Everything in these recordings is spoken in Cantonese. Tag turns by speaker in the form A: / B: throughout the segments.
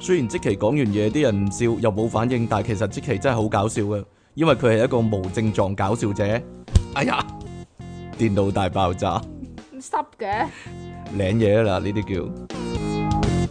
A: 雖然即期講完嘢啲人唔笑又冇反應，但係其實即期真係好搞笑嘅，因為佢係一個無症狀搞笑者。哎呀，電腦大爆炸！
B: 咁濕
A: 嗯
B: 嘅，
A: 領嘢啦，呢啲叫。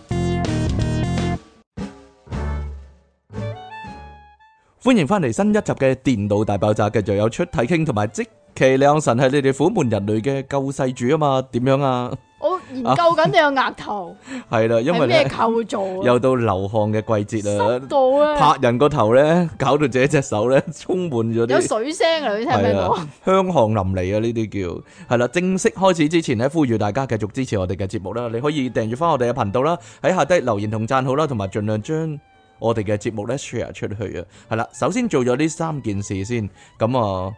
A: 歡迎翻嚟新一集嘅電腦大爆炸，繼續有出體傾同埋即其兩神係你哋苦悶人類嘅救世主啊嘛？點樣啊？
B: 我研究緊你個額頭
A: 係 啦，因為
B: 係咩
A: 咧
B: 構造啊？
A: 又到流汗嘅季節
B: 濕
A: 啦，
B: 到啊
A: 呃
B: 咧，
A: 拍人個頭咧，搞到自己隻手咧 充滿咗
B: 有
A: 啲。
B: 水聲啊！你聽唔聽
A: 係
B: 到？
A: 啊，香汗淋漓啊！呢啲叫係啦。正式開始之前咧，呼籲大家繼續支持我哋嘅節目啦。你可以訂閱翻我哋嘅頻道啦，喺下低留言同讚好啦，同埋盡量將我哋嘅節目咧 share 出去啊。係啦，首先做咗呢三件事先，咁啊，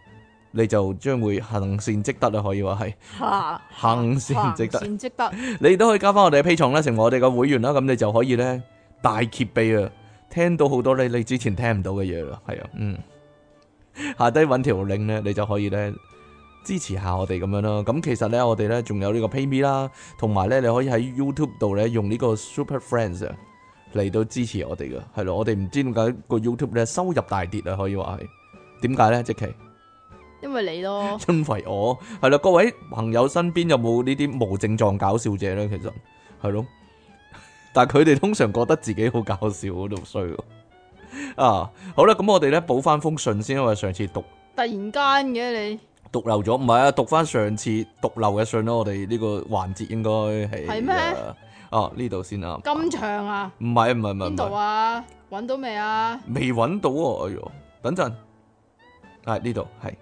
A: 你就將會行善積德啦，可以話係啊
B: 嚇，
A: 行善積德。
B: 先值得，
A: 你都可以加翻我哋嘅 P 床啦，成為我哋嘅會員啦，咁你就可以咧大揭秘啊，聽到好多你你之前聽唔到嘅嘢啦，係啊，嗯，下低揾條 link 咧，你就可以咧支持下我哋咁樣咯。咁其實咧，我哋咧仲有呢個 PayMe 啦，同埋咧你可以喺 YouTube 度咧用呢個 Super Friends 啊嚟到支持我哋嘅，係咯，我哋唔知點解個 YouTube 咧收入大跌啊，可以話係點解咧？即其。
B: 因為你咯，
A: 因為我係啦，各位朋友身邊有冇呢啲無症狀搞笑者咧？其實係咯， 但係佢哋通常覺得自己好搞笑，嗰度衰喎啊！好啦，咁我哋咧補翻封信先，因為上次讀
B: 突然間嘅你
A: 讀漏咗，唔係啊，讀翻上次讀漏嘅信咯。我哋呢個環節應該係
B: 係咩
A: 啊？呢度先啊，
B: 咁長啊，
A: 唔係唔係唔係
B: 邊
A: 唔
B: 度
A: 係，
B: 啊？揾到未啊？
A: 未揾到喎、哎呦，等陣，係呢度係。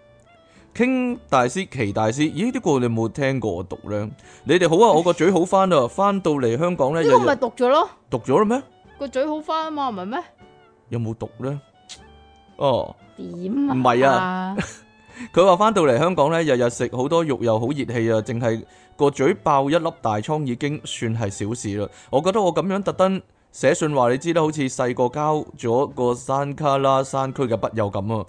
A: 傾大師、奇大師，咦？呢、個你有冇聽過我讀咧？你哋好啊！我個嘴好翻啦，翻到嚟香港咧，
B: 呢
A: 日
B: 個咪
A: 日
B: 讀咗咯，
A: 讀咗啦咩？
B: 個嘴好翻啊嘛，唔係咩？
A: 有冇讀咧？哦，
B: 點啊？
A: 唔係 啊，佢話翻到嚟香港咧，日日食好多肉又好熱氣啊，淨係個嘴爆一粒大瘡已經算係小事啦。我覺得我咁樣特登寫信話你知啦，好似細個交咗個山卡拉山區嘅筆友咁啊。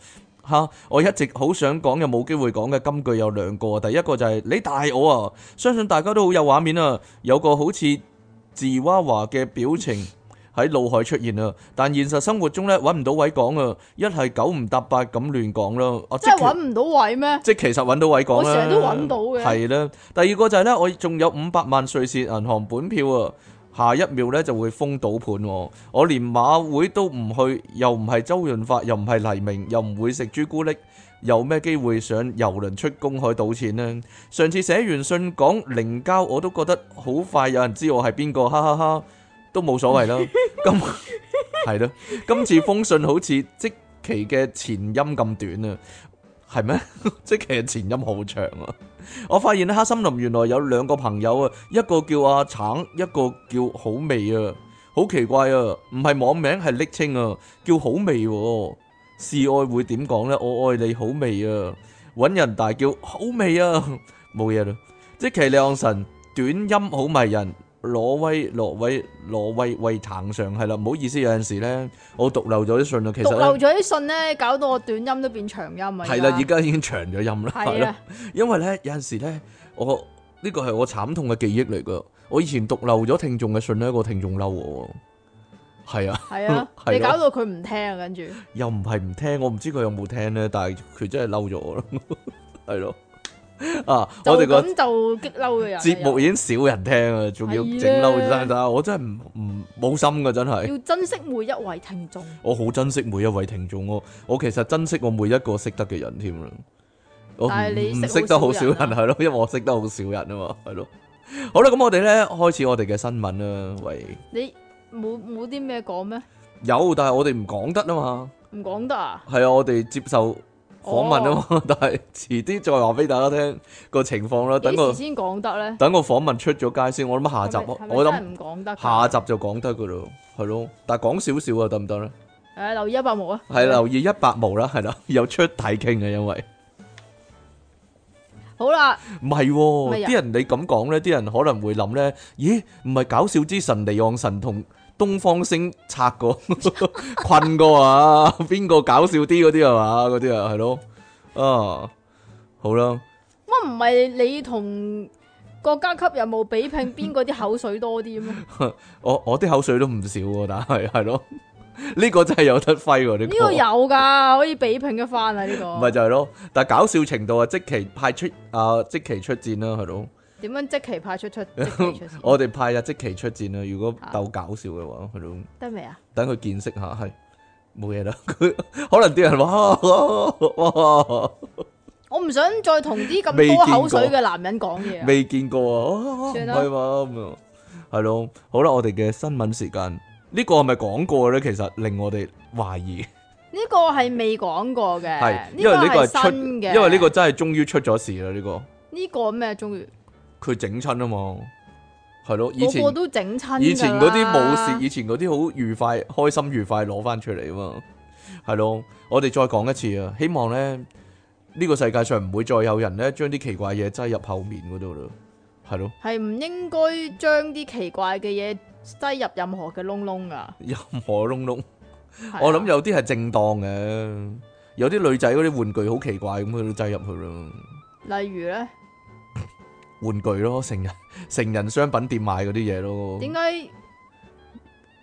A: 吓！我一直好想講又冇機會講嘅金句有兩個，第一個就係、你大我啊，相信大家都好有畫面啊，有個好似自娃娃嘅表情喺腦海出現啊，但現實生活中呢，揾唔到位講啊，一係九唔搭八咁亂講啦，啊
B: 真係
A: 即
B: 揾唔到位 咩？
A: 即其實揾到位講啦，
B: 我成日都揾到嘅
A: 係啦，第二個就係咧，我仲有五百萬瑞士銀行本票啊，下一秒咧就會封賭盤喎。我連馬會都唔去，又唔係周潤發，又唔係黎明，又唔會食朱古力，有咩機會上郵輪出公海賭錢呢？上次寫完信講靈交，我都覺得好快有人知我係邊個，哈哈哈，都冇所謂 啦。今係咯，今次封信好似即期嘅前音咁短啊，係咩？即期嘅前音好長啊！我發現咧，黑森林原來有兩個朋友啊，一個叫阿橙，一個叫好味啊，好奇怪啊！唔係網名係昵稱啊，叫好味喎、示愛會點講呢？我愛你好味啊！揾人大叫好味啊！ 冇嘢啦。即其亮神短音好迷人，挪威挪威挪威喂橙上係啦，唔好意思，有陣時呢，我讀漏咗啲信啊，其
B: 讀
A: 實
B: 漏
A: 呢，
B: 咗啲信咧，搞到我短音都變長音啊！
A: 係啦，而家已經長咗音啦，係
B: 係
A: 啦
B: 啊。，
A: 因為咧有陣時咧，我呢個係我慘痛嘅記憶嚟噶。我以前讀漏咗聽眾嘅信咧，個聽眾嬲我喎。係啊，
B: 係啊
A: ，係咯
B: 你搞到佢唔聽啊，跟住
A: 又唔係唔聽，我唔知佢有冇聽咧，但係佢真係嬲咗我咯， 係咯。啊，
B: 就
A: 我哋個
B: 咁就激嬲嘅人啊。
A: 節目已經少人聽啊，仲要整嬲
B: 係啊
A: 真係，我真係唔唔冇心噶，真係。
B: 又要珍惜每一位聽眾，
A: 我好珍惜每一位聽眾，我我其實珍惜我每一個識得嘅人添啦。我唔
B: 但係你
A: 唔
B: 識
A: 識得好
B: 好
A: 少
B: 少
A: 人
B: 人啊
A: 係咯，因為我識得好少人啊嘛，係咯。好啦，咁我哋咧開始我哋嘅新聞啦。喂，
B: 你冇冇啲咩講咩？
A: 有，但係我哋唔講得啊嘛。
B: 唔講得啊？
A: 係啊，我哋接受
B: 哦
A: 訪問啊嘛， 但係遲啲再話俾大家聽個情況啦。等
B: 幾
A: 個
B: 時先講得咧？
A: 等個訪問出咗街先，我諗下集
B: 係咪係咪
A: 我
B: 真
A: 諗
B: 係唔講得㗎。
A: 下集就講得噶咯，係咯。但係講少少啊，得唔得咧？
B: 誒，留意一百毛啊！
A: 係。留意一百毛啦，係啦， 有出體傾啊嘅，因為。
B: 好啦，
A: 唔係喎，
B: 咩啊
A: 啲人你咁講咧，啲人可能會諗咧，咦，唔係搞笑之神離岸神同東方星拆過 困過啊？邊個搞笑啲嗰啲係嘛？嗰啲啊係咯，啊好啦，
B: 乜唔係你同個國家級任務比拼邊個啲口水多 啲咩？呢
A: 我我啲口水都唔少喎，但係 係咯，呢個真係有得揮喎，呢
B: 個有㗎，可以比拼一番啊！呢
A: 哦唔係
B: 個
A: 就係咯，但係搞笑程度啊，即期派出啊，即期出戰啦，係咯，
B: 點樣即期派出出即期出 先
A: 我哋派啊即期出戰啦，如果
B: 啊
A: 鬥搞笑嘅話，係咯，
B: 得未啊？
A: 等佢見識下，係冇嘢啦。 佢可能啲人話 哇
B: 我唔想再同啲咁
A: 未見
B: 多
A: 過
B: 口水嘅男人講嘢啊。
A: 未見過啊，啊唔
B: 算
A: 係嘛
B: 啦
A: 咁啊，係咯，好啦，我哋嘅新聞時間，呢個係咪講過咧？其實令我哋懷疑。
B: 呢個係未講過嘅，
A: 係，
B: 呢
A: 因為
B: 個
A: 呢個
B: 係
A: 係出，
B: 新嘅，
A: 因為呢個真係終於出咗事啦。呢、
B: 呢個咩啊終於
A: 個佢整親啊嘛，係咯，以前
B: 個個都整親㗎啦。
A: 以前嗰啲冇事，以前嗰啲好愉快、開心愉快攞翻出嚟啊嘛，係咯。我哋再講一次啊，希望咧呢、呢個世界上唔會再有人咧將啲奇怪嘢擠入後面嗰度咯，係咯，
B: 係唔應該將啲奇怪嘅嘢擠入任何嘅窿窿噶。
A: 任何窿窿。
B: 嗯係啊
A: 嗯我諗有啲係正當嘅，有啲女仔嗰啲玩具好奇怪咁，佢都擠入去咯。
B: 例如咧，
A: 玩具咯，成人 成人商品店買嗰啲嘢咯。
B: 點解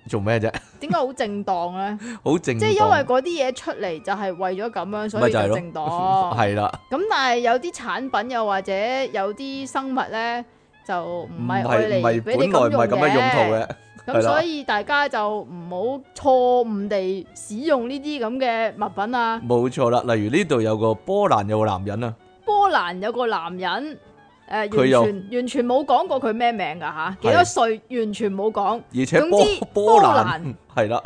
A: 做咩啫？
B: 點解好正當咧？
A: 好 正當，
B: 即係因為嗰啲嘢出嚟就係為咗咁樣，所
A: 咪
B: 以
A: 就係
B: 就
A: 咯
B: 正當。
A: 係啦，
B: 咁但係有啲產品又或者有啲生物咧，就唔
A: 唔
B: 係
A: 係
B: 愛
A: 唔係
B: 嚟俾你
A: 本來唔係咁嘅用
B: 嘅。
A: 途嘅，係
B: 咁
A: 啦
B: 所以大家就唔好錯誤地使用呢啲咁嘅物品啊！
A: 冇錯啦。例如呢度有個波蘭有個男人啊，
B: 波蘭有個男人，诶、
A: 佢又
B: 完全完全冇講過佢咩名噶吓，幾
A: 係
B: 多歲完全冇講，
A: 而且
B: 總之
A: 波
B: 波
A: 蘭 係啦，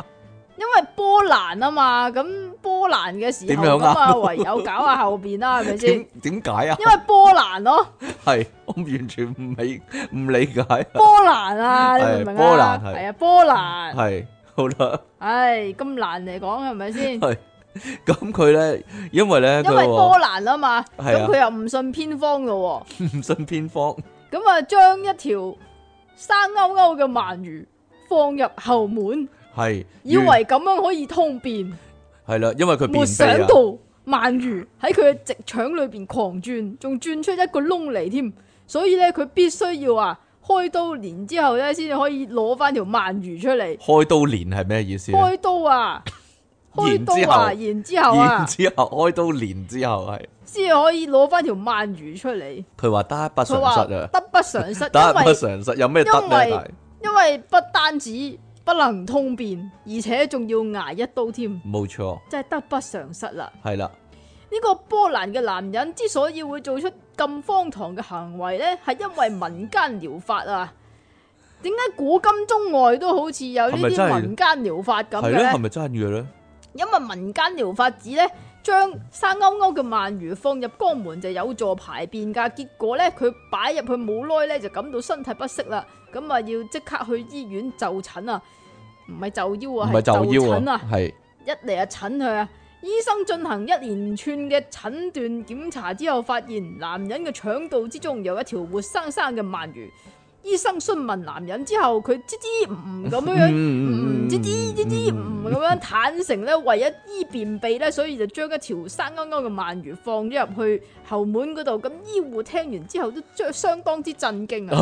B: 因為波蘭啊嘛，咁波蘭嘅時
A: 點
B: 候
A: 樣
B: 咁
A: 啊
B: 啊，唯有搞下後边啦，係咪先
A: 點？點解啊？
B: 因為波蘭咯，
A: 係我完全唔理唔理解，
B: 波蘭啊，你明唔
A: 係
B: 明
A: 波
B: 啊？
A: 蘭係
B: 係啊，波蘭，
A: 係好啦，
B: 唉，咁難嚟講係咪先？
A: 咁佢咧，因為咧
B: 因為
A: 佢話
B: 波蘭啊嘛，
A: 係啊
B: 咁佢又唔信偏方噶喎，
A: 唔信偏方，
B: 咁啊將一條生勾勾嘅鰻魚放入後門，
A: 係
B: 以為咁樣可以通便。
A: 係啦，因為佢
B: 没
A: 便
B: 想
A: 秘啊
B: 到，鰻魚喺佢嘅直腸裏边狂轉，仲轉出一個窿嚟添，所以咧佢必須要啊開刀連之後咧，先至可以攞翻條鰻魚出嚟。
A: 開刀連係咩意思咧？
B: 開刀啊，開
A: 然之後
B: 刀啊，然之後
A: 然
B: 啊，
A: 之後開刀連之後係，
B: 先至可以攞翻條鰻魚出嚟。
A: 佢話得不
B: 佢話
A: 償失啊，
B: 得不償失，
A: 得
B: 因
A: 不
B: 為
A: 償失，有咩得
B: 因為
A: 咧？
B: 因為不單止不能通便，而且仲要捱一刀添，
A: 冇錯，
B: 真係得不償失啦。
A: 係啦。
B: 呢個波蘭嘅男人之所以會做出咁荒唐嘅行為呢，係因為民間療法啊。點解古今中外都好似有呢
A: 係咪真係
B: 啲民間療法咁
A: 係
B: 嘅
A: 咧，係
B: 呢？
A: 咪真嘅咧？
B: 因為民間療法指呢，將生勾勾嘅鰻魚放入肛門就有助排便㗎。結果呢，佢擺入去冇耐呢，就感到身體不適啦，咁啊要即刻去醫院就診啊，唔係就腰
A: 唔
B: 啊，
A: 係
B: 係
A: 就腰
B: 診啊
A: 啊，。係
B: 一嚟啊診佢啊，醫生進行一連串嘅診斷檢查之後，發現男人嘅腸道之中有一條活生生嘅鰻魚。醫生詢問男人之後，佢吱吱唔咁樣樣，
A: 嗯
B: 唔吱吱吱吱唔咁樣坦誠咧，為咗醫便秘咧，所以就將一條生勾勾嘅鰻魚放咗入去後門嗰度。咁醫護聽完之後都相相當之震驚
A: 啊
B: 啊！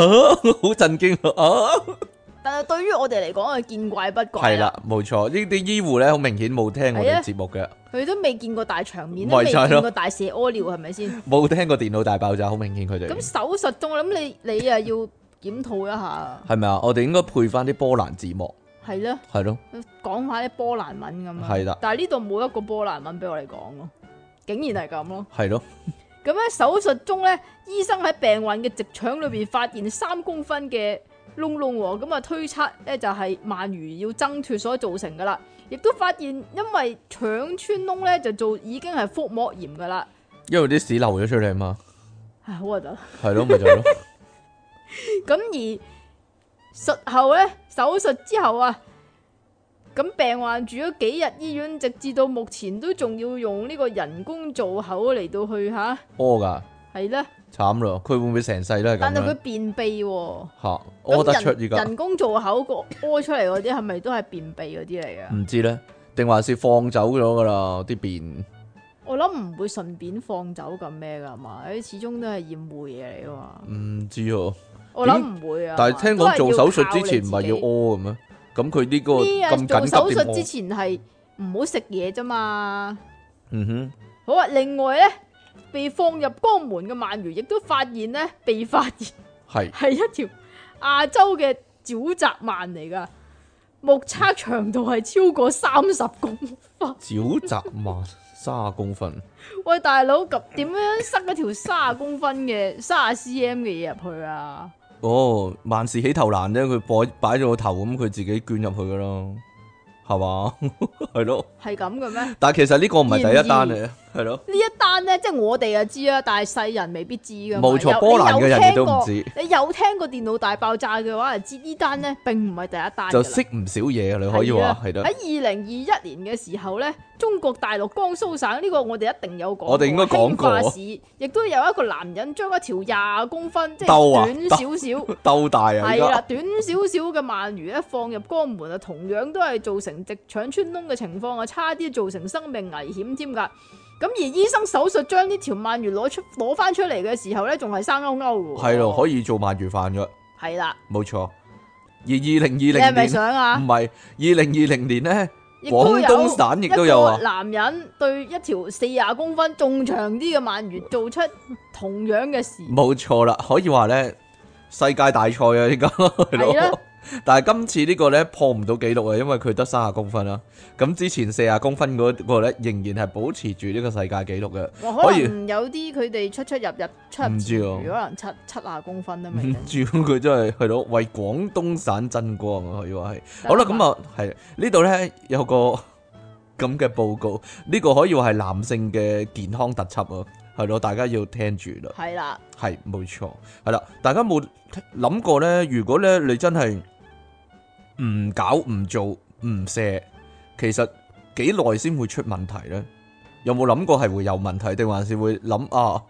A: 好震驚啊！
B: 哦但係對於我哋嚟講，係見怪不 怪啊
A: 係
B: 啦，
A: 啦，冇錯，呢啲醫護咧好明顯冇聽我
B: 係
A: 哋
B: 啊
A: 節目嘅，
B: 佢都未見過大場面，
A: 咪
B: 都未
A: 就係咯
B: 見過大蛇屙尿，係咪先？
A: 冇聽過電腦大爆炸，好明顯佢哋
B: 咁手術中，我諗你你啊要檢討一下，
A: 係咪啊？我哋應該配翻啲波蘭字幕，
B: 係咯，
A: 係咯，
B: 講下啲波蘭文咁啊。
A: 係啦
B: 但係呢度冇一個波蘭文俾我哋講咯，竟然係咁咯。
A: 係咯，
B: 咁咧手術中咧，醫生喺病患嘅直腸裏邊發現三公分嘅窿窿喎，咁啊推測咧就係鰻魚要掙脱所造成噶啦，亦都發現因為腸穿窿咧就做已經係腹膜炎噶啦，
A: 因為啲屎流咗出嚟嘛，
B: 唉好核突。
A: 係咯，咪就係 咯，
B: 咁而術後咧，手術之後啊，咁病患住咗幾日醫院，直至到目前都仲要用呢個人工造口嚟到去吓，
A: 屙㗎，
B: 係啦。
A: 慘咯，佢會唔會成世都係咁
B: 但係佢
A: 樣？
B: 便秘喎，
A: 嚇，
B: 咁
A: 屙得
B: 人
A: 出依家
B: 人工造口個屙出嚟嗰啲係咪都係便秘嗰啲嚟噶？
A: 唔知咧，定還是放走咗㗎啦啲便？
B: 我諗唔會順便放走咁咩噶嘛，因為始終都係厭惡嘢嚟噶嘛。
A: 唔知喎，
B: 我諗唔會啊。
A: 但係聽講做手術之前唔係要
B: 都係要靠你自己
A: 屙嘅咩？咁佢呢個
B: 呢啊，
A: 咁
B: 做
A: 緊急點
B: 手術之
A: 屙？
B: 前係唔好食嘢啫嘛。
A: 嗯哼，
B: 好啊，另外咧，被放入江門嘅鰻魚亦都發現咧，被發現
A: 係
B: 係一條亞洲嘅沼澤鰻嚟噶，目測長度係超過三十公分。
A: 沼澤萬卅公分，
B: 喂，大佬， 咁點樣塞一條卅公分嘅卅 cm 嘅嘢入去啊？
A: 哦，萬事起頭難啫，佢擺擺咗個頭咁，佢自己捐入去噶咯，係嘛？ 係咯，
B: 係咁嘅咩？
A: 但係其實呢個唔係第
B: 然
A: 一
B: 而
A: 單嚟嘅，係咯。
B: 呢一單咧，即係我哋啊知啊，但係世人未必知噶嘛。
A: 冇錯
B: 有
A: 波蘭嘅人亦都唔知
B: 你有聽過你有聽過電腦大爆炸嘅話，就知呢單咧並唔係第一單㗎啦。
A: 就識唔少嘢，你可以話係
B: 係啊
A: 啦。
B: 喺二零二一年嘅時候咧，中國大陸江蘇省呢個我哋一定有講過，
A: 我哋應該講過
B: 興化市亦都有一個男人將一條廿公分，即
A: 兜啊
B: 係短少少。
A: 鬥大 啊！而
B: 係啦，
A: 家
B: 短少少嘅鰻魚咧放入江門啊，同樣都係造成直腸穿窿嘅情況啊，差啲造成生命危險添㗎。咁而醫生手術將呢條鰻魚攞出攞翻出嚟嘅時候咧，仲係生勾勾嘅喎。
A: 係咯，可以做鰻魚飯嘅，
B: 係啦，
A: 冇錯。而二零
B: 你
A: 二零
B: 係咪
A: 年
B: 想啊
A: 唔？係二零二零年咧，
B: 亦都
A: 廣
B: 有
A: 東省亦都有啊
B: 一個男人對一條四廿公分仲長啲嘅鰻魚做出同樣嘅事，
A: 冇錯啦，可以話咧世界大賽啊，依家係
B: 係
A: 咯
B: 啦。
A: 但係今次呢個咧破唔到紀錄啊，因為佢得三十公分啦。咁之前四十公分嗰個咧，仍然係保持住呢個世界紀錄嘅。
B: 哇
A: 可
B: 可
A: 以
B: 能有啲佢哋出出入入出
A: 唔知啊
B: 入自如可能七七廿公分啊都
A: 唔
B: 未定。
A: 知佢真係係咯，為廣東省爭光啊，可以話係。好啦，咁
B: 啊，
A: 啊，係呢度咧有個咁嘅報告，呢、個可以話係男性嘅健康特輯啊，係咯，大家要聽住啦，
B: 係啦，
A: 係冇錯，係啦，大家冇諗過咧，如果咧你真係唔搞唔做唔射，其實幾耐先會出問題咧？有冇諗過係會有問題，定還是會諗啊？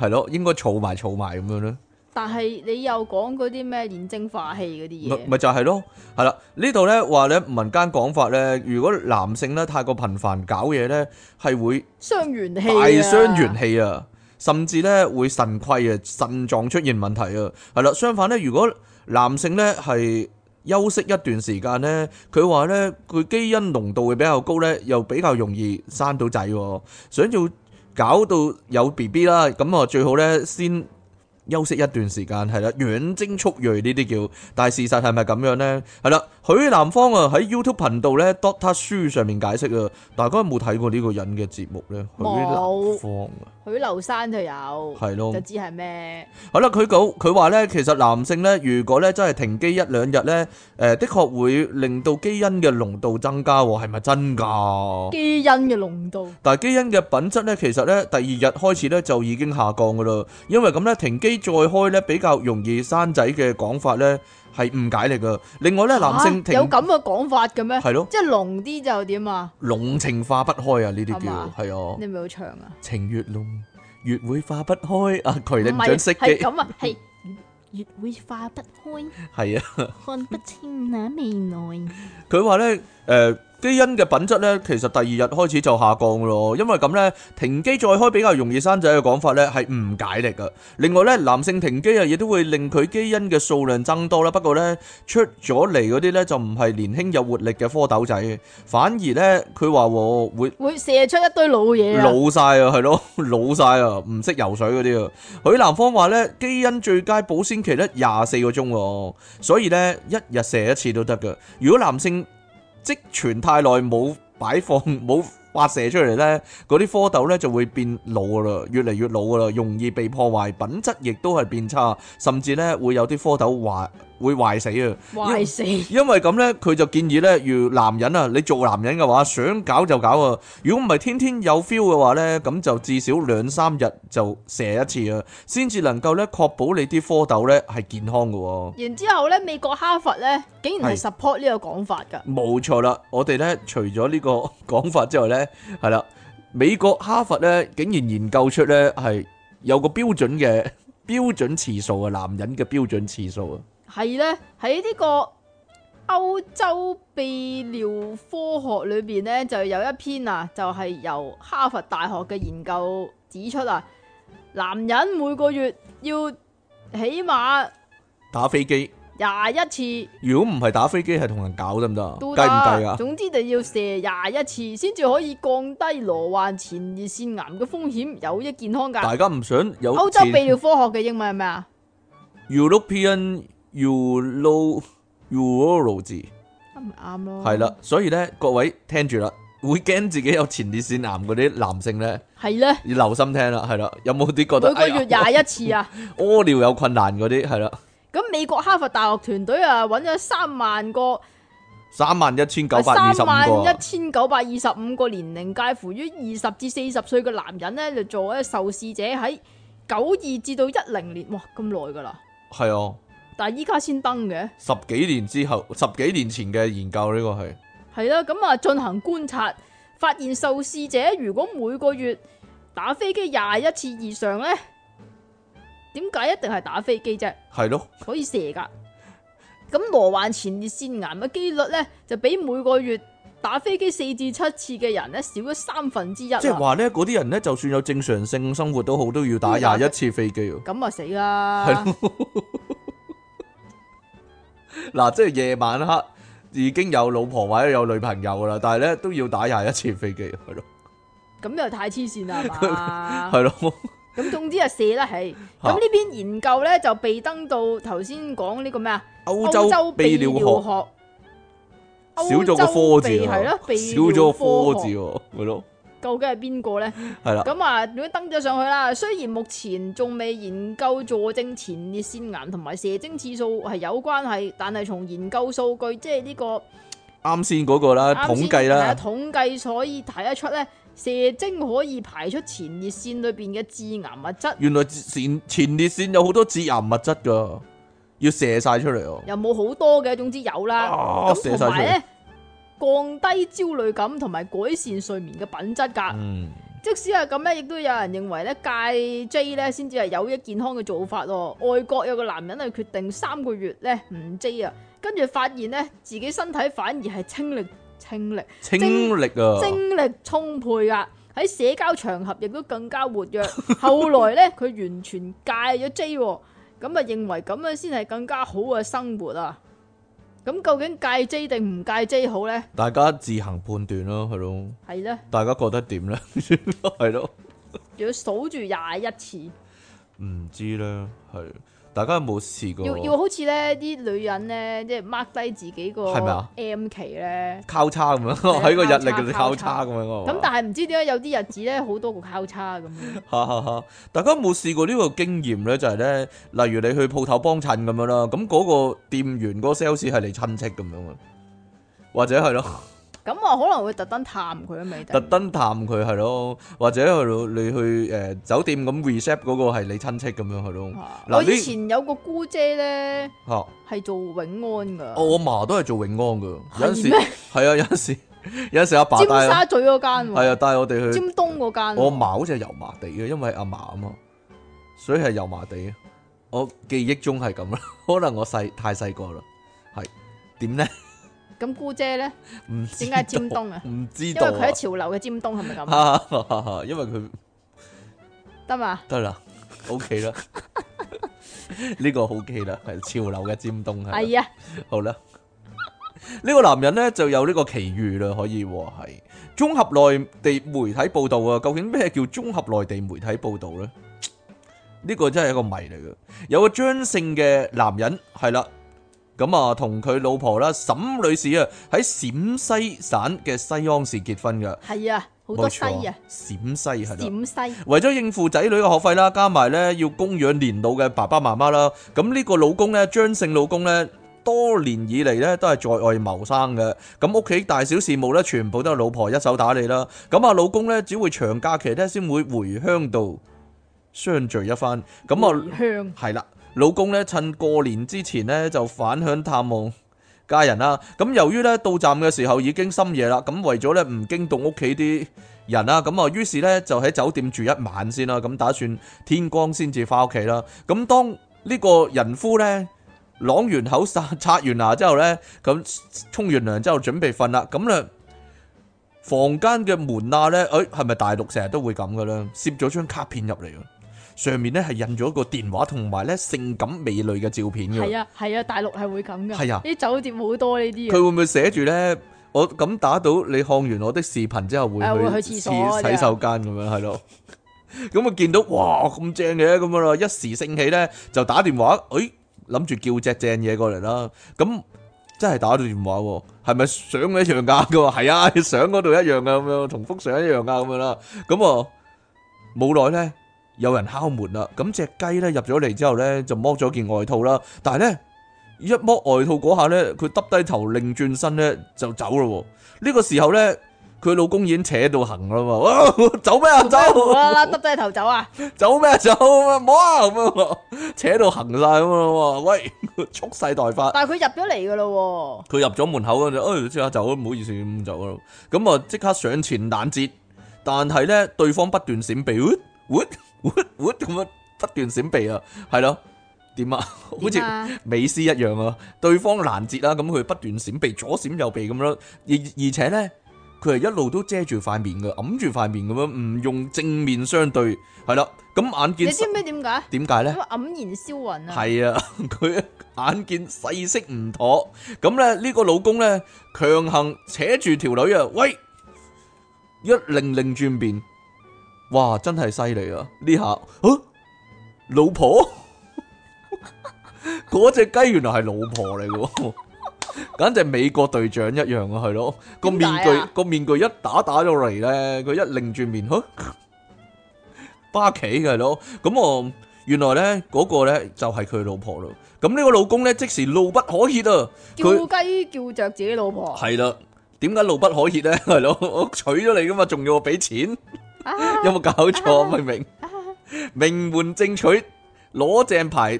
A: 係咯，應該儲埋儲埋咁樣咧？
B: 但係你又講嗰啲咩煉精化氣嗰啲
A: 咪
B: 嘢，
A: 咪就係咯，係啦，呢度咧話咧民間講法咧，如果男性咧太過頻繁搞嘢咧，係會
B: 傷元氣、啊，
A: 大傷元氣啊，甚至咧會腎虧啊，腎臟出現問題啊，係啦。相反咧，如果男性咧係休息一段時間咧，佢話咧佢基因濃度會比較高咧，又比較容易生到仔喎，想要搞到有 B B 啦，咁啊最好咧先。休息一段時間係啦，養精蓄鋭呢啲叫，但係事實係咪咁樣呢？係啦，許南方啊喺 YouTube 頻道咧 Doctor 書上面解釋啊，大家有冇睇過呢個人嘅節目呢？許
B: 冇
A: 南方啊，
B: 許留山就有，
A: 係咯
B: 就。知係咩？
A: 好啦，佢講佢話咧，其實男性咧，如果咧真係停機一兩日咧，誒、的確會令到基因嘅濃度增加喎，係咪真㗎？
B: 基因嘅濃度，
A: 但係基因嘅品質咧，其實咧第二日開始咧就已經下降㗎啦，因為咁咧停機再開咧比較容易生仔嘅講法咧係誤解嚟㗎。另外咧，男性
B: 嚇
A: 停
B: 有咁嘅講法嘅咩？
A: 係咯，
B: 即係濃啲就點啊？
A: 濃情化不開啊，呢啲
B: 係嘛
A: 叫係啊，
B: 你咪好長啊？
A: 情越濃越會化不開啊，佢你唔
B: 唔係
A: 准熄
B: 係
A: 機，
B: 咁啊，係
C: 月會化不開，
A: 係啊。
C: 看不清那未來。
A: 佢話咧，誒、基因嘅品質咧，其實第二日開始就下降咯，因為咁咧，停機再開比較容易生仔嘅講法咧係誤解嚟噶。另外咧，男性停機啊，亦都會令佢基因嘅數量增多啦。不過咧，出咗嚟嗰啲咧就唔係年輕有活力嘅蝌蚪仔，反而咧佢話喎會。
B: 會射出一堆老嘢啊！
A: 老晒啊，係咯， 老晒啊，唔識游水嗰啲啊。許南方話咧，基因最佳保鮮期咧廿四個鐘喎，所以咧一日射一次都得噶。如果男性積存太耐冇擺放 冇發射出嚟咧，嗰啲蝌蚪咧就會變老噶啦，越嚟越老噶啦，容易被破壞，品質亦都係變差，甚至咧會有啲蝌蚪壞會壞死啊。
B: 壞死，
A: 因為咁呢，佢就建議呢，如男人啊，你做男人嘅話，想搞就搞啊。如果唔係天天有 feel 嘅話呢，咁就至少兩三日就射一次啊，先至能夠呢確保你啲蝌蚪呢係健康嘅喎。
B: 然之後咧，美國哈佛咧竟然係 support 呢個講法㗎，
A: 冇錯啦，我哋呢除咗呢個講法之外呢，係啦，美國哈佛呢竟然研究出呢係有個標準嘅標準次數啊，男人嘅標準次數啊，
B: 係咧喺呢個歐洲泌尿科學裏邊咧就有一篇啊，就係、由哈佛大學嘅研究指出啊，男人每個月要起碼
A: 打飛機。
B: 廿一次
A: 如果唔係打飛機，係同人搞得唔得啊？
B: 都
A: 計唔計
B: 得，
A: 啊？
B: 總之就要射廿一次先至可以降低罹患前列腺癌嘅風險，有益健康㗎。
A: 大家唔想有
B: 歐洲
A: 前
B: 泌尿科學嘅英文係咩啊？
A: European Uro Urology
B: 啱咪啱咯。
A: 係啦，，所以咧各位聽住啦，會驚自己有前列腺癌嗰啲男性咧，
B: 係咧，
A: 要留心聽啦，係啦，有冇啲覺得
B: 每個月
A: 哎呀
B: 廿一次啊。
A: 屙尿有困難嗰啲係啦，
B: 咁美國哈佛大學團隊啊，揾咗三萬個，
A: 三萬一千九百二
B: 三
A: 十五
B: 萬
A: 個
B: 一千九百二十五個年齡介乎於二十至四十歲嘅男人呢，就做一受試者喺九二至到一零年，哇咁耐噶啦，
A: 係啊，
B: 但係依家先登嘅，
A: 十幾年之後，十幾年前嘅研究呢個係
B: 係啦，咁啊進行觀察，發現受試者如果每個月打飛機廿一次以上呢，點解一定係打飛機啫？
A: 係咯，
B: 可以射噶。咁羅患前列腺癌嘅機率咧，就比每個月打飛機四至七次嘅人咧少咗三分之一啦。
A: 即係話咧嗰啲人咧，就算有正常性生活都好，都要打
B: 都要打
A: 廿一次飛機喎。
B: 咁啊死啦！
A: 係 嗱，即係夜晚黑已經有老婆或者有女朋友噶啦，但係咧都要打廿一次飛機，係咯，
B: 咁又太黐線啦係嘛。
A: 係咯，
B: 咁總之啊射啦係。
A: 嚇
B: 咁呢邊研究咧就被登到頭先講呢個咩啊？
A: 歐
B: 歐
A: 洲泌
B: 泌
A: 尿學
B: 學。
A: 少咗個科字
B: 係
A: 喎
B: 咯，
A: 少咗個
B: 泌
A: 科字啊
B: 尿學，
A: 喎，係咯，
B: 究竟係邊個咧？
A: 係啦，
B: 咁啊，如果登咗上去啦，雖然目前仲未研究佐證前列腺癌同埋射精次數係有關係，但係從研究數據，即係呢、個
A: 啱先嗰個啦，
B: 啱
A: 統
B: 先
A: 計
B: 係啊
A: 啦，
B: 統計所以睇得出咧，射精可以排出前列腺裏邊嘅致癌物質，
A: 原來前前列腺有好多致癌物質噶，要射晒出嚟哦，
B: 又冇好多嘅，總之有啦。
A: 啊，射晒
B: 咁同
A: 出
B: 埋
A: 嚟，
B: 咧，降低焦慮感同埋改善睡眠嘅品質㗎。
A: 嗯，
B: 即使係咁咧，亦都有人認為咧戒 J 咧先至係有益健康嘅做法喎。外國有個男人係決定三個月咧唔 J 啊，跟住發現咧自己身體反而係清力、清力、
A: 精力啊，
B: 精力充沛噶，喺社交場合亦都更加活躍。 後來咧佢完全戒咗 J，喎咁啊認為咁樣先係更加好嘅生活啊。咁究竟戒 J 定唔戒 J 好咧？
A: 大家自行判斷咯，係咯，
B: 係咧，
A: 大家覺得點咧？ 係咯。
B: 仲要數住廿一次。
A: 唔知咧，係大家有冇試過
B: 要要好似咧啲女人咧，即係 mark 低自己個
A: 係咪啊
B: M 期咧。
A: 交叉咁樣
B: 係啊
A: 喺個日曆嘅交
B: 交叉
A: 叉咁樣啊嘛
B: 咁但係唔知點解有啲日子咧好多個交叉咁樣。
A: 哈哈哈！大家有冇試過呢個經驗咧？就係咧，例如你去鋪頭幫襯咁樣啦，咁嗰個店員嗰個 sales 係你親戚咁樣啊，或者係咯，
B: 嗯咁我可能會特登探佢啊，未
A: 特
B: 定。
A: 登探佢係咯，或者係你去誒酒店咁 recept 嗰個係你親戚咁樣係咯，
B: 啊
A: 嗱
B: 我以
A: 呢
B: 前有個姑姐咧
A: 嚇
B: 係做永安噶，
A: 我阿嫲都係做永安噶，有陣時
B: 係咩
A: 係啊，有陣時有陣時阿爸
B: 尖
A: 帶
B: 沙咀嗰
A: 係
B: 間喎，
A: 啊帶我哋去
B: 尖。東嗰間喎。
A: 我阿嫲好似係油麻地嘅，因為阿嫲啊嘛，所以係油麻地嘅。我記憶中係咁啦， 可能我細太細個啦，係點咧？
B: 咁姑姐咧
A: 唔知
B: 點解尖東啊
A: 道？唔知
B: 因為
A: 道
B: 佢喺潮流嘅尖東係咪咁？
A: 啊，因為佢
B: 得嘛？
A: 得啦，OK 啦，呢個 OK 啦，係潮流嘅尖東係啦。
B: 係啊，
A: 好啦，呢個男人呢就有呢個奇遇啦，可以喎係綜合內地媒體報導啊。究竟咩叫綜合內地媒體報導呢？呢個真係一個謎嚟嘅。有個張姓嘅男人係啦，咁啊同佢老婆啦沈女士啊喺陝西省嘅西安市結婚嘅，
B: 係啊，好
A: 冇
B: 多
A: 錯
B: 西啊，，
A: 陝西係啦。
B: 陝西。
A: 為咗應付仔女嘅學費啦，加埋咧要供養年老嘅爸爸媽媽啦，咁呢個老公咧，張姓老公咧，多年以嚟咧都係在外謀生嘅，咁屋企大小事務咧，全部都係老婆一手打理啦。咁啊，老公咧只會長假期咧先會回鄉度相聚一番。咁啊，
B: 香
A: 係啦，老公咧趁過年之前咧就返鄉探望。家人啦，咁由於咧到站嘅時候已經深夜啦，咁為咗咧唔驚動屋企啲人啦，咁啊，於是咧就喺酒店住一晚先啦，咁打算天光先至翻屋企啦。咁當呢個人夫咧啷完口、刷刷完牙之後咧，咁沖完涼之後準備瞓啦，咁咧房間嘅門罅咧，誒係咪大陸成日都會咁嘅咧？攝咗張卡片入嚟啊！上面咧係印咗一個電話同埋咧性感美女嘅照片嘅。
B: 系啊系啊，大陸係會咁噶，
A: 係啊
B: 啲酒店好多呢啲
A: 佢
B: 嘅，
A: 會唔會寫住咧？我咁打到你看完我的視頻之後會
B: 啊會
A: 去
B: 去
A: 洗
B: 廁所
A: 洗手間咁樣係咯。 咁啊見到哇咁正嘅咁樣咯，一時興起咧就打電話，誒諗住叫只正嘢過嚟啦。咁真係打到電話喎，係咪相一樣㗎？佢話係啊， 相嗰度一樣㗎，咁樣同幅相一樣㗎咁樣啦。咁啊冇耐咧有人敲門啦，咁只雞咧入咗嚟之後咧就剝咗件外套啦，但係咧。一剝外套嗰下咧，佢耷低頭擰轉身咧就走咯喎。呢個時候咧，佢老公已經扯到行啦嘛，哇 走咩啊
B: 做咩無啦啦
A: 走，
B: 耷低頭走啊，
A: 走咩啊走啊冇啊咁樣喎，扯到行晒咁樣喎，喂 蓄勢待發。
B: 但係佢入咗嚟噶咯
A: 佢入咗門口嗰陣，哎，即刻走，唔好意思咁走咯。咁啊，即刻上前攔截，但係咧對方不斷閃避，喎喎喎喎咁樣不斷閃避啊，係咯，點啊？好
B: 喎，
A: 似
B: 點啊
A: 美斯一樣啊，對方攔截啦，咁佢不斷閃避，左閃右避咁咯，而而且咧，佢係一路都遮住塊面嘅，揞住塊面咁樣，唔用正面相對，係啦，咁眼
B: 你
A: 見
B: 知唔知點解？
A: 點解咧
B: 因？為黯然銷魂啊，
A: 係啊， 佢眼見勢色唔妥，咁咧呢個老公咧強行扯住條女啊，喂，一擰擰轉面，哇，真係犀利啊！呢 下，啊，老婆， 嗰只雞原來係老婆嚟嘅喎，簡直美國隊長一樣啊，係咯，個面
B: 點解
A: 具
B: 啊
A: 個面具一打打咗嚟咧，佢一擰轉面，呵，巴企嘅係咯，咁我。原來咧嗰、個咧就係佢老婆咯。咁呢個老公咧即時怒不可遏啊！佢
B: 叫雞叫着自己老婆，
A: 係啦，點解怒不可遏咧？ 係咯，我娶咗你噶嘛，仲要我俾錢，
B: 啊
A: 有冇搞錯？明明名門正娶，攞正牌。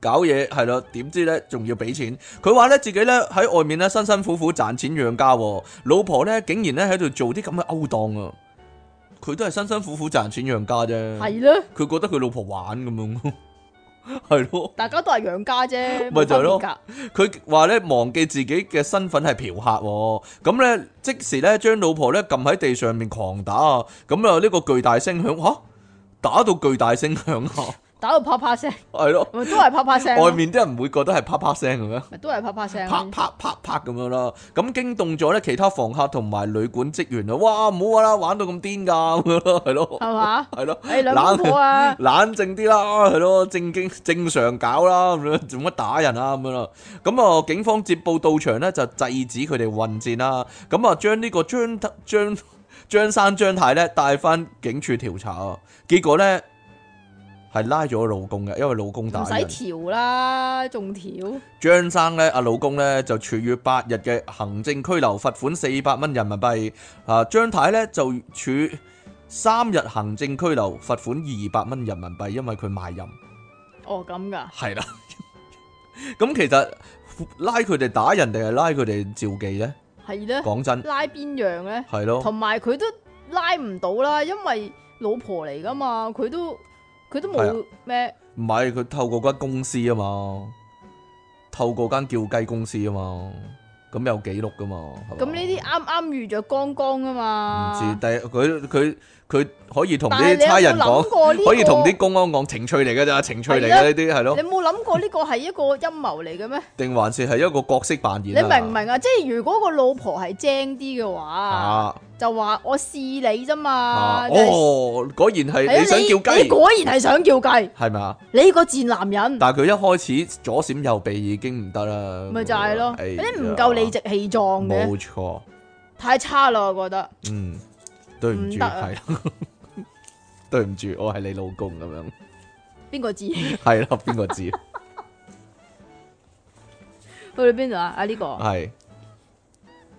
A: 搞嘢係咯，點知咧仲要俾錢？佢話咧自己咧喺外面咧辛辛苦苦賺錢養家喎，老婆咧竟然咧喺度做啲咁嘅勾當啊！佢都係辛辛苦苦賺錢養家啫，
B: 係啊咯，
A: 佢覺得佢老婆玩咁樣， 係咯。
B: 大家都係養家啫，
A: 咪就係咯
B: 冇分別㗎
A: 佢話咧忘記自己嘅身份係嫖客喎，咁咧即時咧將老婆咧撳喺地上面狂打啊！咁啊呢個巨大聲響吓，打到巨大聲響啊，
B: 打到啪啪聲，
A: 係咯，
B: 咪都係啪啪聲咯，
A: 外面啲人唔會覺得係啪啪聲咁樣。
B: 咪都係啪啪聲咯，啊
A: 啪啪啪啪咁樣啦，咁驚動咗咧其他房客同埋旅館職員啊！哇，唔好玩啦，玩到咁癲㗎咁樣咯，係咯，
B: 係嘛？
A: 係咯，
B: 誒兩公 婆啊，
A: 冷靜啲啦，係咯，正經正常搞啦，咁樣做乜打人啊咁樣啦。咁啊，警方接報到場咧，就制止佢哋混戰啦。咁啊，將呢個張德張張生張太咧帶翻警署調查啊。結果咧係拉咗老公嘅，因為老公打
B: 唔使
A: 人。
B: 調啦，仲調
A: 張生咧，阿老公咧就處於八日嘅行政拘留，罰款四百蚊人民幣。啊，張太咧就處三日行政拘留，罰款二百蚊人民幣，因為佢賣淫。
B: 哦咁㗎。
A: 係啦，咁其實拉佢哋打人定係拉佢哋召妓 咧？
B: 係咧，
A: 講真，
B: 拉邊樣咧？
A: 係咯，
B: 同埋佢都拉唔到啦，因為老婆嚟噶嘛，佢都佢都
A: 係啊
B: 冇咩，
A: 唔係佢透過間公司啊嘛，透過間叫雞公司啊嘛，咁有記錄噶嘛，係嘛
B: 咁呢啲啱啱遇着剛剛啊
A: 唔知，
B: 嘛。
A: 但係佢佢佢可以同
B: 但係
A: 啲
B: 你有
A: 差人講
B: 冇諗。過呢個？
A: 可以同啲公安講情趣嚟嘅咋，情趣嚟嘅呢啲係咯
B: 你，冇諗過呢個係一個陰謀 嚟嘅咩？
A: 定還是係一個角色扮演
B: 你
A: 啊？
B: 明唔明啊？即係如果個老婆係精啲嘅話，
A: 啊？
B: 就話我試你啫嘛
A: 啊。
B: 就係
A: 哦，果然
B: 係
A: 係
B: 啊
A: 你想叫
B: 你
A: 雞，
B: 果然係想叫雞，
A: 係咪啊？
B: 你個賤男人，
A: 但係佢一開始左閃右避已經唔得啦，
B: 咪就係咯，
A: 哎
B: 你
A: 呀
B: 唔夠理直氣壯嘅，
A: 冇錯，
B: 太差啦，我覺得。
A: 嗯，對唔住，
B: 唔得啊
A: 係啦， 對唔住，我係你老公咁樣，
B: 邊 個字？去
A: 係啦，邊個 知？
B: 到邊度啊？啊呢、個
A: 係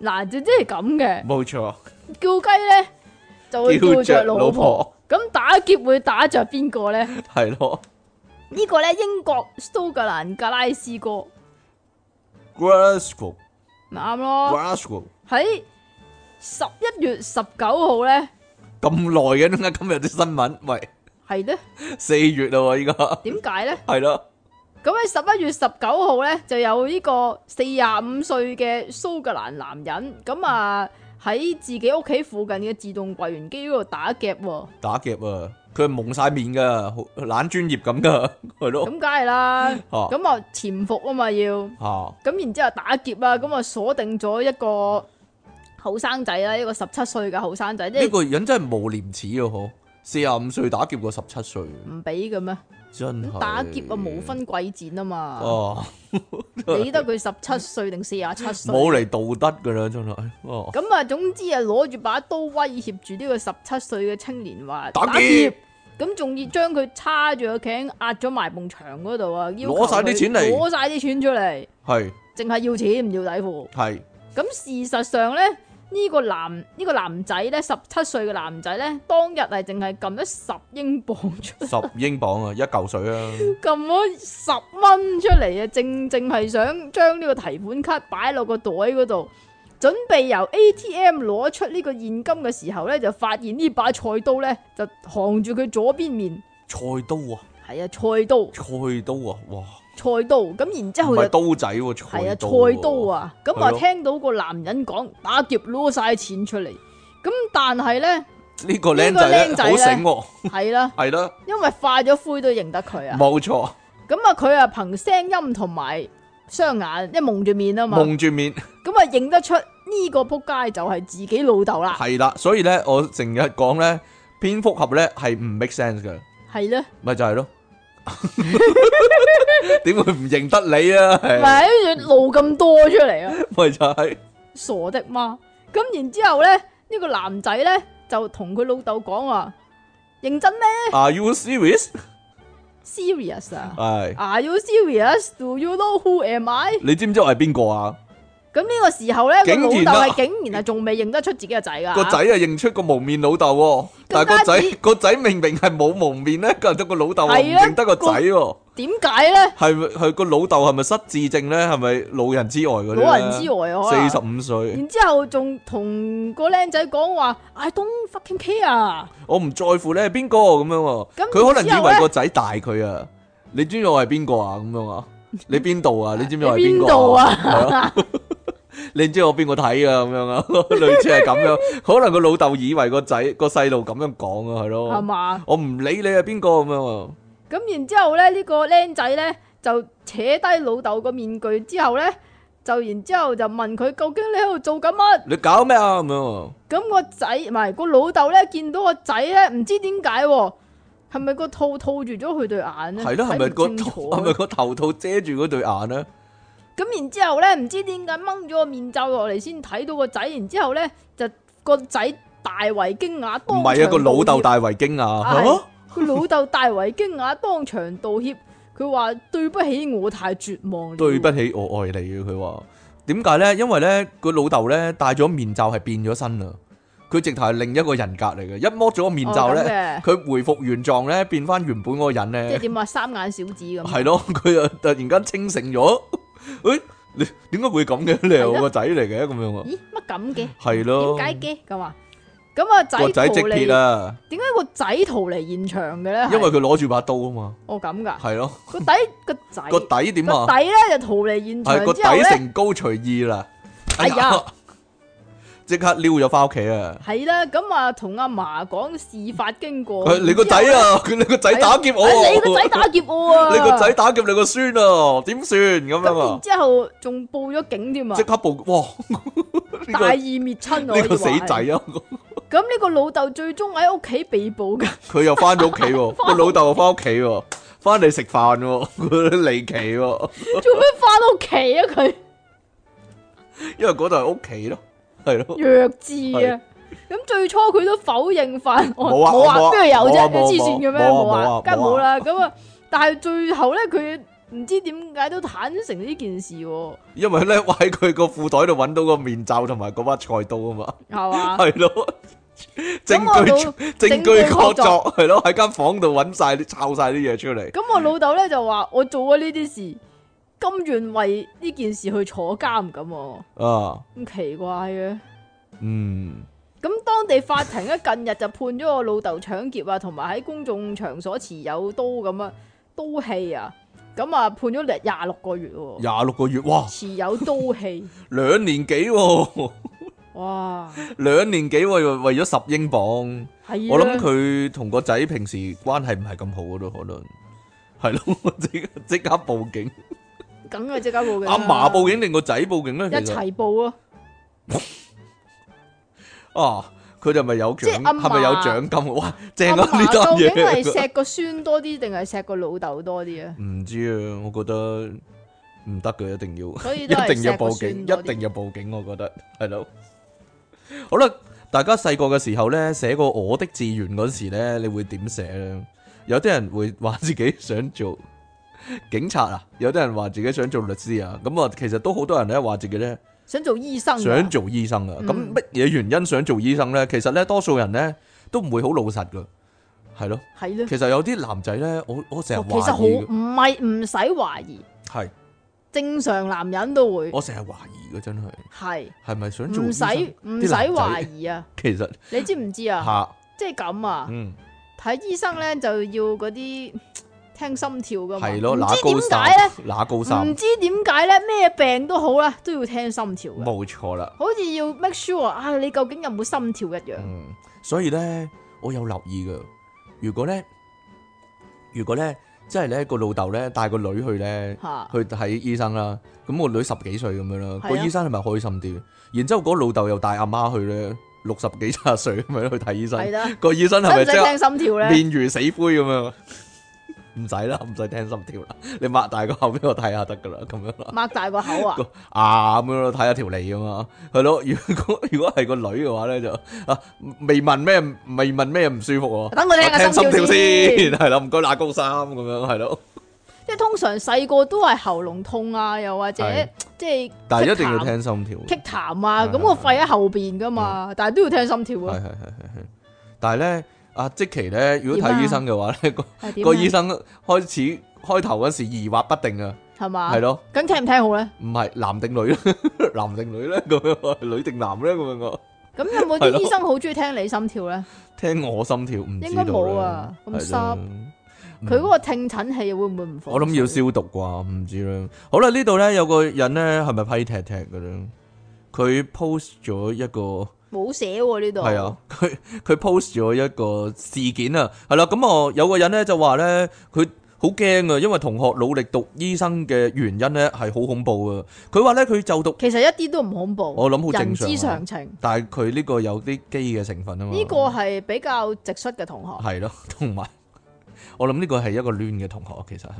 B: 嗱就即係咁嘅，
A: 冇錯，
B: 叫雞咧就會
A: 叫
B: 叫
A: 着
B: 着
A: 老
B: 老
A: 婆
B: 婆，咁打劫會打着邊個咧？
A: 係咯
B: 呢個咧英國蘇格蘭格拉斯哥
A: ，Glasgow，Glasgow，
B: 咪啱咯，喺十一月十九號咧
A: 咁耐嘅點解今日啲新聞？喂，
B: 係咧，
A: 四月啦喎，依家。
B: 點解咧？
A: 系咯，
B: 咁喺十一月十九號咧就有呢個四廿五歲嘅蘇格蘭男人咁
A: 哦
B: 啊喺自己屋企附近嘅自動櫃員機嗰度打劫喎。
A: 打劫啊，佢係蒙晒面噶，好懶專業咁噶，係咯
B: 咁梗係啦，
A: 嚇
B: 咁啊潛伏啊嘛要。
A: 嚇
B: 咁然之後打劫啦，咁啊鎖定咗一個後生仔啦，一個十七歲嘅後生仔，即
A: 呢
B: 係
A: 個人真係冇廉恥啊！嗬，四十五歲打劫過十七歲，
B: 唔俾嘅咩？
A: 真係
B: 咁打劫啊無分貴賤啊嘛，
A: 哦，
B: 理得佢十七歲定四廿七歲。
A: 冇嚟道德噶啦，真係哦，
B: 咁啊，總之啊，攞住把刀威脅住呢個十七歲嘅青年話
A: 打劫，
B: 咁仲要將佢叉住個頸壓咗埋埲牆嗰度啊，要求
A: 攞晒啲
B: 佢
A: 錢嚟
B: 攞晒啲錢出嚟，
A: 係
B: 淨係要錢唔要底褲。
A: 係
B: 咁事實上咧，呢、個男呢、個男仔咧，十七歲嘅男仔咧，當日係淨係撳咗十英鎊出，
A: 十英鎊啊， 一嚿水啊，
B: 撳咗十蚊出嚟啊，正正係想將呢個提款卡擺落個袋嗰度，準備由 ATM 攞出呢個現金嘅時候咧，就發現呢把菜刀咧就行住佢左邊面，
A: 菜刀啊，
B: 係啊，菜刀，
A: 菜刀啊，哇，
B: 菜刀，咁然之
A: 唔
B: 後
A: 係
B: 就。
A: 刀仔喎，
B: 系啊，
A: 菜
B: 菜
A: 刀
B: 刀啊，咁
A: 係
B: 啊
A: 咯
B: 聽到個男人講打劫攞晒錢出嚟，咁但係咧。
A: 呢個僆
B: 呢個
A: 仔
B: 僆
A: 呢
B: 仔
A: 好
B: 呢
A: 醒喎，
B: 系啦，
A: 係啦，
B: 因為化咗灰都認得佢啊。
A: 冇錯，
B: 咁啊，佢啊憑聲音同埋雙眼，即係蒙住面啊嘛，
A: 蒙住面。
B: 咁啊認得出呢個仆街就係自己老豆 啦。
A: 系啦，所以咧，我成日講咧，蝙蝠俠咧係唔 make sense 嘅，
B: 係咧，
A: 咪就係 咯。點會唔認得你啊？
B: 唔
A: 係
B: 係跟住露哎咁多出嚟啊，
A: 咪就 係
B: 傻的嘛。咁然之后咧，呢、呢個男仔咧就同佢老豆講話：認真咩
A: Are you serious？
B: ？Serious 啊
A: 係
B: ？Are you serious? Do you know who am I？
A: 你知唔知我係邊個啊？
B: 咁呢個時候咧，個
A: 竟
B: 老
A: 然啊
B: 豆係竟然係仲未認得出自己嘅仔噶。
A: 個仔啊認出個蒙面老豆喎，但係個
B: 單
A: 仔
B: 止
A: 個仔明明係冇蒙面咧，佢得個老豆啊唔
B: 係啊
A: 認得個仔喎，
B: 點解咧？
A: 係咪係個老豆係咪失智症咧？係咪老人之外嗰啲？
B: 老人之，外啊，可能
A: 四十五歲，
B: 然之後仲同個僆仔講話，I don't fucking care。
A: 我唔在乎你係邊個咁樣喎。
B: 咁
A: 佢可能以
B: 然之後
A: 為
B: 呢
A: 個仔大佢啊，你知唔知我係邊個啊？咁樣啊，你邊度啊？你知唔知我係邊個
B: 你邊度啊
A: 係啊？ 你知我邊個睇啊？咁樣啊， 類似係咁樣。可能個老豆以為個仔個細路咁樣講啊，係
B: 係
A: 咯。
B: 嘛？
A: 我唔理你係邊個咁樣啊。
B: 咁然之後咧，呢、個僆仔咧就扯低老豆個面具之後咧，就然之後就問佢究竟你喺度做緊乜？
A: 你搞咩啊？咁樣啊，
B: 咁、個仔唔係個老豆咧，見到個仔咧，唔知點解喎，係咪個套套住咗佢對眼咧？
A: 係咯，係咪個
B: 睇
A: 頭
B: 唔清楚啊
A: 係咪個頭套遮住嗰對眼啊咧？
B: 咁然之後咧，唔知點解掹咗個面罩落嚟先睇到個仔，然之後咧就個仔大為驚訝，
A: 唔
B: 當
A: 係啊，
B: 場
A: 個老豆
B: 道歉
A: 大為驚
B: 啊
A: 訝
B: 係
A: 嚇
B: 佢老豆大為驚訝，當場道歉。佢話對不起，我太絕望了。
A: 對不起，我愛你啊！佢話點解咧？因為咧，佢老豆咧戴咗面罩係變咗身啊！佢直頭係另一個人格嚟嘅，一剝咗
B: 哦
A: 個面罩咧，
B: 咧，
A: 佢、回復原狀咧，變翻原本嗰個人
B: 即係
A: 咧，
B: 點啊？三眼小子咁。
A: 係咯，佢啊突然間清醒咗， 誒、你點解會咁嘅？你係我個仔嚟嘅咁樣啊，
B: 咦，乜咁嘅？
A: 係咯，
B: 點解嘅？咁啊，咁啊，仔
A: 個仔即
B: 逃
A: 撇
B: 離。
A: 啊，
B: 點解個仔逃離現場嘅咧？
A: 因為
B: 係
A: 佢攞住把刀啊嘛，
B: 哦 咁噶，
A: 係咯，
B: 個底個仔
A: 個底點
B: 個
A: 啊？
B: 底咧就逃離現場
A: 係個
B: 之後
A: 底
B: 咧，
A: 成高隨意啦，
B: 哎呀，
A: 即刻溜咗翻屋企啊！
B: 係啦，咁啊，同阿嫲講事發經過。
A: 佢你個仔
B: 然之後
A: 啊，佢你個仔打劫我，
B: 哎！你個仔打劫我 啊！
A: 你個仔打劫你個孫啊，點算咁樣
B: 咁
A: 啊
B: 然？之後仲報咗警添啊
A: 即！刻報哇！呢
B: 大
A: 個
B: 義滅親我
A: 呢個死仔
B: 啊！
A: 啊，
B: 咁呢個老豆最終喺屋企被捕 噶，
A: 佢又翻咗屋企喎，個老豆又翻屋企喎，翻嚟食飯喎，佢離奇喎，
B: 做咩翻屋企啊？佢
A: 因為嗰度係屋企咯，係 咯，
B: 弱智啊！咁最初佢都否認犯案，
A: 冇啊
B: 冇啊
A: 我冇啊，
B: 邊度有
A: 冇啊
B: 啫？
A: 冇啊
B: 你黐線嘅
A: 冇啊
B: 咩？冇
A: 冇啊
B: 啊，梗係
A: 冇
B: 冇
A: 啊
B: 啦。咁啊，但係最後咧，佢唔知點解都坦誠呢件事喎，
A: 因為咧我喺佢個褲袋度揾到個面罩同埋嗰把菜刀啊嘛，
B: 係嘛？
A: 係咯，
B: 咁我
A: 證
B: 老
A: 據證據確鑿係咯，喺間房度揾晒啲抄晒啲嘢出嚟，
B: 咁我老豆咧就話：我做咗呢啲事，甘願為呢件事去坐監咁喎，
A: 啊，
B: 咁奇怪嘅。
A: 嗯。
B: 咁當地法庭咧近日就判咗我老豆搶劫啊，同埋喺公眾場所持有刀咁啊，刀器啊，咁啊判咗廿廿六個月喎，
A: 廿六個月，哇，
B: 持有刀器，
A: 兩年幾喎、
B: 哇，啊
A: 兩年幾為為咗十英鎊，
B: 系
A: 我諗佢同個仔平時關係唔係咁好嘅咯，可能係咯， 我即即刻報警，
B: 梗係即刻報警啦
A: 阿嫲報警定個仔報警咧？
B: 一
A: 其實
B: 齊報啊！
A: 啊，佢哋咪有獎，
B: 即係阿嫲
A: 係咪有獎金？哇，正
B: 阿
A: 啊！呢
B: 嫲
A: 單
B: 究竟
A: 嘢
B: 係錫個孫多啲定係錫個老豆多啲啊？
A: 唔知啊，我覺得唔得嘅，一定要。
B: 所以都係
A: 一定要
B: 錫個
A: 報警，
B: 孫多
A: 一
B: 啲。
A: 定要報警，我覺得係咯。 好啦，大家細個嘅時候咧，寫過我的志願嗰時咧，你會點寫咧？有啲人會話自己想做警察啊，有啲人話自己想做律師啊。咁啊，其實都好多人咧話自己咧
B: 想做醫生㗎，
A: 想做醫生啊。咁
B: 嗯
A: 乜嘢原因想做醫生咧？其實咧，多數人咧都唔會好老實噶，係咯。
B: 係咯。
A: 其實有啲男仔咧，我我成日
B: 哦其實
A: 懷
B: 好
A: 疑
B: 唔係唔使懷疑，
A: 嘅，係
B: 正常男人都會
A: 我成日懷疑嘅，真係
B: 係
A: 係咪哦想做
B: 唔
A: 醫
B: 使
A: 生？
B: 唔
A: 啲
B: 使
A: 男仔
B: 懷疑啊！
A: 其實
B: 你知唔知啊？
A: 嚇。
B: 即係咁啊！
A: 嗯，
B: 睇醫生咧就要嗰啲聽心跳噶嘛，
A: 系咯，
B: 唔
A: 乸
B: 知
A: 高
B: 點
A: 三
B: 解，
A: 乸高
B: 咧？唔
A: 三，
B: 知點解咧？咩病都好啦，都要聽心跳嘅，
A: 冇錯啦。
B: 好似要 make sure 啊，你究竟有冇心跳一樣？
A: 嗯，所以咧，我有留意噶。如果咧，如果咧，即係咧個老豆咧帶個女去咧
B: 嚇
A: 去睇醫生啦，咁個女十幾歲咁樣啦，
B: 係啊
A: 個醫生係咪開心啲？然之后嗰個老豆又帶阿媽去咧，六十幾七十歲咁樣去睇醫
B: 係
A: 生，
B: 啦，
A: 個醫生係
B: 使
A: 咪
B: 唔
A: 即
B: 使
A: 刻
B: 聽心跳咧？
A: 面如死灰咁樣？唔使啦，唔使聽心跳啦，你擘大個口俾我睇下得噶啦，咁樣啦。
B: 擘大個口 啊！
A: 個啊咁樣咯，睇下條脷啊嘛，係咯。如果 如果係個女嘅話咧，就啊未問咩，未問咩唔舒服喎。
B: 等我聽下
A: 聽心
B: 心跳
A: 跳
B: 先
A: 先，， 係啦，唔該，乸高三咁樣係咯，
B: 即係通常細個都係喉嚨痛啊，又或者
A: 係
B: 即係
A: 但係一定要
B: 咳痰
A: 聽心跳，
B: 棘痰啊，
A: 係嗯
B: 咁
A: 係
B: 個肺喺後邊噶嘛，但係都要聽心跳
A: 係係
B: 啊。
A: 係係係。但係咧，阿即奇咧，如果睇醫生嘅話咧，個
B: 係點啊
A: 個
B: 咧
A: 醫生開始開頭嗰時疑惑不定啊，
B: 係嘛？
A: 係咯。
B: 咁聽唔聽好咧？
A: 唔係男定女咧， 男定女咧咁樣，女定男咧咁樣我
B: 咁有冇
A: 係
B: 啲
A: 咯
B: 醫生好中意聽你心跳咧？
A: 聽我心跳唔知道
B: 應該冇啊
A: 咧
B: 咁
A: 係咯嗯
B: 佢嗰個聽診器會唔會唔放？
A: 我諗要消毒啩，唔知啦。好啦，呢度咧有個人咧係咪批踢踢嘅咧？佢 post 咗一個
B: 冇寫喎呢度。
A: 係啊，佢佢 post 咗一個事件啊，係啦。咁我有個人咧就話咧，佢好驚啊，因為同學努力讀醫生嘅原因咧係好恐怖啊。佢話咧佢就讀，
B: 其實一啲都唔恐怖，
A: 我諗好正
B: 人
A: 常啊
B: 之常情。
A: 但係佢呢個有啲基嘅成分啊嘛。
B: 呢個係比較直率嘅同學，
A: 係咯， 同埋我諗呢個係一個攣嘅同學，其實係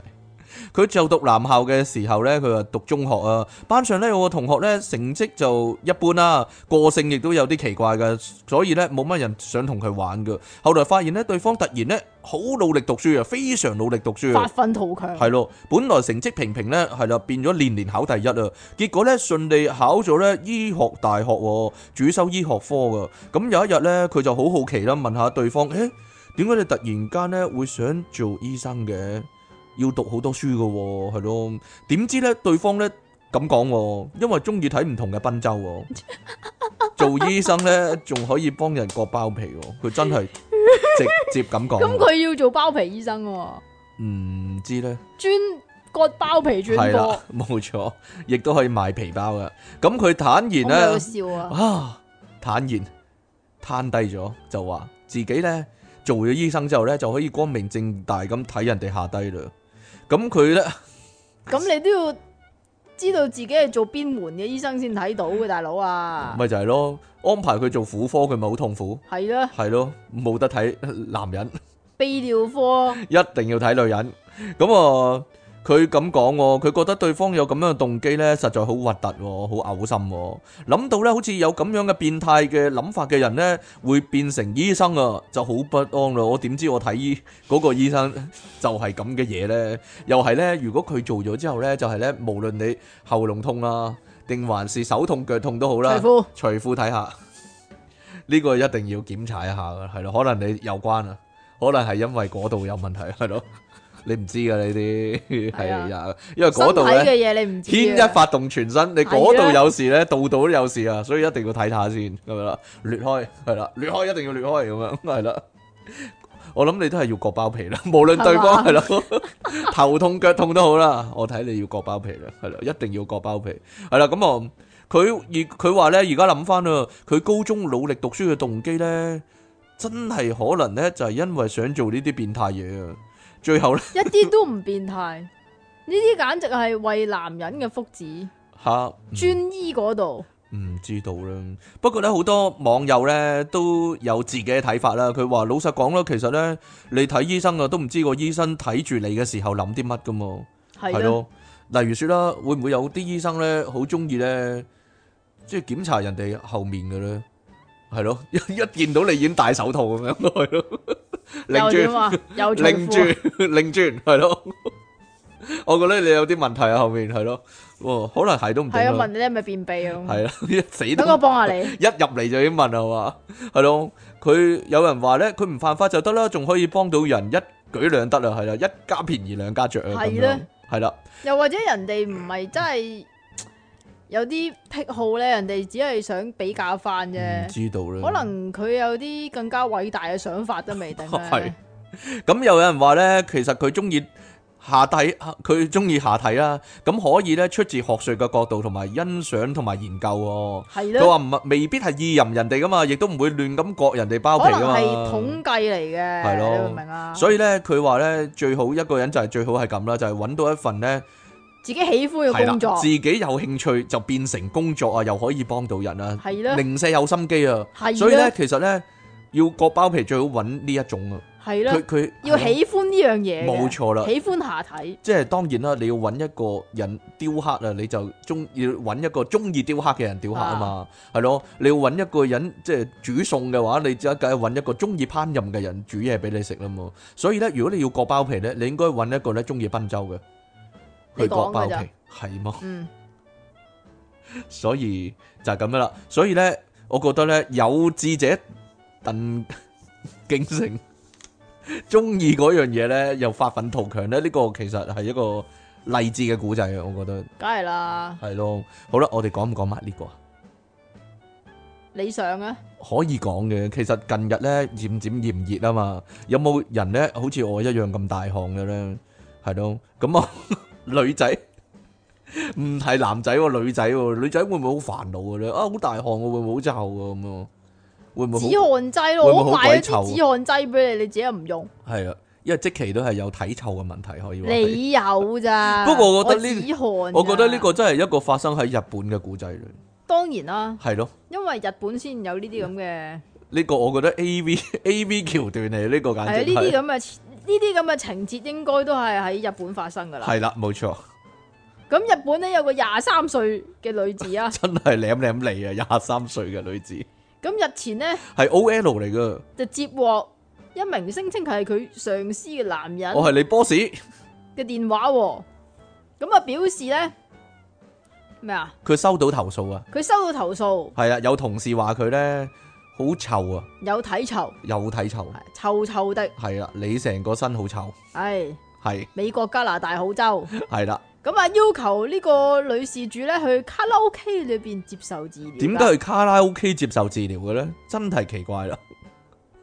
A: 佢就讀男校嘅時候呢，佢話讀中學啊，班上呢，有個同學呢，成績就一般啦，個性亦都有啲奇怪嘅，所以呢，冇乜人想同佢玩噶。後來發現呢，對方突然呢，好努力讀書啊，非常努力讀書
B: 發
A: 啊。
B: 奮圖強。
A: 係咯，本來成績平平呢，係啦，變咗年年考第一啊！結果呢，順利考咗呢醫學大學喎，主修醫學科噶。咁有一日呢，佢就好好奇啦，問下對方：，誒點解你突然間呢會想做醫生嘅？要讀好多書噶喎，係咯？點知呢，對方呢咁講喎，因為中意睇唔同嘅賓州 喎。做醫生呢，仲可以幫人割包皮喎，佢真係直接咁講。
B: 咁佢要做包皮醫生喎，
A: 唔知呢。
B: 專割包皮專
A: 係
B: 科
A: 啦。，冇錯，亦都可以賣皮包噶。咁佢坦
B: 咁佢
A: 然
B: 有
A: 咧，
B: 笑啊！
A: 啊，坦然攤低咗，就話自己咧做咗醫生之後咧，就可以光明正大咁睇人哋下低啦。咁佢咧
B: 咁你都要知道自己係做邊門嘅醫生先睇到嘅，大佬啊！
A: 咪就係咯，安排佢做婦科，佢咪好痛苦。
B: 係啦，
A: 係咯，冇得睇男人，
B: 泌尿科
A: 一定要睇女人。咁啊，佢咁講喎，佢覺得對方有咁樣嘅動機咧，實在好核突喎，好嘔心喎。諗到咧，好似有咁樣嘅變態嘅諗法嘅人咧，會變成醫生啊，就好不安啦。我點知我睇醫嗰個醫生就係咁嘅嘢咧？又係咧，如果佢做咗之後咧，就係咧，無論你喉嚨痛啊，定還是手痛腳痛都好啦
B: 皮，膚
A: 除褲睇下，呢個一定要檢查一下噶，係咯，可能你有關啊，可能係因為嗰度有問題，係咯，你唔知噶呢啲
B: 係啊
A: 係啊，因為嗰
B: 身體
A: 度咧。
B: 嘅嘢你唔知
A: 牽
B: 啊
A: 一發動全身，你嗰度有事咧，度度都有事啊，所以一定要睇下先，咁樣啦，裂開係啦，裂開一定要裂開咁樣，係啦。我諗你都係要割包皮啦， 無論對方係咯 頭痛腳痛都好啦，我睇你要割包皮啦，係啦，一定要割包皮，係啦，咁我啊佢而佢話咧，而家諗翻啊，佢高中努力讀書嘅動機咧，真係可能咧就係因為想做呢啲變態嘢啊。最後咧
B: 一啲都唔變態。呢啲簡直係為男人嘅福祉，
A: 吓唔
B: 專醫嗰度
A: 唔知道啦。不過咧，好多網友咧都有自己嘅睇法啦。佢話老實講啦，其實咧你睇醫生啊，都唔知個醫生睇住你嘅時候諗啲乜噶嘛。
B: 係
A: 係
B: 咯，
A: 咯，例如説啦，會唔會有啲醫生咧好中意咧，即係檢查人哋後面嘅咧？係咯， 一一見到你已經戴手套咁樣，係咯，擰
B: 又點
A: 轉，
B: 啊？ 又除
A: 擰
B: 褲啊
A: 轉，擰轉，係咯。 我覺得你有啲問題啊，後面係咯，哦，可能係都唔定
B: 係啊？
A: 啦
B: 問，你係咪便秘啊？
A: 係啦， 一死
B: 等我
A: 都
B: 幫下你。
A: 一入嚟就已經問係嘛，係咯。佢有人話咧，佢唔犯法就得啦，仲可以幫到人，一舉兩得啊，係啦，一家便宜兩家着啊，咁
B: 係
A: 樣
B: 咧
A: 係啦。
B: 又或者人哋唔係真係有啲癖好咧，人哋只係想比較翻
A: 唔
B: 啫。
A: 知啊道啦，
B: 可能佢有啲更加偉大嘅想法都未定啊咧。
A: 係咁又有人話咧，其實佢中意下體，佢中意下體啦，咁可以咧出自學術嘅角度同埋欣賞同埋研究喎。
B: 係
A: 佢話
B: 咯，
A: 唔係未必係意淫人哋噶嘛，亦都唔會亂咁割人哋包
B: 可
A: 皮啊噶
B: 能
A: 嘛。
B: 係統計嚟嘅，
A: 係咯
B: 你明唔明啊？
A: 所以咧，佢話咧最好一個人就係最好係咁啦，就係、揾到一份咧
B: 自己喜歡嘅
A: 係
B: 工
A: 啦，
B: 作
A: 自己有興趣就變成工作啊，又可以幫到人啊，
B: 係啦，
A: 零舍有心機啊。
B: 係啦
A: 所以咧，其實咧要割包皮最好揾呢一種啊，
B: 係
A: 佢
B: 啦，
A: 佢
B: 要
A: 係咯
B: 喜歡呢樣嘢嘅，
A: 冇錯啦。
B: 喜歡下體，
A: 即係當然啦，你要揾一個人雕刻啊，你就中要揾一個中意雕刻嘅人雕刻啊嘛，係咯、你要揾一個人即係煮餸嘅話，你就梗係揾一個中意烹飪嘅人煮嘢俾你食啦嘛。所以咧，如果你要割包皮咧，你應該揾一個咧中意賓州嘅去
B: 你
A: 割
B: 講
A: 包
B: 㗎咋
A: 皮，係嘛？
B: 嗯，
A: 所以就係咁樣啦。所以咧，我覺得咧，有志者鄧 敬成中意嗰樣嘢咧，又發奮圖強咧，呢、個其實係一個勵志嘅古仔啊！我覺得
B: 梗係啦，
A: 係咯。好啦，我哋講唔講埋呢個啊？
B: 理想啊，
A: 可以講嘅，其實近日咧漸漸炎熱啊嘛，有冇人咧好似我一樣咁大汗嘅咧？係咯，咁啊 女仔唔係男仔喎，女仔喎，女仔會唔會好煩惱嘅咧？啊，好大汗喎，會唔會好臭啊咁啊？會唔
B: 止
A: 會好
B: 汗劑
A: 會
B: 咯，
A: 唔會
B: 我
A: 好
B: 買
A: 鬼
B: 咗
A: 臭啊
B: 支止汗劑俾你，你自己又唔用，
A: 係啊？因為即期都係有體臭嘅問題可以話係。
B: 你啊有咋？
A: 不過我覺得呢
B: 止汗咋，
A: 我覺得呢個真係一個發生喺日本嘅古仔嚟，
B: 當然啦，
A: 係咯。
B: 因為日本先有呢啲咁嘅，
A: 呢個我覺得 A V A V 橋段嚟，呢個
B: 係
A: 簡
B: 啊呢
A: 直
B: 啲
A: 係
B: 咁嘅呢啲咁嘅情節應該都係喺日本發生噶啦。
A: 係啦，冇錯，
B: 咁日本咧有個廿三歲嘅女子啊，
A: 真係舐舐脷啊！廿三歲嘅女子。
B: 咁日前咧
A: 係 O L 嚟噶，
B: 就接獲一名聲稱係佢上司嘅男人
A: 我係你 boss，
B: 嘅電話喎，咁啊表示咧咩啊？
A: 佢收到投訴啊，
B: 佢收到投訴
A: 係啊，有同事話佢咧好臭啊，
B: 有體臭，
A: 有體臭，
B: 臭臭的，
A: 係啦，你成個身好臭，
B: 唉，
A: 係
B: 美國、加拿大、澳洲。
A: 係啦，
B: 咁啊，要求呢個女事主咧去卡拉 OK 裏邊接受治療。
A: 點解？去卡拉 OK 接受治療嘅咧？真係奇怪啦，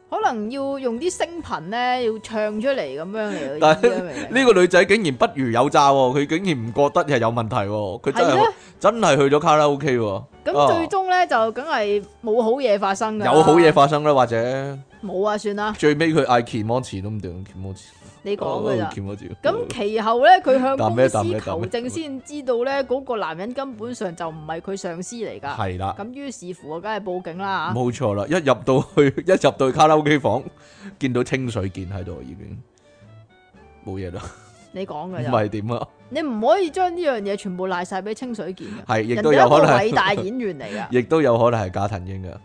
B: 可能要用啲聲頻咧，要唱出嚟咁樣嚟
A: 但
B: 嘅
A: 係
B: 意思啊。明唔明
A: 呢個女仔竟然不如有詐喎，佢竟然唔覺得係有問題喎，佢真
B: 係
A: 係
B: 咧
A: 去真係去咗卡拉 OK 喎，
B: 咁最
A: 啊
B: 終啊咧就梗係冇好嘢發生㗎。
A: 有好嘢發生啦，或者
B: 冇啊，算啦，
A: 最尾佢嗌 Kimochi 都唔定 Kimochi，哦
B: 你講㗎咋。
A: Kimochi，
B: 咁其後咧，佢向
A: 答
B: 公
A: 咩
B: 司
A: 答咩答咩
B: 求證先知道咧，嗰個男人根本上就唔係佢上司嚟㗎。
A: 係啦。
B: 咁於是乎，我啊梗係報警啦嚇。
A: 冇錯啦，一入到去， 一入到去卡拉 OK 房，見到清水健喺度已經冇嘢啦，
B: 你講
A: 唔
B: 㗎咋？
A: 係點啊？
B: 你唔可以將呢樣嘢全部賴晒俾清水健㗎。
A: 係亦
B: 人
A: 都
B: 哋
A: 有
B: 一個
A: 可
B: 偉
A: 能，
B: 大演員嚟㗎。
A: 亦都有可能係加藤英噶，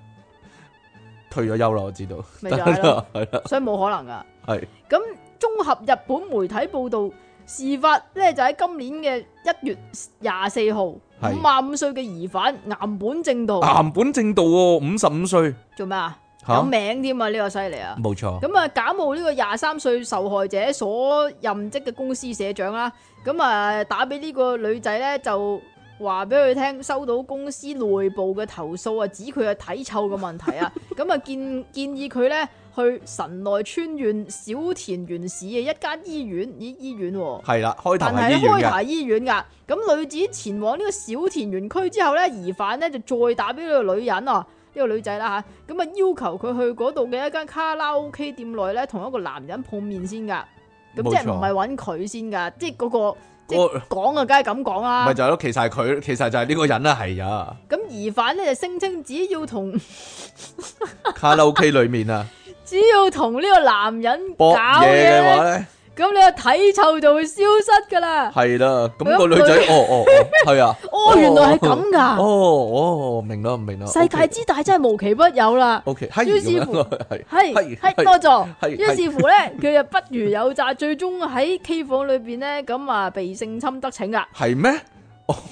A: 退咗休啦，我知道，
B: 咪就 係咯，
A: 係啦，
B: 所以冇可能噶。
A: 係
B: 咁綜合日本媒體報道，事發咧就喺今年嘅一月廿四號，五
A: 係啊
B: 廿五歲嘅疑犯岩本正道
A: 岩本正道喎，五十五歲
B: 做咩啊？有
A: 吓，
B: 名添啊！呢個犀利啊！
A: 冇錯，
B: 咁啊，假冒呢個廿三歲受害者所任職嘅公司社長啦，咁啊打俾呢個女仔咧就話俾佢聽，收到公司內部嘅投訴啊，指佢嘅體臭嘅問題啊，咁啊建建議佢咧去神奈川縣小田原市嘅一間醫院，咦醫院喎、
A: 係啦，開頭
B: 但係
A: 係
B: 咧
A: 醫院
B: 開
A: 嘅，
B: 排醫院噶，咁女子前往呢個小田園區之後咧，疑犯咧就再打俾呢個女人啊，呢、個女仔啦吓，咁啊要求佢去嗰度嘅一間卡拉 OK 店內咧，同一個男人碰面先噶，咁
A: 冇
B: 即係唔
A: 錯
B: 係揾佢先噶，即係嗰、個即
A: 嗰
B: 係講啊，梗係咁講
A: 咪
B: 啦。
A: 就係咯，其實係佢，其實就係呢個人啦，係啊，
B: 咁疑犯咧就聲稱只要同
A: 卡拉 OK 裏面啊，
B: 只要同呢個男人搞
A: 搏
B: 嘢
A: 嘢嘅話
B: 咧，
A: 咧，
B: 咁你個體臭就會消失噶啦。
A: 係啦，咁個
B: 咁
A: 女
B: 佢
A: 仔，哦哦，哦係啊，
B: 哦，原來係咁
A: 哦
B: 噶，
A: 哦，明啦明啦，
B: 世界之大真係無奇不有啦。
A: O K，係
B: 於是
A: 咁
B: 乎
A: 樣咯，係
B: 系
A: 係
B: 系
A: 係
B: 多謝，
A: 係
B: 於是乎咧，佢就不如有詐，最終喺 K 房裏边咧，咁啊被性侵得逞啊噶。
A: 係咩？哦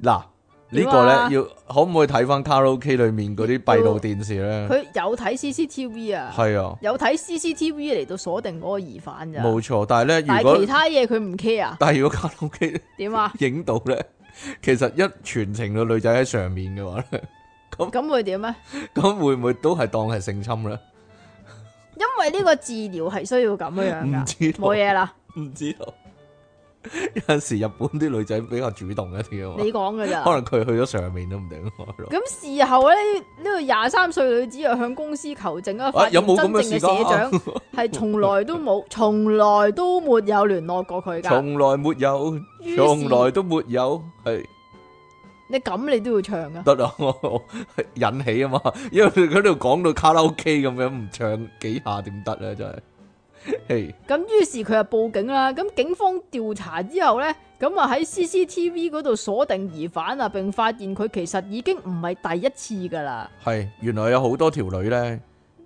A: 嗱，呢
B: 點
A: 個
B: 啊
A: 咧要可唔可以睇翻卡拉 OK 裏面嗰啲閉路電視咧？
B: 佢有睇 CCTV 啊，
A: 係啊，
B: 有睇 CCTV 嚟到鎖定嗰個疑犯咋。
A: 冇錯。但係咧，
B: 但
A: 如
B: 係其
A: 果
B: 他嘢佢唔 care 啊？
A: 但係如果卡拉 OK
B: 點啊？
A: 影到咧，其實一全程個女仔喺上面嘅話咧，
B: 咁會點咧？
A: 咁會唔會都係當係性侵咧？
B: 因為呢個治療係需要咁樣样
A: 唔
B: 噶，
A: 知道
B: 冇，嘢啦，
A: 唔知道。 有陣時日本啲女仔比較主動一啲啊嘛
B: 你，講噶咋
A: 可。能佢去咗上面都唔定。可能
B: 咁事後咧，呢個廿三歲女子又向公司求證啊，發
A: 有
B: 現
A: 冇咁
B: 真
A: 嘅
B: 正嘅
A: 事
B: 社
A: 㗎啊
B: 長係從來都冇，從來都沒有聯絡過佢㗎。
A: 從來沒有，
B: 於是
A: 從來都沒有，係
B: 你咁你都要唱噶？
A: 得啦， 我引起啊嘛，因為佢嗰度講到卡拉 OK 咁樣，唔唱幾下點得咧？真係，嘿，
B: 咁於是佢就報警啦。咁警方調查之後呢，咁啊喺 CCTV 嗰度鎖定疑犯啊，並發現佢其實已經唔係第一次噶啦。
A: 係原來有好多條女咧，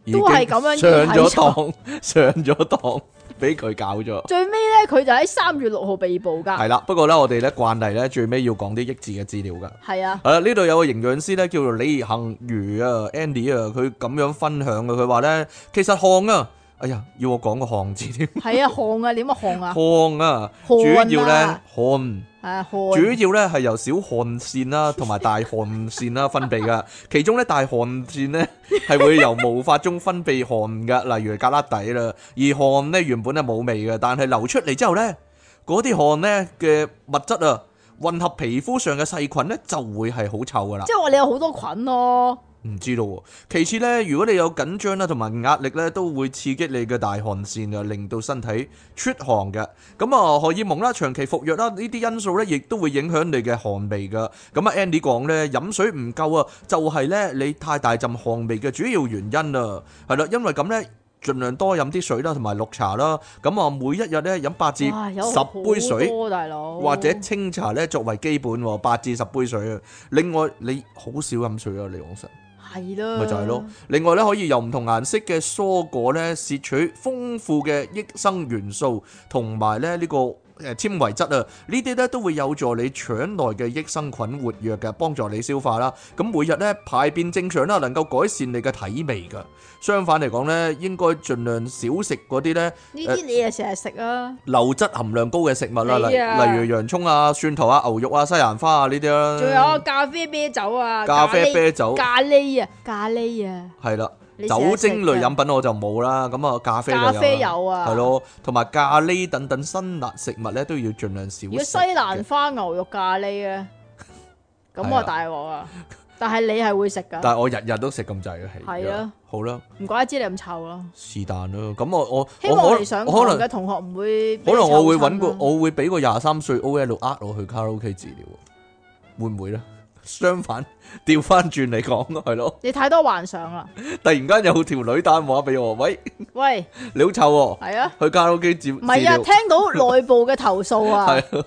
A: 已
B: 都係咁樣
A: 經上
B: 要睇
A: 咗 當，上咗當，俾佢搞咗。
B: 最尾呢，佢就喺三月六號被捕
A: 係
B: 噶。
A: 啦，不過咧，我哋咧慣例咧，最尾要講啲益智嘅資料㗎。
B: 係啊，
A: 係啦，呢度有個營養師咧，叫做李幸如啊，Andy 啊，佢咁樣分享嘅，佢話咧，其實汗啊，哎呀，要我講個汗字添。
B: 係啊，汗啊，點啊汗啊，
A: 汗啊，
B: 汗
A: 主要咧
B: 啊
A: 汗，
B: 係啊汗。
A: 主要咧係由小汗腺啦同埋大汗腺啦分泌 噶，其中咧大汗腺咧係會由毛髮中分泌汗噶，例如格拉底啦，而汗咧原本係冇味嘅，但係流出嚟之後咧，嗰啲汗咧嘅物質啊。混合皮膚上嘅細菌咧，就會係好臭噶啦
B: 即。係話你有好多菌咯。
A: 唔知道喎。其次咧，如果你有緊張啦同埋壓力咧，都會刺激你嘅大汗腺啊，令到身體出汗嘅。咁啊，荷爾蒙啦、長期服藥啦，呢啲因素咧，亦都會影響你嘅汗味噶。咁啊，Andy 講咧，飲水唔夠啊，就係咧你太大陣汗味嘅主要原因啊。係啦，因為咁咧。盡量多飲啲水啦，同埋綠茶啦。咁啊，每一日咧飲八至
B: 哇，有
A: 十杯水
B: 好。多大佬，
A: 或者清茶咧作為基本喎，八至十杯水啊。另外你好少飲水啊，李昂臣
B: 係咯，
A: 咪就係
B: 嗯
A: 咯。另外咧可以由唔同顏色嘅蔬果咧攝取豐富嘅益生元素同埋咧呢個誒纖維質啊，呢啲咧都會有助你腸內嘅益生菌活躍嘅，幫助你消化啦。咁每日咧排便正常啦，能夠改善你嘅體味㗎。相反嚟講咧，應該盡量少食嗰啲咧。
B: 呢啲你啊成日食啊，
A: 流質含量高嘅食物啦，例
B: 你啊
A: 例如洋葱啊、蒜頭啊、牛肉啊、西蘭花啊呢啲啦，
B: 仲有咖啡啤酒啊，
A: 咖啡
B: 喱
A: 啤酒
B: 咖喱啊，咖喱啊，
A: 係啦，
B: 你成日
A: 酒精類
B: 食㗎
A: 飲品我就冇啦，咁啊咖啡就
B: 咖
A: 有
B: 啡
A: 啦，
B: 有啊，
A: 係。咯，同埋咖喱等等辛辣食物咧都要盡量少
B: 如果
A: 食
B: 西
A: 嘅
B: 蘭。花牛肉咖喱咧，咁
A: 係啊
B: 啊大鑊啊！但係你係會食噶，
A: 但係我日日都食咁滯嘅，係
B: 係啊，
A: 好啦，
B: 唔怪之你咁臭咯。
A: 是但啦，咁我我
B: 希
A: 我
B: 望你上
A: 可
B: 堂
A: 我可
B: 嘅
A: 能
B: 同學唔會俾
A: 可
B: 你
A: 能我會
B: 臭
A: 揾
B: 親
A: 個
B: 啦
A: 我會俾個廿三歲 OL 呃我去卡拉 OK 治療喎，會唔會咧？相反， 調翻轉嚟講係咯。
B: 你太多幻想啦。
A: 突然間有條女打電話俾我，喂，
B: 喂，
A: 你好臭喎、
B: 係啊，
A: 去卡拉 OK 接
B: 唔係啊，聽到內部嘅投訴啊，
A: 係啊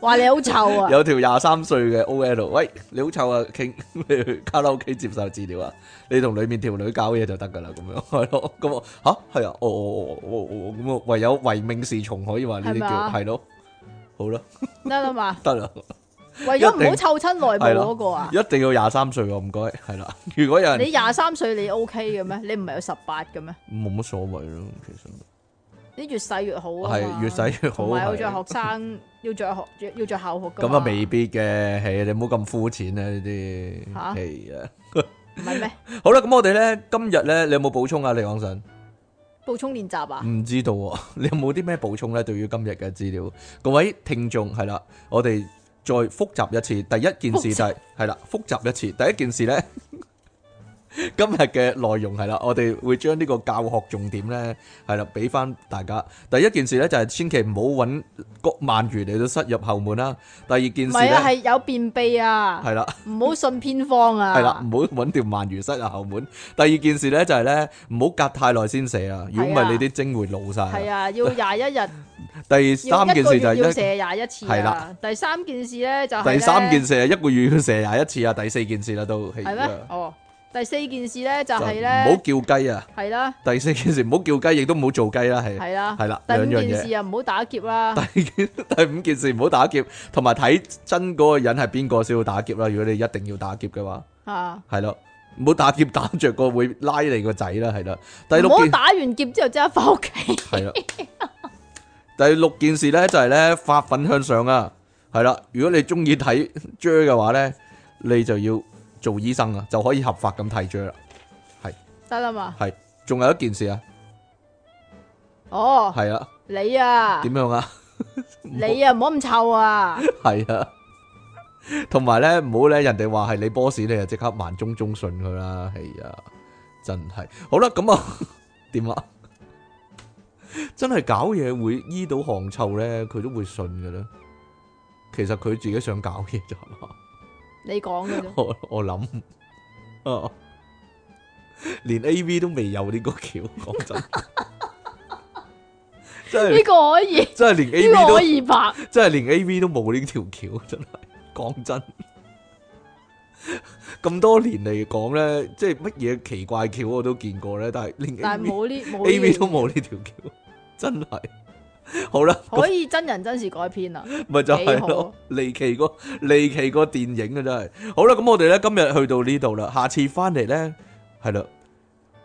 B: 話你好臭 啊，
A: 有條廿三歲嘅 OL，喂，你好臭啊，傾 你去卡拉 OK 接受治療啊，你同裡面條女搞嘢就得㗎啦，咁樣 係咯，咁我吓係啊，哦哦哦哦哦，咁我唯有唯命是從可以話呢啲
B: 係咪
A: 叫
B: 啊
A: 係咯，好啦，
B: 得啦嘛。
A: 得啦，
B: 為咗唔
A: 一定
B: 好臭親內部
A: 係啦
B: 嗰個啊，
A: 一定要廿三歲喎，唔該，係啦，如果有人
B: 你廿三歲你 OK 嘅咩？你唔係有十八嘅咩？
A: 冇乜所謂咯，其實
B: 你越細越好啊嘛，
A: 係越細越好
B: 同埋要着
A: 係
B: 學生要着學要着校服㗎
A: 咁啊
B: 嘛
A: 未必嘅，係你唔好咁膚淺啊呢啲，
B: 嚇
A: 係啊。
B: 唔係咩？
A: 好啦，咁我哋咧今日咧，你有冇補充啊？李昂臣
B: 補充練習啊？
A: 唔知道喎， 你有冇啲咩補充咧？對於今日嘅資料，各位聽眾係啦，我哋再複習一次，第一件事就係係啦，複習一次，第一件事咧。 今日嘅內容係啦，我哋會將呢個教學重點咧係啦，俾翻大家。第一件事咧就係千祈唔好揾個鰻魚嚟到塞入後門啦。第二件
B: 唔
A: 事
B: 係
A: 咧
B: 啊，係有便秘啊，
A: 係啦。
B: 唔好信偏方啊。
A: 系啦，唔好揾條鰻魚塞入後門。第二件事咧就係咧，唔好隔太耐先射啊，如果唔係你啲精會老
B: 係
A: 晒。
B: 啊，要廿一日，
A: 第
B: 要
A: 三
B: 一
A: 件
B: 個
A: 事
B: 月
A: 就係
B: 要射
A: 一
B: 廿一次
A: 係
B: 啊
A: 啦。
B: 第三件事咧啊就係
A: 第三件
B: 事
A: 事係啊一個月要射廿一次啊，第四件事啦都係
B: 係咩
A: 啊？
B: 哦，第四件事咧就
A: 就
B: 係咧，
A: 唔好叫雞啊！
B: 係啦，
A: 第四件事唔好叫雞，亦都唔好做雞啦，係
B: 係啦，
A: 係啦，
B: 第
A: 兩
B: 五
A: 樣
B: 件
A: 嘢
B: 事。啊，唔好打劫啦。
A: 第件 第五件事唔好打劫，同埋睇真嗰個人係邊個先要打劫啦。如果你一定要打劫嘅話，
B: 啊，
A: 係咯，唔好打劫打着個會拉你個仔啦，係啦。第
B: 唔
A: 六
B: 好
A: 件。
B: 打完劫之後即刻翻屋企。
A: 系啦。第六件事咧就系咧发粉向上啊，系啦。如果你中意睇 J 嘅话咧，你就要做医生啊，就可以合法咁睇 J 啦。
B: 得啦嘛，
A: 仲有一件事啊，
B: 哦，
A: 系啊，
B: 你啊，
A: 点样啊？
B: 你啊，唔好咁臭啊，
A: 系啊，同埋咧唔好咧人哋话系你 boss，你就即刻慢中中信佢啦。系啊，真系好啦，咁啊 点啊？真系搞嘢会医到汗臭咧，佢都会信嘅啦。其实佢自己想搞嘢咋嘛。
B: 你講嘅啫，
A: 我我谂 啊，连 A V 都未有呢个桥，讲 真，真
B: 呢
A: 系
B: 個可以，呢
A: 真系连 A
B: 個可
A: V
B: 以拍，
A: 都真系连 A V 都冇呢条桥，真系讲真。咁多年嚟講咧，即係乜嘢奇怪橋我都見過咧，但係連
B: 但係
A: A
B: 冇呢冇
A: V, A V
B: 呢
A: 都冇呢條橋，真係好啦，
B: 可以真人真事改編啊，
A: 咪就係咯，離奇個離奇個電影啊，真係。好啦，咁我哋咧今日去到呢度啦，下次翻嚟咧係啦，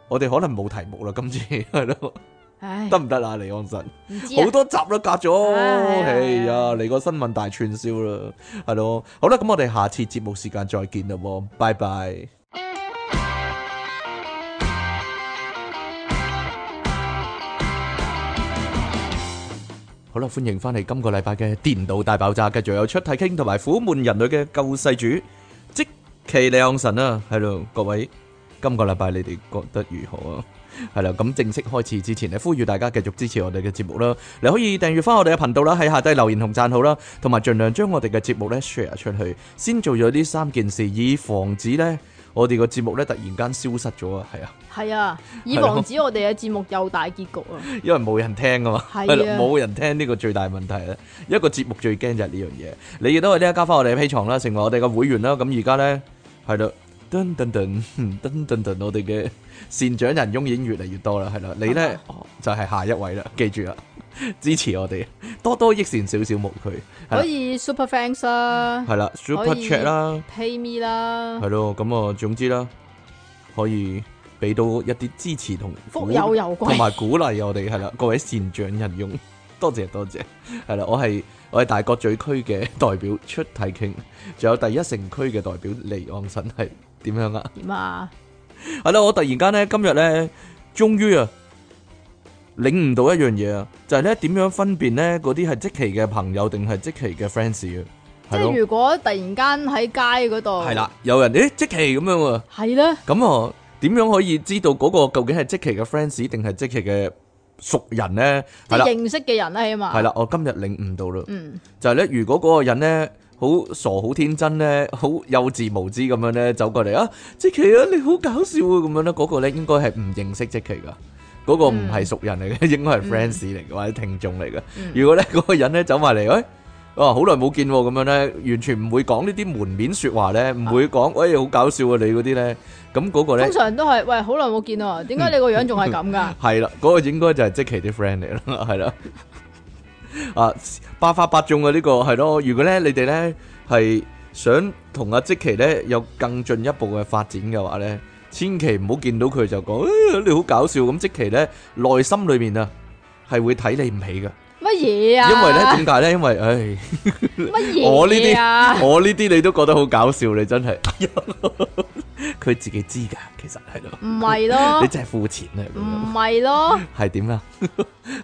A: 我哋可能冇題目啦，今次係咯，
B: 唉
A: 得，唔得啊？李安神
B: 唔知啊
A: 好，多集啦，隔咗，
B: 唉
A: 哎呀，嚟個新聞大串燒啦，係咯。好啦，咁我哋下次節目時間再見啦喎，拜拜。好啦，歡迎翻嚟今個禮拜嘅電腦大爆炸，繼續有出體傾同埋苦悶人類嘅救世主，即其利昂神啊，係咯，各位，今個禮拜你哋覺得如何啊？係啦，咁正式開始之前咧，呼籲大家繼續支持我哋嘅節目啦，你可以訂閱翻我哋嘅頻道啦，喺下低留言同讚好啦，同埋盡量將我哋嘅節目咧 share 出去，先做咗呢三件事，以防止咧我哋個節目咧突然間消失咗啊，係啊。
B: 係啊，以
A: 係咯
B: 防止我哋嘅節目有大結局啊，
A: 因為冇人聽啊嘛，
B: 係啊
A: 係啦冇人聽呢個最大問題啦。一個節目最驚就係呢樣嘢，你亦都可以咧加翻我哋嘅 P 床啦，成為我哋嘅會員啦。咁而家咧係啦，噔噔噔 噔噔噔，我哋嘅善長人翁已經越嚟越多啦，係啦，你咧
B: 哦
A: 就係下一位啦，記住啦，支持我哋，多多益善，少少無佢，係
B: 可
A: 啦
B: 以 Super Thanks 啦
A: 係啦，Super
B: 可以
A: Chat 啦，
B: ，Pay Me 啦
A: 係，咯，咁啊，總之啦，可以俾到一啲支持同
B: 福有攸
A: 同
B: 歸，
A: 埋鼓勵我哋係啦，各位善長人用， 多謝多謝，係啦，我係我係大角咀區嘅代表出體傾，仲有第一城區嘅代表離岸神係點樣啊？
B: 點啊？
A: 係啦，我突然間咧今日咧，終於啊領悟到一樣嘢啊，就係咧點樣分辨咧嗰啲係即期嘅朋友定係即期嘅 fans 啊？
B: 即
A: 係咯
B: 係，如果突然間喺街嗰度，
A: 係啦，，有人誒即期咁樣喎。
B: 係咧，
A: 咁啊，點樣可以知道嗰個究竟係即期嘅 fans 定係即期嘅熟人咧？
B: 即
A: 係
B: 係
A: 啦，
B: 認識嘅人啦，起碼
A: 係，啦，我今日領悟到啦，
B: 嗯，
A: 就係咧，如果嗰個人咧好傻、好天真咧， 好幼稚無知咁樣咧走過嚟啊，即期啊，你好搞笑啊咁樣咧，嗰、個咧應該係唔認識即期噶。嗰個唔係熟人嚟嘅， 應該係 fans 嚟嘅或者聽眾嚟嘅。
B: 嗯
A: 如果咧嗰個人咧走埋嚟，喂，哇，好耐冇見喎，咁樣咧，完全唔會講呢啲門面説話咧，唔會講，喂，好搞笑啊你嗰啲咧，咁嗰個咧
B: 通。常都係喂，好耐冇見喎，點解你個樣仲係咁 㗎？
A: 系啦，嗰、個應該就係即期啲 friend 嚟啦， 係啦。啊，百發百中嘅呢、個係咯。如果咧你哋咧係想同阿即期咧有更進一步嘅發展嘅話咧， 千祈唔好見到佢就講、哎呀你好搞笑咁。即期咧內心裏面啊係會睇你唔起噶。
B: 乜嘢啊？
A: 因為咧點解咧？因為唉。
B: 乜嘢
A: 我呢啲
B: 啊？
A: 我呢啲你都覺得好搞笑，你真係， 佢自己知㗎，其實係咯，
B: 唔係 咯
A: 你，真係膚淺啊，咁
B: 唔
A: 樣
B: 係咯，
A: 係點啊？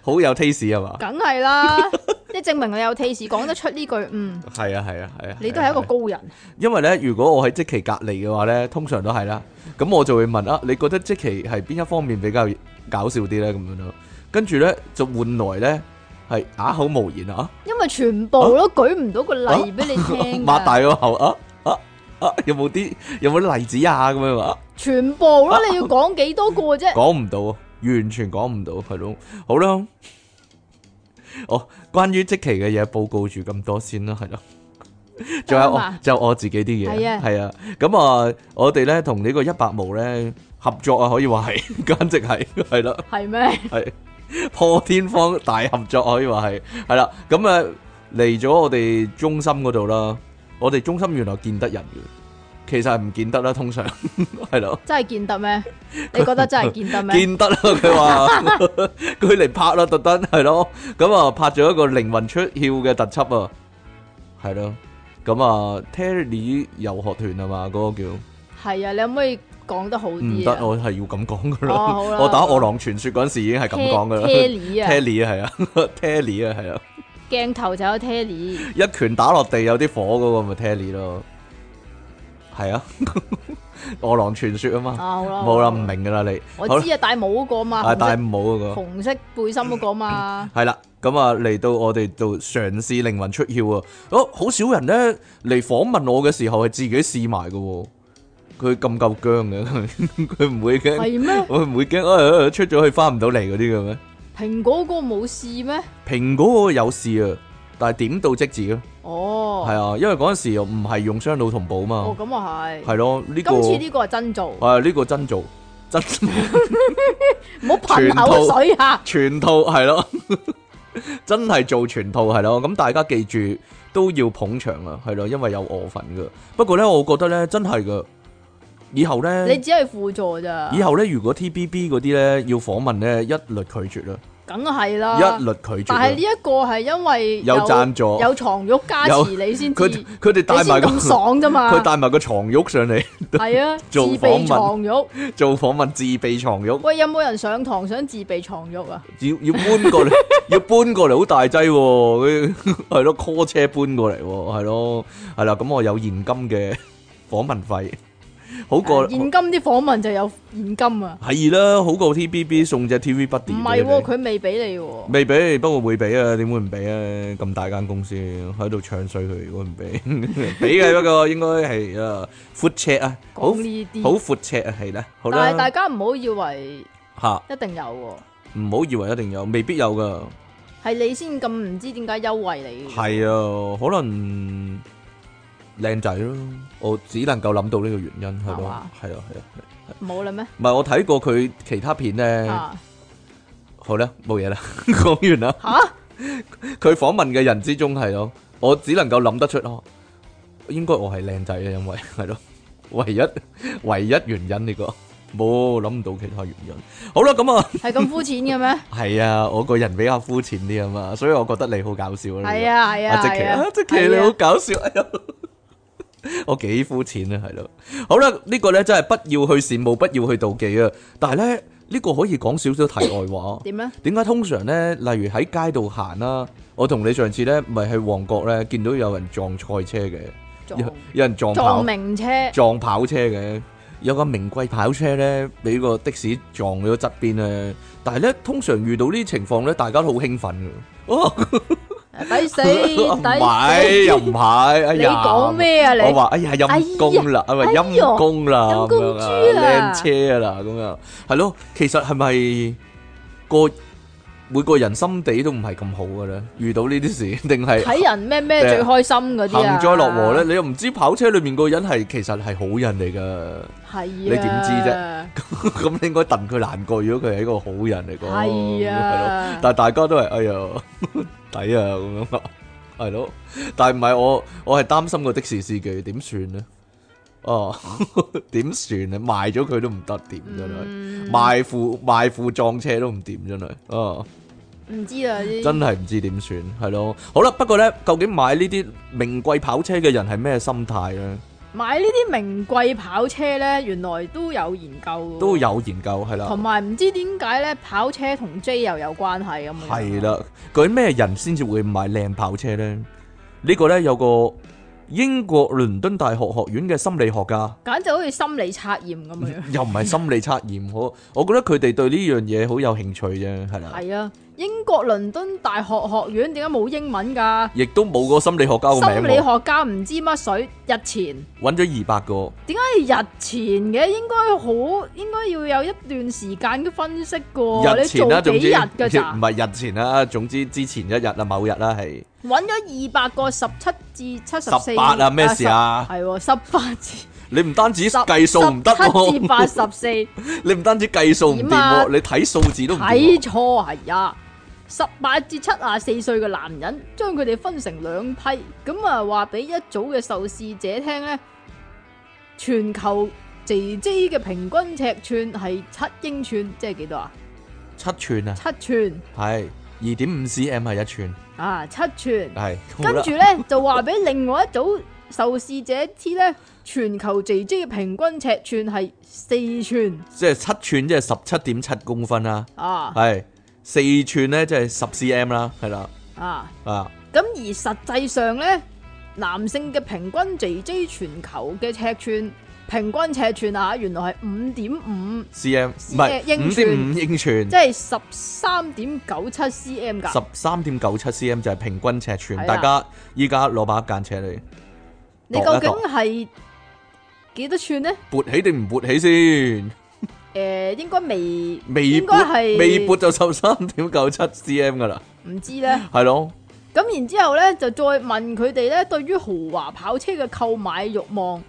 A: 好有 taste 係嘛？
B: 梗 係啦，即係證明我有 taste，講得出呢句，嗯，
A: 係啊係啊 係啊！
B: 你都係一個
A: 係啊，
B: 高人，
A: 因為咧，如果我喺即期隔離嘅話咧，通常都係啦，咁我就會問啊，你覺得即期係邊一方面比較搞笑啲咧？咁樣咯，跟住咧就換來咧係啞口無言啊，
B: 因為全部都舉唔到個例俾你 聽㗎，
A: 擘大個口啊啊啊！有冇啲有冇例子啊？咁樣啊？
B: 全部咯，你要講幾多個啫？
A: 講唔到，啊，完全講唔到，係咯。好啦，哦，關於即期嘅嘢報告住咁多先啦，係咯。仲有
B: 得啦
A: 我
B: 嘛，
A: 仲有我自己啲
B: 啊係
A: 嘢，
B: 啊
A: 係啊。咁啊，我哋咧同呢個一百毛咧合作啊，可以話係， 簡直係，係啦，
B: 係咩？
A: 係破天荒大合作，啊可以話係，係啦。咁啊嚟咗我哋中心嗰度啦，我哋中心原來見得人嘅，其實係唔見得啦，通常 係咯。
B: 真係 見得咩？你覺得真係見得咩？
A: 見得啦，佢 話佢嚟拍啦，特登係咯，咁啊拍咗一個靈魂出竅嘅特輯啊，係咯，咁啊 Terry 遊學團啊嘛，嗰、個叫
B: 係啊，你可唔可以講得好
A: 唔
B: 啲
A: 得，
B: 啊？
A: 我係要咁講噶啦，
B: 哦好啦
A: 我打餓狼傳說嗰陣時已經係咁講噶啦
B: Terry 啊
A: ，Terry 係啊 ，Terry 啊係啊，
B: 鏡頭就有 Terry，
A: 一拳打落地有啲火嗰個咪 Terry 咯，係 啊，餓狼傳說啊
B: 啊
A: 嘛，
B: 好啦，
A: 冇啦
B: 好
A: 唔，明噶啦你，
B: 我
A: 好啦
B: 知啊，戴帽嗰個嘛，
A: 啊
B: 紅
A: 但
B: 色
A: 係冇嗰個。
B: 紅色背心嗰 個嘛，
A: 系啦，咁啊嚟到我哋度嘗試靈魂出竅啊！哦，好少人咧嚟訪問我嘅時候係自己試埋嘅喎，佢咁夠僵嘅， 佢佢唔會驚，
B: 係啊咩？
A: 佢唔會驚啊出咗去翻唔到嚟嗰啲嘅咩？
B: 蘋果嗰個冇試咩？
A: 蘋果嗰個有試啊，但係點到即止咯，啊
B: 哦，
A: 係啊，因為嗰陣時又唔係用雙腦同步嘛
B: 哦，，咁啊係。
A: 係咯，呢
B: 今次呢
A: 個
B: 個係真做，唔
A: 啊呢個真做真。
B: 好噴口水 啊！
A: 全套係咯， 真係做全套係咯。咁大家記住都要捧場啊，係咯，因為有我份噶。不過呢，我覺得呢真係噶，以後呢，
B: 你只啊係輔助咋，
A: 以後呢，如果 TBB 嗰啲呢要訪問呢，一律拒絕啦，啊
B: 梗係啦。
A: 一律拒絕
B: 啊但係呢
A: 啦。
B: 一個係因為
A: 有贊助
B: 有床褥加
A: 有
B: 持你先至，
A: 佢
B: 你
A: 佢哋帶
B: 先
A: 埋個
B: 咁爽啊啫嘛。
A: 佢帶埋個床褥上嚟
B: 係啊，自
A: 做訪問
B: 備床褥。
A: 做訪問，自備床褥，
B: 喂，有冇人上堂想自備床褥啊？
A: 要要搬過嚟， 要搬過嚟好大劑喎，佢係咯 call 車搬過嚟喎，係咯，係啦，咁我有現金嘅 訪問費，好過
B: 現今啲訪問就有現金啊，
A: 係啦，好過 TBB 送隻 TV 筆
B: 唔
A: 電俾
B: 係
A: 你
B: 喎，佢未俾你喎。
A: 未俾，不過會俾啊，點會唔俾啊？咁大間公司喺度唱衰佢，如果唔俾， 俾嘅不過應該係啊闊尺啊，好
B: 講呢啲
A: 好闊尺啊，係啦，好
B: 但係大
A: 啦，
B: 家唔好以為
A: 嚇
B: 一定有喎，
A: 唔好以為一定有，未必有噶。
B: 係你先咁唔知點解優惠你。
A: 系啊，可能靚仔咯，我只能夠諗到呢個原因係
B: 係
A: 咯
B: 嘛，
A: 係啊係啊，
B: 冇啦咩？
A: 唔係我睇過佢其他片咧，
B: 啊
A: 好啦，冇嘢啦， 講完啦。
B: 吓？
A: 佢訪問嘅人之中係咯，我只能夠諗得出咯，應該我係靚仔啊，因為係咯， 唯一唯一原因呢個冇諗唔到其他原因。好啦，咁啊，
B: 係咁膚淺嘅咩？
A: 係啊，我個人比較膚淺啲啊嘛，所以我覺得你好搞笑啦。你
B: 係啊係
A: 阿
B: 啊
A: 即奇
B: 係啊
A: 啊，，即奇你好搞笑，哎呀， 我幾膚淺啊，係咯。好啦，呢個咧真係不要去羨慕，不要去妒忌啊。但係咧呢個可以講少少題外 話。
B: 點咧？
A: 點解通常咧，例如喺街度行啦，我同你上次咧，咪去旺角咧，見到有人撞賽車嘅，
B: 撞
A: 有有人撞跑
B: 撞名車，
A: 撞跑車嘅，有架名貴跑車咧，俾個的士撞咗側邊咧。但係咧，通常遇到呢啲情況咧，大家都好興奮嘅。哦
B: 抵死
A: 唔係
B: 抵
A: 又
B: 死！
A: 唔係，哎
B: 你
A: 呀！
B: 講咩啊
A: 我
B: 你？
A: 話哎呀陰公啦，啊咪
B: 哎呀
A: 陰公啦，
B: 陰公
A: 咁樣啊
B: 豬啊
A: 靚車啦，咁樣係咯。其實係咪個每個人心地都唔係咁好嘅咧？遇到呢啲事，定係
B: 睇人咩咩最開心嗰啲啊？
A: 幸災樂禍咧？？你又唔知跑車裏面個人係其實係好人嚟噶。
B: 係啊，你
A: 點知啫？ 咁你應該戥佢難過，如果佢係一個好人嚟講，
B: 係啊
A: 係咯但係大家都係哎呀抵啊咁樣咯，係咯。但係唔係我，我係擔心個的士司機點算咧？哦， 點算咧？賣咗佢都唔得，點真係賣父賣父撞車都唔掂真係，哦，
B: 唔知啊，呢啲
A: 真係唔知點算，係咯。好啦，不過呢，究竟買呢啲名貴跑車嘅人係咩心態呢？
B: 買呢啲名貴跑車咧，原來都有研究㗎喎
A: 都，有研究係啦
B: 同，埋唔知點解咧，跑車同 J 又有關係咁啊樣。
A: 係啦。究竟咩人先至會買靚跑車呢？呢個呢，有個英國倫敦大學學院嘅心理學家。
B: 簡直好似心理測驗咁樣。
A: 又唔係心理測驗，好，我覺得佢哋對呢樣嘢好有興趣啫，係啦，
B: 係啊，英國倫敦大學學院點解冇英文㗎？
A: 亦都冇個心理學家個
B: 心理
A: 名喎，
B: 學家唔知乜水，日前
A: 揾咗二百個，
B: 點解係日前嘅？應該好應該要有一段時間嘅分析㗎喎。
A: 日前啦，
B: 哦你做
A: 總
B: 幾
A: 之
B: 日㗎
A: 唔
B: 咋？
A: 係日前啦，總之之前一日啦，某日啦係
B: 揾咗二百個十七至七十四
A: 18啊咩事啊
B: 係喎，十八至
A: 你唔單止
B: 十
A: 計數唔得
B: 七至
A: 喎，
B: 八十四。
A: 你唔單止計數唔掂
B: 點啊
A: 喎，你睇數字都唔掂
B: 睇
A: 喎，
B: 錯啊係啊！十八至七啊四歲嘅男人，將佢哋分成兩批，咁啊話俾一組嘅受試者聽呢全球 J J 嘅平均尺寸係七英寸，即係幾多啊？
A: 七寸啊，
B: 七寸
A: 係二點五 cm 係一寸，
B: 啊，七寸。
A: 係好
B: 跟
A: 啦
B: 住，呢，就話俾另外一組受試者知呢全球 J J 嘅平均尺寸係四寸
A: 即係七寸即係十七點七公分啦，
B: 啊
A: 係四寸咧即係十 cm 啦，係啦
B: 啊！
A: 啊。
B: 咁而實際上呢，男性嘅平均 J J 全球嘅尺寸平均尺寸啊，原來係五點五，
A: cm 唔係
B: 呃英
A: 五
B: 寸
A: 點五英寸
B: 即，係十三點九七 cm
A: 十啊
B: 㗎。
A: 三點九七 cm 就係平均尺寸。
B: 係啦
A: 大家依家攞把間尺嚟
B: 你
A: 度
B: 究
A: 一
B: 竟
A: 度
B: 係幾多寸呢？
A: 撥起定唔撥起先？
B: 誒、應該未
A: 未
B: 應該
A: 撥
B: 係
A: 未撥就十三點九七 cm 噶啦，
B: 唔知呢。
A: 係咯，
B: 咁然之後呢，就再問佢哋呢對於豪華跑車嘅購買慾望，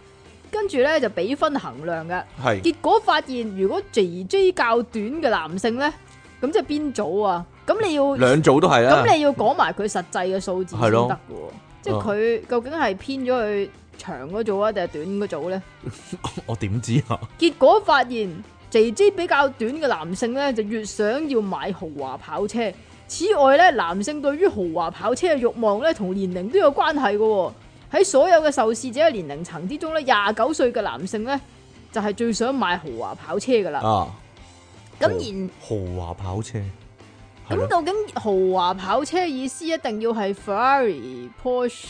B: 跟住呢就比分衡量嘅。
A: 係
B: 結果發現，如果 J J 較短嘅男性呢，咁即係邊組啊？咁你要
A: 兩組都係啦。
B: 咁你要講埋佢實際嘅數字先
A: 係
B: 得
A: 咯
B: 嘅喎，即係佢究竟係偏咗去長嗰組啊，定係短嗰組呢？
A: 我點知啊？
B: 結果發現 J J 比較短嘅男性呢，就越想要買豪華跑車。此外呢，男性對於豪華跑車嘅慾望呢，同年齡都有關係嘅喎。喺所有嘅受試者嘅年齡層之中呢，廿九歲嘅男性呢，就係、最想買豪華跑車噶啦。
A: 啊，
B: 咁
A: 豪
B: 然
A: 豪華跑車係
B: 咁
A: 咯，
B: 究竟豪華跑車意思一定要係 Ferrari、Porsche、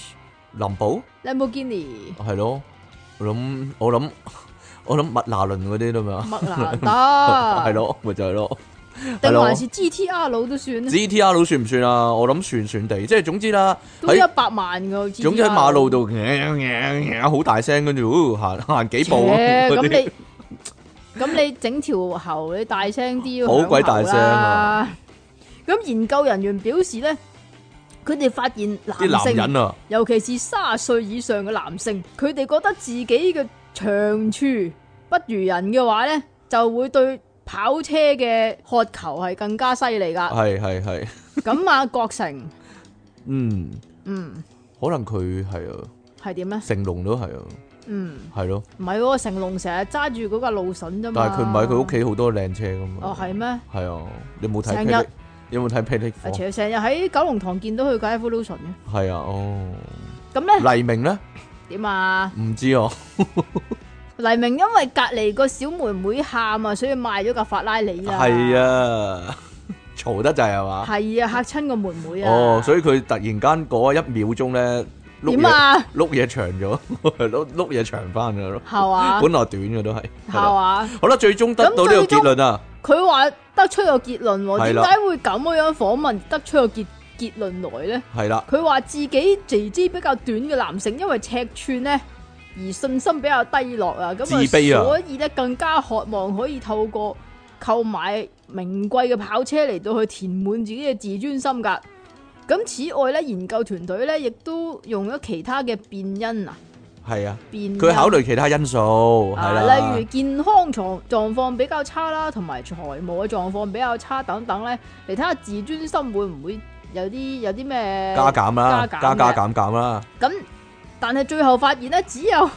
A: 林寶
B: Lamborghini？
A: 係咯，我諗我諗 我諗麥拿倫嗰啲啦嘛，
B: 麥蘭達
A: 係，咯，咪就係咯。係
B: 啊定
A: 咯
B: 還是 GTR 佬都算咧，
A: GTR 佬算唔算啊？我諗算算地，即係總之啦，
B: 都一啊
A: 喺
B: 百萬噶。
A: 總之喺馬路度呃好大聲，跟住呃行行幾
B: 切
A: 步 嗰
B: 咁
A: 啲，
B: 你咁你整條喉你大聲啲，
A: 好鬼大聲啊
B: 響喉啦！咁研究人員表示咧，佢哋發現
A: 啲
B: 男
A: 男
B: 性，
A: 人啊，
B: 尤其是三十歲以上嘅男性，佢哋覺得自己嘅長處不如人嘅話咧，就會對跑車嘅渴求係更加犀利噶。
A: 係係係，
B: 咁啊，郭成，
A: 嗯，
B: 嗯，
A: 可能佢係啊，
B: 係點咧？
A: 成龍都係啊，
B: 嗯。
A: 係咯，
B: 唔係喎，成龍成日揸住嗰架路筍啫嘛。
A: 但係佢唔係佢屋。企好多靚車噶嘛，
B: 哦，係咩？
A: 係啊，你有冇睇霹
B: 成日
A: 靂？有冇睇霹靂
B: 啊，
A: 火
B: 其？實成日喺九龍塘見到佢架 Evolution 嘅。
A: 係啊，哦，
B: 咁咧
A: 黎明咧
B: 點啊？
A: 唔知哦，
B: 黎明因為隔離個小妹妹喊啊，所以賣咗架法拉利啦。
A: 係。啊，嘈得滯係嘛？
B: 係啊，嚇親個妹妹啊。
A: 哦，所以佢突然間嗰一秒鐘咧，碌
B: 點
A: 嘢
B: 啊？
A: 碌嘢長咗， 碌碌嘢長翻噶咯，
B: 係嘛？
A: 本來短嘅都係。係
B: 係
A: 啦
B: 嘛？
A: 好啦，最終得到呢個結論啊，
B: 佢話得出個結論喎，
A: 係
B: 點
A: 啦
B: 解會咁樣訪問得出個結結論來咧？
A: 係啦，
B: 佢話自己自知比較短嘅男性，因為尺寸呢而信心比較低落啊，咁
A: 自卑啊
B: 所以咧更加渴望可以透過購買名貴嘅跑車嚟到去填滿自己嘅自尊心㗎。咁此外咧，研究團隊咧亦都用咗其他嘅變因啊，
A: 係啊，
B: 變因
A: 佢考慮其他因素，係
B: 啊，
A: 啦，
B: 例如健康狀狀況比較差啦，同埋財務嘅狀況比較差等等咧，嚟睇下自尊心會唔會有啲有啲咩
A: 加減啦，
B: 加減
A: 加
B: 嘅
A: 加減減啦，
B: 咁但系最後發現咧，只有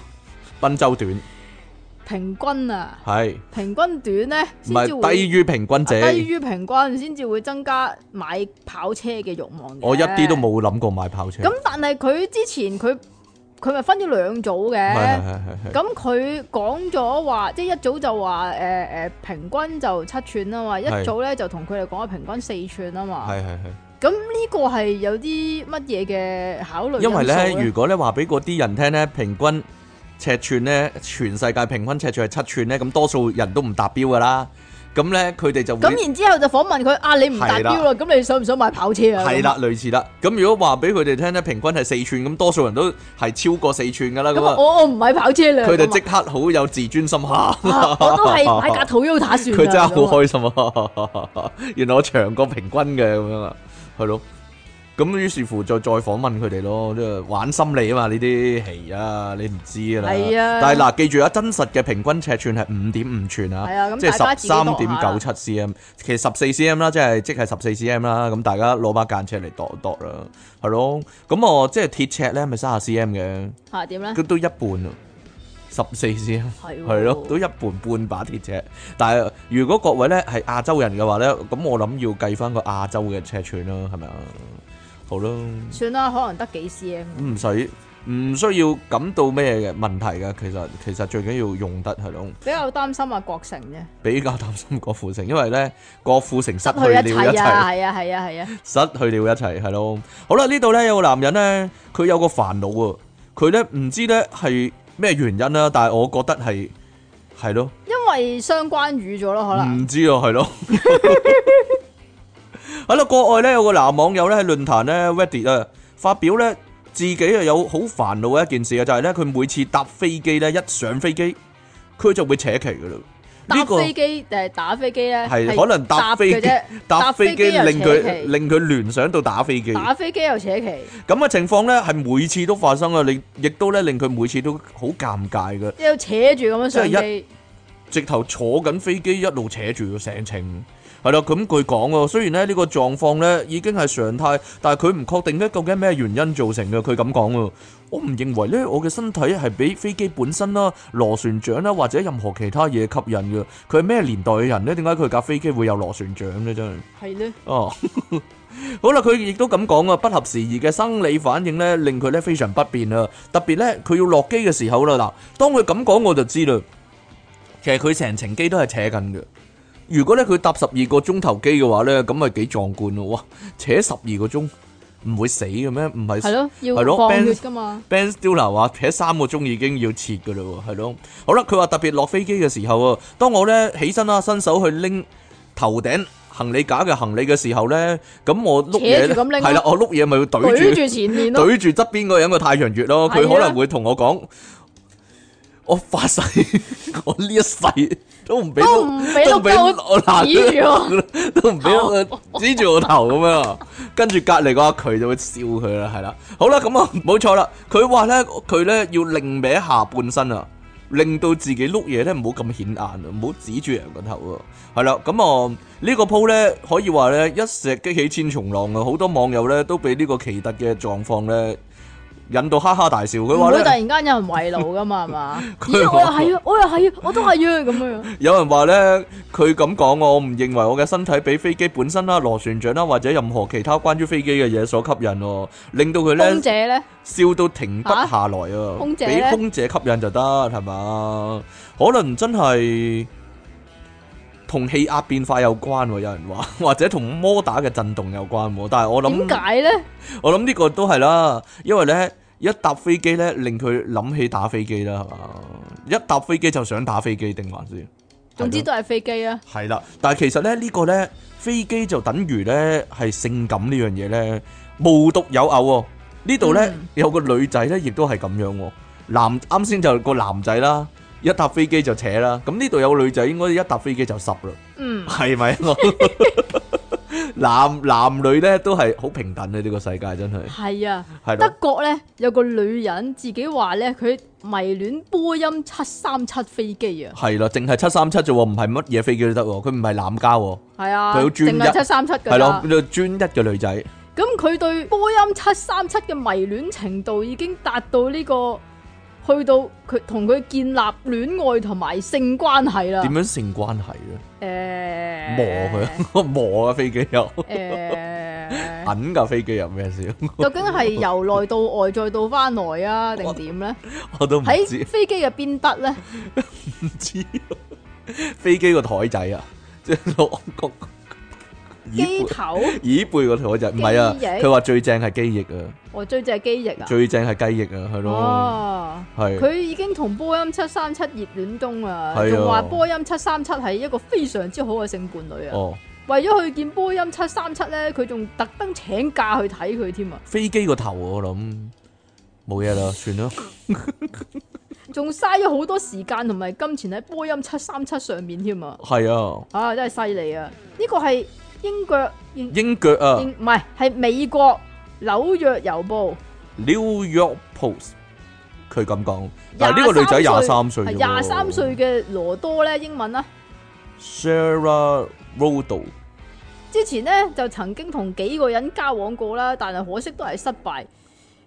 A: 賓州短
B: 平均啊，
A: 係
B: 平均短咧
A: 唔
B: 先至
A: 係
B: 會
A: 低於平均值？
B: 低於平均，先至會增加買跑車嘅慾望嘅
A: 我一啲都。冇諗過買跑車。
B: 咁但係佢之前佢佢咪分咗兩組
A: 係係
B: 嘅。
A: 係係係
B: 咁佢講咗話，即係一早就話誒誒平均就七寸啊嘛，
A: 係
B: 一早咧就同佢哋講係平均四寸啊嘛。
A: 係係係。
B: 咁呢個係有啲乜嘢嘅考慮因
A: 因為
B: 素
A: 咧，
B: 咧？
A: 如果咧話俾嗰啲人聽咧，平均尺寸咧，全世界平均尺寸係七寸咧，咁多數人都唔達標噶啦。咁咧，佢哋就會
B: 咁然之後就訪問佢啊，你唔達標啦，咁你想唔想買跑車啊？
A: 係啦，類似啦。咁如果話俾佢哋聽咧，平均係四寸，咁多數人都係超過四寸噶啦。
B: 咁，咁
A: 咁啊，
B: 我我唔買跑車啦。
A: 佢哋
B: 咁啊
A: 即刻好有自尊心嚇。
B: 啊我都係買架 Toyota 算啦
A: 佢真係
B: 咁啊
A: 好開心啊！ 原來我長過平均嘅咁樣啊，係咯。咁於是乎就再訪問佢哋咯，即係玩心理啊嘛呢啲，係啊，你唔知噶啦。
B: 係啊
A: 但係嗱，記住啊，真實嘅平均尺寸係五點五寸啊，
B: 係啊咁
A: 即
B: 大家
A: 係
B: 自
A: 十
B: 己度
A: 三
B: 下
A: 點九七 cm，其實十四 cm 啦，即係即係十四 cm 啦。咁大家攞把間尺嚟度一度啦，係咯。咁我即係鐵尺咧，咪三十 cm 嘅，
B: 嚇點咧？
A: 佢都一半啊，十四 cm。
B: 係
A: 係
B: 喎
A: 咯，都一半半把鐵尺。但係如果各位咧係亞洲人嘅話咧，咁我諗要計翻個亞洲嘅尺寸啦，係咪啊？好啦，
B: 算啦，可能得幾 cm。
A: 唔使唔需要感到咩嘅問題嘅。其實其實最緊要用得係咯，
B: 比較擔心啊，郭成啫，
A: 比較擔心郭富城，因為咧郭富城失去
B: 佢
A: 了一
B: 一切
A: 切。
B: 啊，係啊，係啊，係啊，
A: 失去了一切，係咯。好啦，呢度呢有個男人呢，佢有個煩惱啊，佢呢唔知呢係咩原因啦，但係我覺得係係咯，
B: 因為相關語咗 咯，可能
A: 唔知啊，係咯。喺啦，國外呢有個男網友呢喺論壇呢 Reddit 啊，發表呢自己啊有好煩惱嘅一件事啊，就係呢，佢每次搭飛機呢，一上飛機，佢就會扯旗噶啦。
B: 搭
A: 呢個
B: 飛機定係打飛機咧，
A: 係可能搭飛
B: 嘅
A: 機
B: 啫，
A: 搭飛機
B: 又扯
A: 令佢
B: 旗
A: 令佢聯想到打飛機。
B: 打飛機又扯旗，
A: 咁嘅情況咧，係每次都發生啊！你亦都咧令佢每次都好尷尬嘅，
B: 又扯住咁樣上
A: 即係
B: 機，
A: 直頭坐緊飛機一路扯住個成程。係啦，咁佢講喎，雖然咧呢個狀況咧已經係常態，但係佢唔確定咧究竟咩原因造成嘅。佢咁講喎，我唔認為咧我嘅身體係俾飛機本身啦、螺旋槳啦或者任何其他嘢吸引嘅。佢係咩年代嘅人咧？點解佢架飛機會有螺旋槳咧？真係。
B: 係咧，
A: 哦， 好啦，佢亦都咁講啊，不合時宜嘅生理反應咧，令佢咧非常不便啊。特別咧，佢要落機嘅時候啦，嗱，當佢咁講我就知啦，其實佢成程機都係扯緊嘅。如果咧佢搭十二個鐘頭機嘅話咧，咁咪幾壯觀咯！哇，扯十二個鐘唔會死嘅咩？唔係
B: 係咯，要
A: 係咯
B: 放血
A: Benz-
B: 噶嘛，
A: 啊 Ben Stiller 話扯三個鐘已經要切噶啦喎，係咯。好啦，佢話特別落飛機嘅時候啊，當我咧起身啦，伸手去拎頭頂行李架嘅行李嘅時候咧，咁我碌嘢
B: 扯住咁拎啊咯
A: 係啦，我碌嘢咪要
B: 舉
A: 懟住
B: 住前面咯，
A: 懟住側邊嗰個人個太陽穴咯，佢
B: 係啊
A: 可能會同我講：我發誓， 我呢一世都唔俾
B: 都
A: 碌
B: 唔俾
A: 都唔俾
B: 碌
A: 我
B: 鳩指住我， 哦
A: 都唔俾我指住我頭咁樣，跟住隔離個阿渠就會笑佢啦，係啦。好啦，咁啊冇錯啦，佢話咧佢咧要另歪下半身啊，令到自己碌嘢咧唔好咁顯眼啊，唔好指住人個頭啊。係啦，咁啊呢個鋪咧可以話咧一石激起千重浪啊，好多網友咧都俾呢個奇特嘅狀況咧引到哈哈大笑。佢
B: 唔
A: 話
B: 會突
A: 咧
B: 然間有人圍爐噶 嘛，係嘛？
A: 佢
B: 咦，我又
A: 話
B: 係啊，我又係啊，我都係啊，咁樣。
A: 有人話咧佢咁講我唔認為我嘅身體俾飛機本身啦、螺旋槳啦或者任何其他關於飛機嘅嘢所吸引喎，令到佢咧
B: 空姐咧，
A: 笑到停不
B: 啊
A: 下來啊！
B: 空姐
A: 俾
B: 呢
A: 空姐吸引就得係嘛？可能真係同氣壓變化有關喎，有人話， 或者同摩打嘅震動有關喎。但係我
B: 點
A: 諗，
B: 解咧？
A: 我諗呢個都係啦，因為咧一搭飛機咧令佢諗起打飛機啦，係嘛？一搭飛機就想打飛機定還是？
B: 總之
A: 係咯
B: 都係飛機啊，
A: 係啦，但係其實咧呢個咧飛機就等於咧係性感呢樣嘢咧無獨有偶喎。呢度咧
B: 嗯
A: 有個女仔咧亦都係咁樣喎。男啱先就個男仔啦，一搭飛機就扯啦。咁呢度有個女仔應該一搭飛機就濕啦，
B: 嗯，
A: 係咪 啊？男男女咧都係好平等嘅呢個世界真係
B: 係啊。
A: 係
B: 德
A: 咯，
B: 國咧有個女人自己話咧，佢迷戀波音七三七飛機啊，
A: 係啦，淨係七三七啫喎，唔係乜嘢飛機都得喎，佢唔係濫交喎，
B: 係啊，
A: 佢好專一
B: 淨係七三七
A: 係
B: 㗎啦。
A: 咯，專一嘅女仔。
B: 咁佢對波音七三七嘅迷戀程度已經達到呢個去去到佢同佢建立戀愛同埋性關係啦
A: 點。樣性關係咧？
B: 诶，
A: 磨 佢，磨啊飛機 又
B: 诶，
A: 銀架飛機有咩事？
B: 究竟係由內到外再到翻來啊，定點咧？
A: 我都唔
B: 喺
A: 知，
B: 飛機嘅邊得咧？
A: 唔知 飛機個台仔啊，即係攞個
B: 機
A: 椅背
B: 頭，
A: 椅背個台仔，唔係啊，
B: 機翼
A: 佢話最正係機翼啊，
B: 我追只機翼啊！
A: 最正係雞翼啊，係咯，
B: 哦，
A: 係
B: 佢已經同波音七三七熱戀中啊，
A: 係啊
B: 仲話波音七三七係一個非常之好嘅性伴侶啊。
A: 哦，
B: 為咗去見波音七三七咧，佢仲特登請假去睇佢添啊，
A: 飛機個頭我諗冇嘢 啦，算啦，
B: 仲嘥咗好多時間同埋金錢喺波音七三七上面添啊！
A: 係啊，
B: 啊，真係犀利啊！呢個係英國英
A: 英腳啊
B: 英唔係係美國紐約郵報
A: ，New York Post。佢咁講，但係呢個女仔廿三歲啫
B: 係
A: 喎，
B: 廿三歲嘅羅多咧，英文啦。啊
A: Sarah Rodo
B: 之前咧就曾經同幾個人交往過啦，但係可惜都係失敗。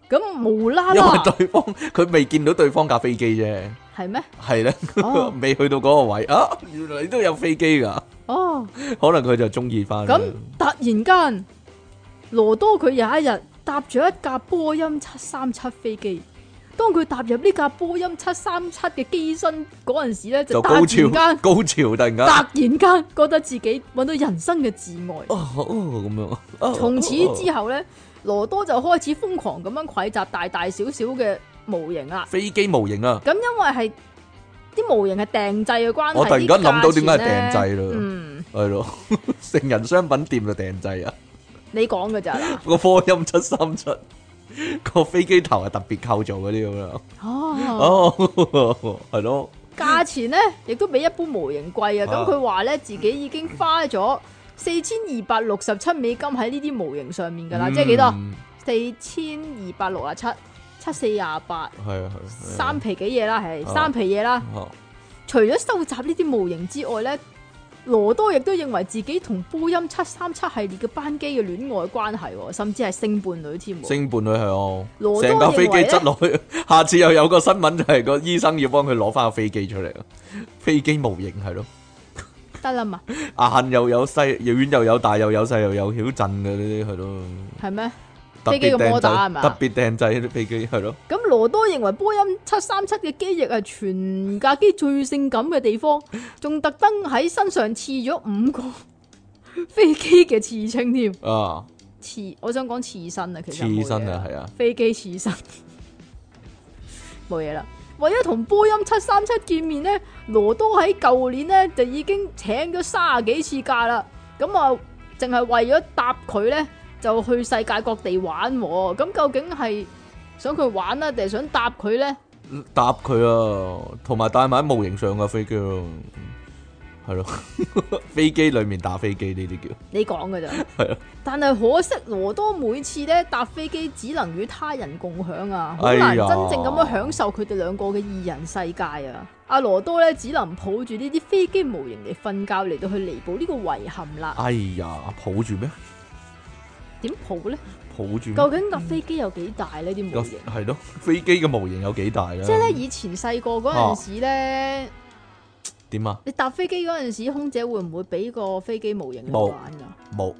B: 咁無啦
A: 因
B: 啦
A: 為對方佢未見到對方架飛機啫，
B: 係咩？
A: 係咧，
B: 哦
A: 未去到嗰個位啊，原來你都有飛機噶，
B: 哦，
A: 可能佢就中意翻。
B: 咁突然間，羅多佢有一日搭住一架波音七三七飛機。當佢踏入呢架波音七三七嘅機身嗰陣時咧，
A: 就
B: 就突
A: 高
B: 然
A: 潮，
B: 間，
A: 高潮突然間，
B: 突然間覺得自己揾到人生嘅至愛。
A: 哦哦咁樣，哦
B: 從此之後咧，羅多就開始瘋狂咁樣蒐集大大小小嘅模型啦。
A: 飛機模型 啊，
B: 咁因為係啲模型係訂製嘅關係，
A: 我突然間諗到點解係訂
B: 啲價錢
A: 製
B: 呢
A: 啦
B: 嗯，
A: 係咯，成人商品店就訂製啊，
B: 你講嘅咋嗱？
A: 個波音七三七個飛機頭係特別構造嗰啲咁樣，
B: 哦，
A: 哦係咯，
B: 價錢咧亦都比一般模型貴啊！
A: 啊
B: 咁佢話咧自己已經花咗四千二百六十七美金喺呢啲模型上面㗎啦，即係幾多？
A: 嗯？
B: 四千二百六啊七，七四廿八，
A: 係啊係啊，係
B: 三
A: 啊
B: 皮幾嘢啦，係
A: 啊
B: 三皮嘢啦。
A: 哦
B: 除咗收集呢啲模型之外咧，羅多亦都認為自己同波音七三七系列嘅班機嘅戀愛關係喎，甚至係性伴侶添喎。
A: 星伴侶係我
B: 羅，多
A: 哦成架飛機
B: 認為呢
A: 執落去， 下次又有個新聞就係個醫生要幫佢攞翻個飛機出嚟啊！飛機模型係咯，
B: 得啦嘛，
A: 硬又有細，又遠又有大，又有細又有曉震嘅呢啲係咯，
B: 係咩？
A: 特
B: 飛機
A: 別
B: 嘅
A: 訂
B: 摩打係
A: 製，
B: 嘛
A: 特別訂製啲飛機係咯，
B: 咁羅多認為波音七三七嘅機翼係全架機最性感嘅地方，仲特登喺身上刺咗五個飛機嘅刺青添。
A: 啊，
B: 刺，我想講刺身啊，其實冇
A: 刺
B: 嘢
A: 身啊，係啊，
B: 飛機刺身，冇嘢啦。為咗同波音七三七見面呢，羅都喺舊年呢就已經請咗三十幾次假啦。咁啊，淨係為咗搭佢呢，就去世界各地玩喎。咁究竟係想佢玩啦，定係想搭佢呢？
A: 搭佢啊，同埋帶埋模型上嘅飛機咯，係咯， 飛機裡面打飛機呢啲叫
B: 你講噶咋？
A: 係啊，
B: 但係可惜羅多每次呢搭飛機只能與他人共享啊，好
A: 哎呀
B: 難真正咁樣享受佢哋兩個嘅二人世界啊！阿羅多呢只能抱住呢啲飛機模型嚟瞓覺，嚟到去彌補呢個遺憾啦。
A: 哎呀，抱住咩？
B: 點抱呢？
A: 抱住咩
B: 究竟架飛機有幾大呢？啲
A: 個
B: 模型
A: 係咯，飛機嘅模型有幾大啊咧？
B: 即係呢，以前細個嗰陣時呢，
A: 啊點啊？
B: 你搭飛機嗰陣時，空姐會唔會俾個飛機模型你
A: 冇
B: 玩噶？
A: 冇。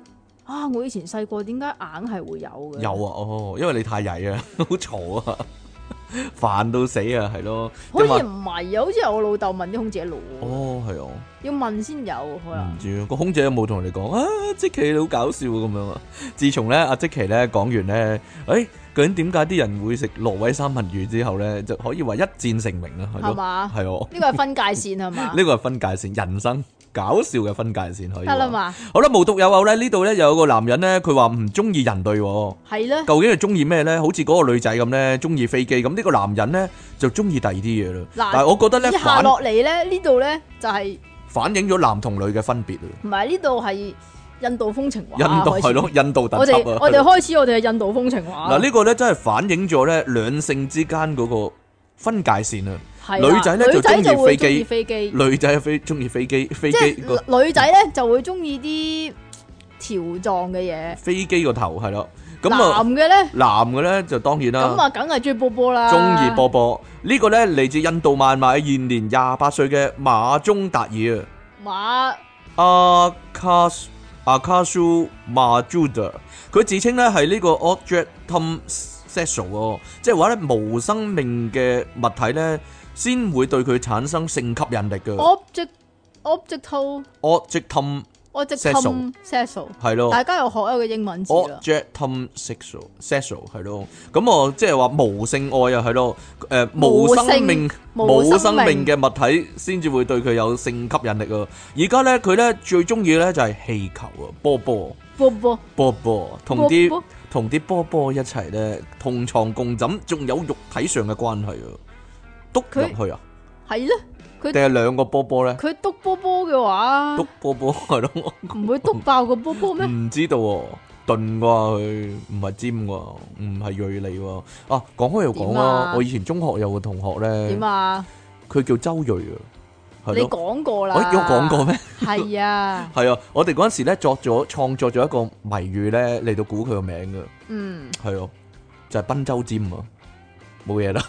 B: 啊！我以前細個點解硬係會有嘅？
A: 有啊，哦，因為你太曳啊， 好嘈啊， 煩到死啊，係咯，
B: 好似
A: 因為
B: 唔係啊，好似係我老豆問啲空姐攞，
A: 哦，係啊，
B: 要問先有可能
A: 唔。知啊，個空姐有冇同你講啊？即奇你好搞笑啊咁樣啊！自從咧阿即奇咧講完咧，誒究竟點解啲人會食挪威三文魚之後咧，就可以話一戰成名啊？係
B: 係
A: 咯，
B: 嘛？
A: 係哦，
B: 呢個係分界線係嘛？
A: 呢個係分界線，人生搞笑嘅分界線可以
B: 得啦
A: 話。
B: 嘛，
A: 好啦，無獨有偶咧，呢度咧有個男人咧，佢話唔中意人類喎。
B: 係咧，
A: 究竟係中意咩咧？好似嗰個女仔咁咧，中意飛機咁，呢個男人咧就中意第二啲嘢啦。
B: 嗱
A: 但係我覺得咧
B: 以下
A: 反
B: 落嚟咧，呢度咧就係
A: 反映咗男同女嘅分別啊。
B: 唔係呢度係印度風情畫。
A: 印度
B: 開始
A: 係咯，，印度特
B: 我哋
A: 輯啊。
B: 我哋
A: 係咯
B: 開始我哋係印度風情畫。
A: 嗱呢個咧真係反映咗咧兩性之間嗰個分界線啊。
B: 係啦
A: 女仔呢
B: 女仔
A: 就鍾意飛
B: 會鍾意
A: 機
B: 飛機，
A: 女仔飛中意飛機，飛
B: 嗯即
A: 機個
B: 係女仔咧就會中意啲條狀嘅嘢。
A: 飛機個頭係咯，咁啊，
B: 男嘅咧，
A: 男嘅咧就當然
B: 咁
A: 啦，
B: 啊，梗係中意波波啦，
A: 中意波波。呢個咧嚟自印度漫畫，現年廿八歲嘅馬中達爾啊。
B: 馬
A: 阿卡阿卡蘇馬朱德，佢自稱咧係呢個 objectum sexual 喎，即係話咧無生命嘅物體咧先會對佢產生性吸引力嘅。
B: object objectal
A: objectum
B: objectum sexual，
A: 係咯
B: 大家又學一個英文字啦，
A: ，objectum sexual sexual 係咯，咁我即係話無性愛啊，係咯，誒無生命。冇生命嘅物體先至會對佢有性吸引力啊！而家咧佢咧最中意咧就係氣球啊，波波
B: 波波
A: 波波，同
B: 波
A: 啲
B: 波
A: 同啲波波一齊咧同床共枕，仲有肉體上嘅關係啊！篤
B: 佢
A: 入去啊，
B: 係咧，佢
A: 定係兩個波波咧？
B: 佢篤波波嘅話，
A: 篤波波係咯，
B: 唔會篤爆個波波咩？
A: 唔知道喎，鈍啩佢，唔係尖啩，唔係鋭利喎。啊，講開又講
B: 點
A: 啦
B: 啊，
A: 我以前中學有個同學咧
B: 點，啊？
A: 佢叫周鋭啊，係
B: 你
A: 咯，
B: 講過啦，
A: 我有講過咩？
B: 係啊，
A: 系啊，我哋嗰阵时咧作咗創作咗一個謎語咧嚟到估佢個名嘅，
B: 嗯，
A: 係啊，就係賓州尖啊，冇嘢啦，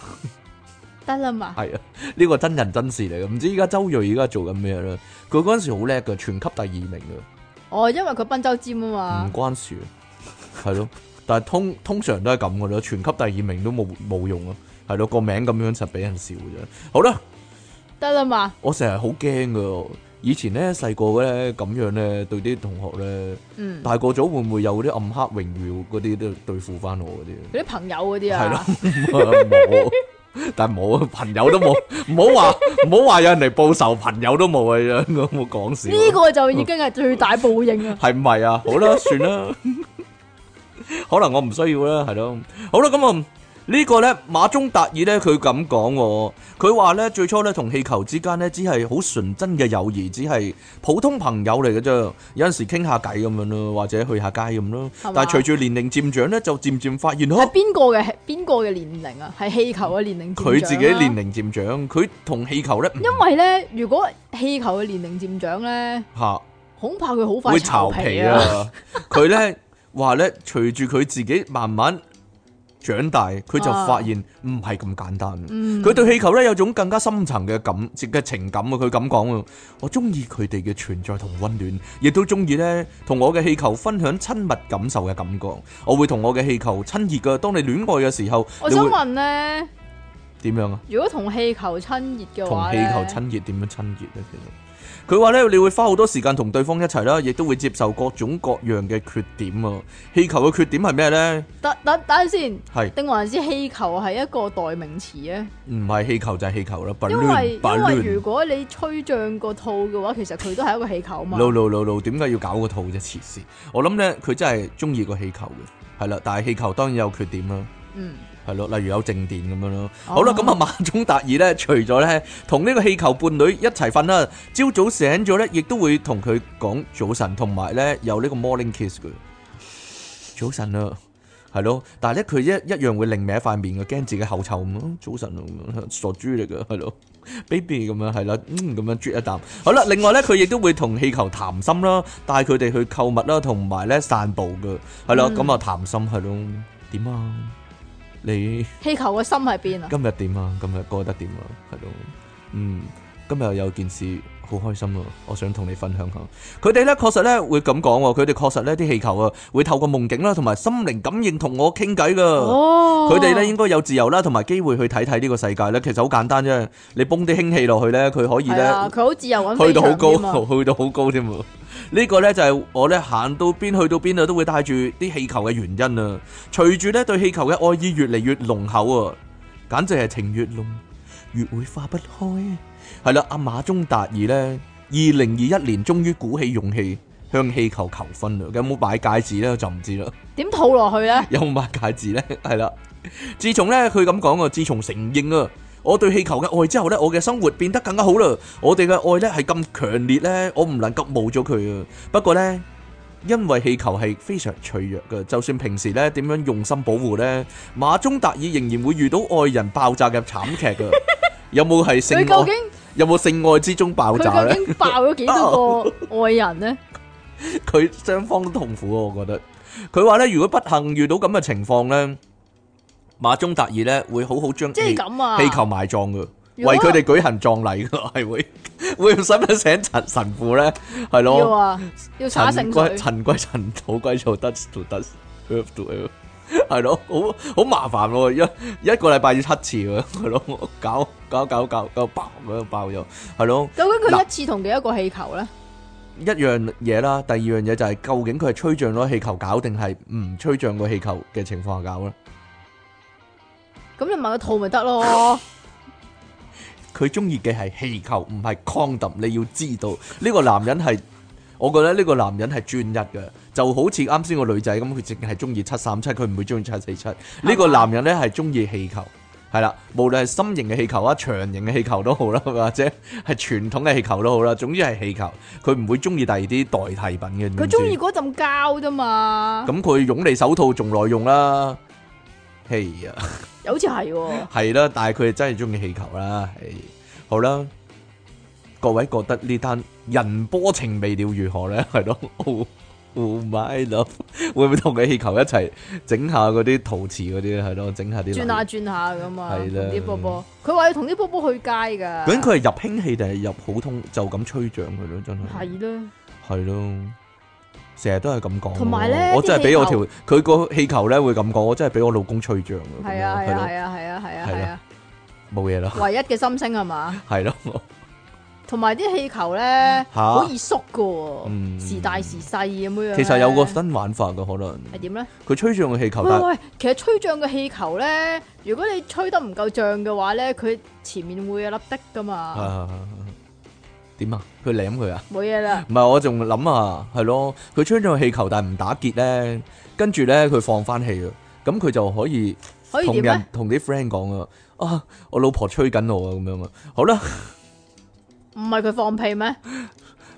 B: 得啦嘛，
A: 係啊，呢個真人真事嚟嘅，唔知依家周瑞而家做緊咩啦？佢嗰阵时好叻嘅，全級第二名嘅，
B: 哦，因為佢賓州尖啊
A: 唔
B: 嘛，
A: 關事，係咯，但係通通常都係咁嘅啦，全級第二名都冇冇用啊，係咯，個名咁樣實俾人笑啫。好啦，
B: 得啦嘛，
A: 我成日好驚噶，以前咧細個咧咁樣咧對啲同學咧。
B: 嗯，
A: 大個咗會唔會有啲暗黑榮譽嗰啲都對付翻我嗰啲？
B: 佢啲朋友嗰啲
A: 係
B: 啊，
A: 咯，冇，但係冇朋友都冇，唔好話唔好話有人嚟報仇，朋友都冇啊！我冇講笑，，
B: 呢個就已經係最大報應啊
A: 係唔係啊？好啦，算啦，可能我唔需要啦，係咯。好啦，咁啊。呢個呢，馬中達爾呢，佢咁講喎，佢話呢，最初呢，同氣球之間呢，只係好純真嘅友誼，只係普通朋友嚟嘅啫。有陣時傾下偈咁樣咯，或者去下街咁咯。
B: 係嘛
A: 但係隨住年齡漸長呢，就漸漸發現，呵
B: 係邊個嘅邊個嘅年齡啊？係氣球嘅年齡，
A: 佢自己年。齡漸長，啊佢同氣球呢，唔
B: 因為咧，如果氣球嘅年齡漸長咧，
A: 嚇
B: 恐怕佢好快
A: 會巢
B: 皮
A: 皮！啊！ 佢呢話呢，隨住佢自己慢慢長大，佢就發現唔係咁簡單。
B: 嗯
A: 佢對氣球咧有種更加深層嘅感嘅情感啊！佢咁講啊，我中意佢哋嘅存在同温暖，亦都中意咧同我嘅氣球分享親密感受嘅感覺。我會同我嘅氣球親熱噶。當你戀愛嘅時候，
B: 我
A: 你
B: 想
A: 會
B: 問咧，
A: 點樣啊？
B: 如果同氣球親熱嘅
A: 同
B: 話
A: 氣
B: 咧，
A: 球親熱點樣親熱呢？其實佢話咧，你會花好多時間同對方一齊啦，亦都會接受各種各樣嘅缺點啊。氣球嘅缺點係咩呢？
B: 等等等陣先，
A: 係
B: 定還是氣球係一個代名詞咧？
A: 唔係氣球就係氣球啦
B: 因為
A: ？balloon
B: 因為
A: balloon
B: 如果你吹脹個套嘅話，其實佢都係一個氣球嘛。
A: no no no no，點解要搞個套啫？黐線！我諗呢，佢真係中意個氣球嘅，係啦。但係氣球當然有缺點啦。
B: 嗯，
A: 係咯，例如有靜電咁樣咯。
B: 哦
A: 好啦，咁啊，馬中達爾咧，除咗咧同呢個氣球伴侶一齊瞓啦，朝早醒咗咧，亦都會同佢講早晨，同埋咧有呢個 morning kiss 嘅早晨啊，係咯。但係咧，佢一一樣會擰歪塊面嘅，驚自己口臭咁咯。早晨啊，咁樣傻豬嚟嘅，係咯，baby 咁樣係啦，嗯咁樣啜一啖。好啦，另外咧，佢亦都會同氣球談心啦，帶佢哋去購物啦，同埋咧散步嘅，係啦。
B: 嗯
A: 咁啊談心係咯，點啊？你
B: 氣球嘅心喺邊啊？
A: 今日點啊？今日過得點啊？係咯，嗯，今日有件事好開心啊！我想同你分享下。佢哋咧確實咧會咁講啊喎，佢哋確實呢啲氣球啊會透過夢境啦同埋心靈感應同我傾偈噶。
B: 哦，
A: 佢哋咧應該有自由啦，同埋機會去睇睇呢個世界咧。其實好簡單啫，你泵啲氫氣落去咧，佢可以
B: 係啊，
A: 咧
B: 佢好自由咁
A: 去到好
B: 飛翔添啊
A: 高， 去到好高添喎。呢個呢，就係我咧行到邊去到邊啊，都會帶住啲氣球嘅原因啊。隨住呢對氣球嘅愛意越嚟越濃厚啊，簡直係情越濃，越會化不開。係啦，阿馬中達爾呢，二零二一年終於鼓起勇氣向氣球求婚啦。有冇買戒指呢？我就唔知啦。
B: 點套落去咧？
A: 有冇買戒指呢？係啦，自從呢，佢咁講啊，自從承認啊，我對氣球嘅愛之後呢，我嘅生活變得更加好啦。我哋嘅愛呢係咁強烈呢，我唔能夠冇咗佢啊。不過呢，因為氣球係非常脆弱嘅，就算平時呢點樣用心保護呢，馬中達爾仍然會遇到愛人爆炸嘅慘劇噶。有冇係性
B: 佢究
A: 愛？
B: 竟
A: 有冇性愛之中爆炸
B: 佢
A: 呢？
B: 究竟爆咗幾多個愛人咧？
A: 佢雙方都痛苦啊，我覺得。佢話咧，如果不幸遇到咁嘅情況咧，馬中達爾咧會好好將
B: 即係
A: 氣
B: 咁啊！
A: 氣球埋葬噶，
B: 如果
A: 為佢哋舉行葬禮噶， 係會會使唔使請陳神父咧？係
B: 要
A: 咯，
B: 啊，要
A: 陳
B: 查聖
A: 歸
B: 水，
A: 塵歸塵，土歸土，dust to dust，earth to earth，係咯，好好麻煩喎，一一個禮拜要七次喎，係咯，搞搞搞搞搞爆咁樣爆咗，係咯。
B: 究竟佢
A: 嗱
B: 一次同幾多個氣球咧？
A: 一樣嘢啦，第二樣嘢就係究竟佢係吹脹咗氣球搞定係唔吹脹個氣球嘅情況下搞咧？
B: 咁你問個套咪得咯？
A: 佢中意嘅係氣球，唔係 condom。你要知道呢、個男人係，我覺得呢個男人係專一嘅，就好似啱先個女仔咁，佢淨係中意七三七，佢唔會中意七四
B: 啊
A: 七。呢個男人呢係中意氣球，係啦，無論係心形嘅氣球啊、長形嘅氣球都好啦，或者係傳統嘅氣球都好啦，總之係氣球，佢唔會中意第二啲代替品 嘅。你知唔知
B: 佢中意嗰陣膠啫嘛，
A: 咁佢擁你手套仲耐用啦，係啊，
B: 好似係喎。
A: 係啦，但係佢真係中意氣球啦，係好啦，各位覺得呢單人波情未了如何咧？ 係咯，Oh Oh my love，會唔會同佢氣球一齊整下嗰啲陶瓷嗰啲咧？係咯，整下啲
B: 轉下轉下咁啊，同
A: 係啦
B: 啲波波，佢話要同啲波波去街㗎，
A: 究竟佢係入氫氣定係入普通就咁吹脹佢咯？真係
B: 係啦，
A: 係咯，成日都係咁講喎。
B: 同埋咧
A: 我真係俾我條
B: 啲
A: 佢個氣球咧會咁講，我真係俾我老公吹脹㗎
B: 係啊
A: 咁樣
B: 係啊
A: 咯
B: 係啊係啊係啊
A: 係
B: 係
A: 啦
B: 啊，
A: 冇嘢啦。
B: 唯一嘅心聲係嘛？
A: 系 咯，
B: 同埋啲氣球咧
A: 嚇
B: 好易縮㗎
A: 嗯
B: 喎，時大時細咁樣。
A: 其實有個新玩法嘅可能，
B: 係點咧？
A: 佢吹脹個氣球，
B: 喂
A: 但係
B: 喂，其實吹脹嘅氣球咧，如果你吹得唔夠脹嘅話咧，佢前面會有粒的㗎嘛，
A: 啊點啊？佢舐佢啊？
B: 冇嘢啦。
A: 唔係，我仲諗啊，係咯，佢吹脹個氣球，但係唔打結咧，跟住咧佢放翻氣啊，咁佢就可以
B: 可以
A: 同
B: 點咧
A: 人？同啲 friend 講啊，啊，我老婆吹緊我啊，咁樣啊，好啦，
B: 唔係佢放屁咩？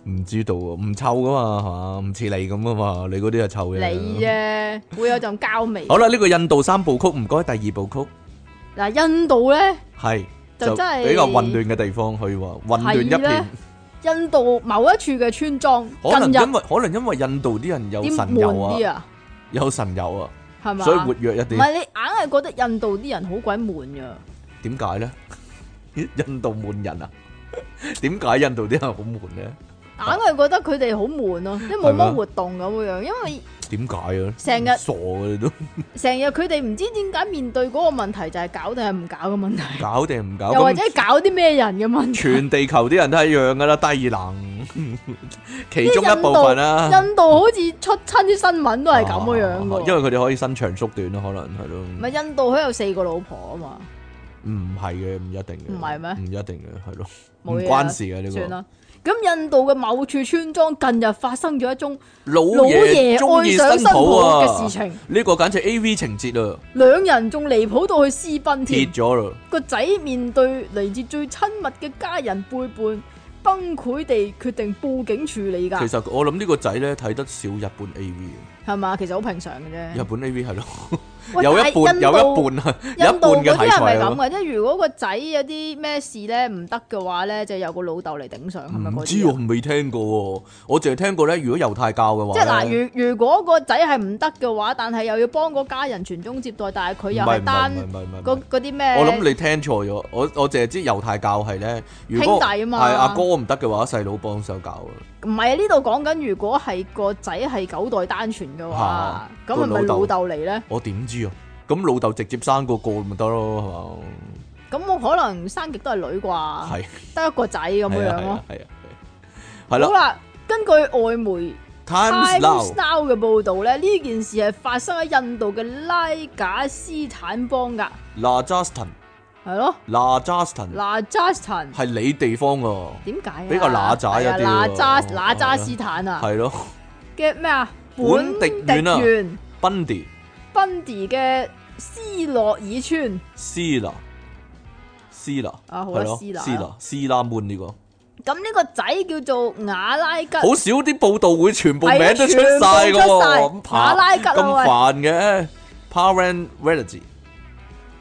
A: 唔知道啊，唔臭噶嘛，係嘛，唔似你咁噶嘛，你嗰啲係臭嘅，
B: 你啊啫，會有陣膠味。
A: 啊好啦，呢個印度三部曲唔該，第二部曲
B: 嗱，印度咧
A: 係
B: 就真係
A: 比較混亂嘅地方去喎，混亂一
B: 係啦
A: 片。
B: 印度某一處嘅村莊，
A: 可能
B: 近
A: 因
B: 日
A: 為可能因為印度啲人有
B: 啲
A: 神
B: 悶
A: 油啊，
B: 啲啊，
A: 有神油啊，
B: 係嘛？
A: 所以活躍一
B: 唔
A: 啲。
B: 係你硬係覺得印度啲人好鬼悶噶，
A: 點解 咧？印度悶人啊？點解印度啲人好悶咧？啊
B: 硬係覺得佢哋好悶咯，即係冇乜活動咁樣，因為
A: 點解啊？
B: 成日
A: 傻嘅你都
B: 成日佢哋唔知點解面對嗰個問題就係搞定係唔搞嘅問題，
A: 搞定唔搞？
B: 又或者
A: 咁
B: 搞啲咩人嘅問題。
A: 全地球啲人都係一樣噶啦，低能其中一部分啦、
B: 印度好似出親啲新聞都係咁
A: Ờ,
B: 嘅樣
A: 啊啊因
B: 嘅，
A: 為佢哋可以伸長縮短咯，可能係咯。
B: 唔係印度佢有四個老婆啊嘛，
A: 唔係嘅，唔一定嘅。
B: 唔係咩
A: 唔一定嘅，係咯，唔
B: 冇嘢啊
A: 關事嘅呢
B: 算
A: 個。
B: 啦。咁印度嘅某處村莊近日發生咗一宗
A: 老
B: 老爺
A: 爺中
B: 愛
A: 意
B: 上
A: 新
B: 新
A: 抱
B: 抱
A: 啊！
B: 嘅事情，
A: 呢個簡直 A V 情節啊！
B: 兩人仲離譜到去私奔
A: 跌
B: 添。
A: 咗啦，
B: 個仔面對嚟自最親密嘅家人背叛，崩潰地決定報警處理
A: 其
B: 㗎，
A: 實我諗呢個仔咧睇得少日本 A V，
B: 係嘛？其實好平常嘅啫
A: 日。本 A V 係咯，
B: 喂
A: 有一
B: 但係
A: 半
B: 印
A: 有
B: 度
A: 一半啊，有一半
B: 印度
A: 嘅
B: 嗰
A: 題
B: 啲係
A: 材
B: 咪咁
A: 啊
B: 嘅？即係如果個仔有啲咩事咧唔得嘅話咧，就有個老豆嚟頂上，係咪
A: 唔
B: 嗰
A: 知我
B: 啲啊？
A: 未聽過喎，我淨係聽過咧，如果猶太教嘅話
B: 即
A: 呢，
B: 係嗱，如如果個仔係唔得嘅話，但係又要幫個家人傳宗接代，但係佢又
A: 唔係
B: 係
A: 唔
B: 單
A: 係唔係唔係唔係
B: 嗰嗰啲咩？
A: 我諗你聽錯咗，我我淨係知猶太教係咧，如果
B: 兄弟啊嘛
A: 係阿哥唔得嘅話，細佬幫手搞啊，
B: 唔係啊！呢度講緊，如果係個仔係九代單傳嘅話，
A: 嚇
B: 咁係咪
A: 個老
B: 老
A: 豆
B: 豆嚟咧？
A: 我點知啊？咁老豆直接生個個咪得咯，
B: 咁我可能生極都係女
A: 係
B: 啩，
A: 嘛？係
B: 得一個仔咁
A: 係
B: 樣
A: 啊係
B: 樣咯
A: 啊。係啊，係
B: 好
A: 啦
B: 啦，根據外媒
A: ，Times
B: Times
A: Now。
B: Now 嘅報導咧，呢件事係發生喺印度嘅拉賈斯坦邦噶，
A: 嗱 Justin，
B: 係咯，
A: 嗱 Justin
B: 嗱 Justin
A: 係你地方喎，
B: 點解啊
A: 比較乸仔一啲
B: 係啊
A: 喎
B: 嗱扎
A: 係啊
B: 嗱扎斯坦啊
A: 係咯
B: 嘅咩啊？
A: 本
B: 本
A: 迪縣啊
B: 迪縣
A: ，Bundy
B: 賓迪嘅斯洛爾村
A: C 啦，C 啦，
B: 啊好啦
A: 係咯
B: 斯拿
A: 斯啦，斯拉滿呢個，好
B: 咁呢個仔叫做瓦拉吉，
A: 少啲報道會全部名
B: 係啊
A: 都出
B: 全部
A: 晒噶
B: 出晒
A: 喎，咁
B: 馬
A: 怕
B: 拉吉啊
A: 咁煩嘅 p a r e n t a l i t y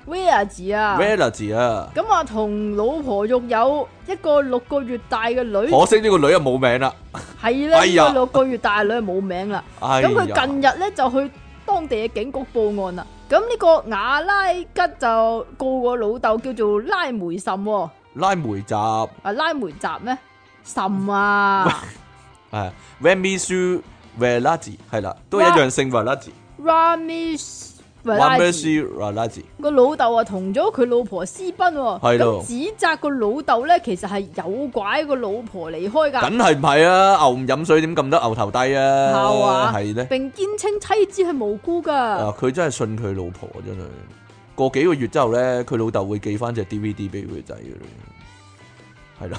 B: 威爾字啊
A: r。e l i t y 啊，
B: 咁啊，同老婆育有一個六個月大嘅女，
A: 可惜呢個女啊冇名啦，
B: 係係啦，
A: 哎
B: 呢
A: 呀
B: 個六個月大女冇名啦。
A: 哎
B: 咁
A: 呀，
B: 佢近日咧就去當地嘅警局報案啦。咁呢個瓦拉吉就告個老豆叫做拉梅什喎，
A: 拉梅集，
B: 啊拉梅集咩？什啊
A: 誒 r e m i s u v e l a z i 係啦，都一樣姓 v e l a z i
B: ，Ramis
A: r
B: v
A: a m e
B: e
A: s u v e l a z i
B: 個老豆啊同咗佢老婆私奔喎，
A: 係咯
B: 咁指責個老豆咧其實係有拐個老婆離開㗎，
A: 梗係唔係啊？牛唔飲水點撳得牛頭低
B: 係
A: 啊？
B: 嘛
A: 係咧。
B: 並堅稱妻子係無辜㗎。
A: 啊！佢真係信佢老婆，真係。過幾個月之後咧，佢老豆會寄翻隻 DVD 俾佢仔嘅咧。係咯，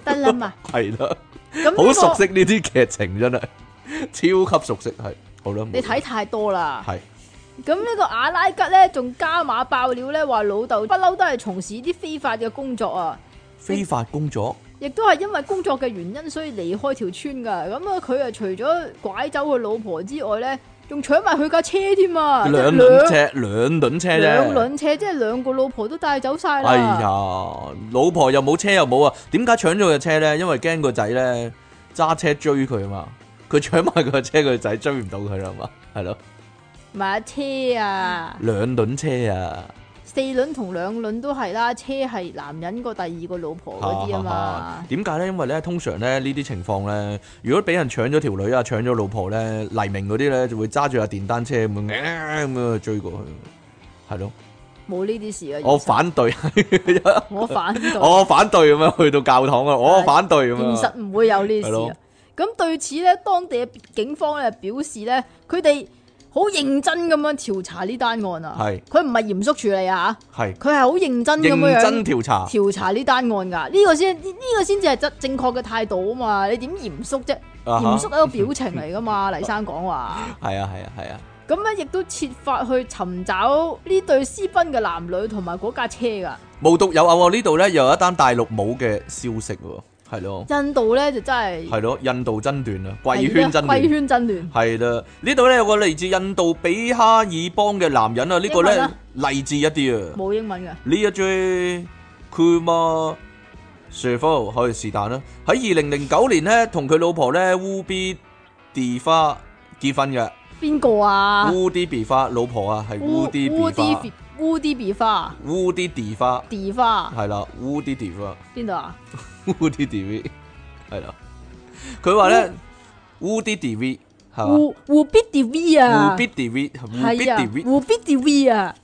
B: 得啦嘛，
A: 係啦，
B: 咁 呢
A: 好
B: 個
A: 熟悉呢啲劇情真係，超級熟悉係。好啦，
B: 你睇太多啦。
A: 係
B: 咁呢個阿拉吉咧，仲加碼爆料咧，話老豆不嬲都係從事啲非法嘅工作啊，
A: 非法工作，
B: 亦都係因為工作嘅原因，所以離開條村噶。咁啊，佢啊除咗拐走佢老婆之外咧，仲搶埋佢架車添啊，
A: 兩
B: 即係
A: 輪車，兩輪車啫。
B: 兩輪車，即係兩個老婆都帶走晒啦。
A: 哎呀，老婆又冇車又冇啊！點解搶咗佢車咧？因為驚個仔咧揸車追佢啊嘛，佢搶埋佢車，佢仔追唔到佢啦嘛，係咯，
B: 買車啊，
A: 兩輪車啊！
B: 四輪同兩輪都係啦，車係男人個第二個老婆嗰啲啊嘛。
A: 點解咧？因為咧，通常咧呢啲情況咧，如果俾人搶咗條女啊，搶咗老婆咧，黎明嗰啲咧就會揸住架電單車咁樣
B: 嗯
A: 呃咁樣追過去，係咯。
B: 冇呢啲事啊！
A: 我反對，
B: 我反對。
A: 我反對咁樣去到教堂啊，我
B: 係
A: 反對咁
B: 現
A: 樣。
B: 實唔會有呢
A: 係
B: 啲事
A: 咯
B: 啊。咁對此咧，當地嘅警方咧表示咧，佢哋好認真咁樣調查呢單案啊。
A: 係
B: 佢唔係嚴肅處理啊，
A: 係
B: 佢係好認真咁
A: 認
B: 樣
A: 真
B: 樣
A: 調查，啊
B: 調查呢單案㗎。呢個先呢個先至係真正確嘅態度啊嘛。你點嚴肅啫？
A: 啊哈
B: 嚴肅係一個表情嚟 㗎嘛。黎生講話。
A: 係啊係啊係啊，
B: 咁咧，亦都設法去尋找呢對私奔嘅男女同埋嗰架車㗎。
A: 無獨有偶喎，呢度咧又有一單大陸冇嘅消息喎，係咯
B: 印度咧就真係
A: 係咯，印度爭亂啊，貴圈爭亂
B: 貴。圈爭亂。
A: 系啦，呢度咧有個嚟自印度比哈爾邦嘅男人啊，呢、個
B: 英文
A: 咧
B: 啊
A: 勵志一啲啊。
B: 冇英文㗎。
A: 呢一追 Kuma s h 可以是但啦。喺二零零九年咧，同佢老婆咧 Ubi Diva 結婚嘅。
B: 邊個啊？
A: Ubi Diva 老婆啊，係 Ubi Diva。
B: 烏迪比花
A: Ubi Diva
B: 地花
A: 係啦，Ubi Diva，Ubi
B: 邊度啊？
A: Diva 係啦。佢話咧 Ubi Diva 係嘛
B: 胡胡必地 V 哦啊，
A: ？Ubi Diva，Ubi
B: 係啊
A: Diva，。
B: 胡必地 V 啊，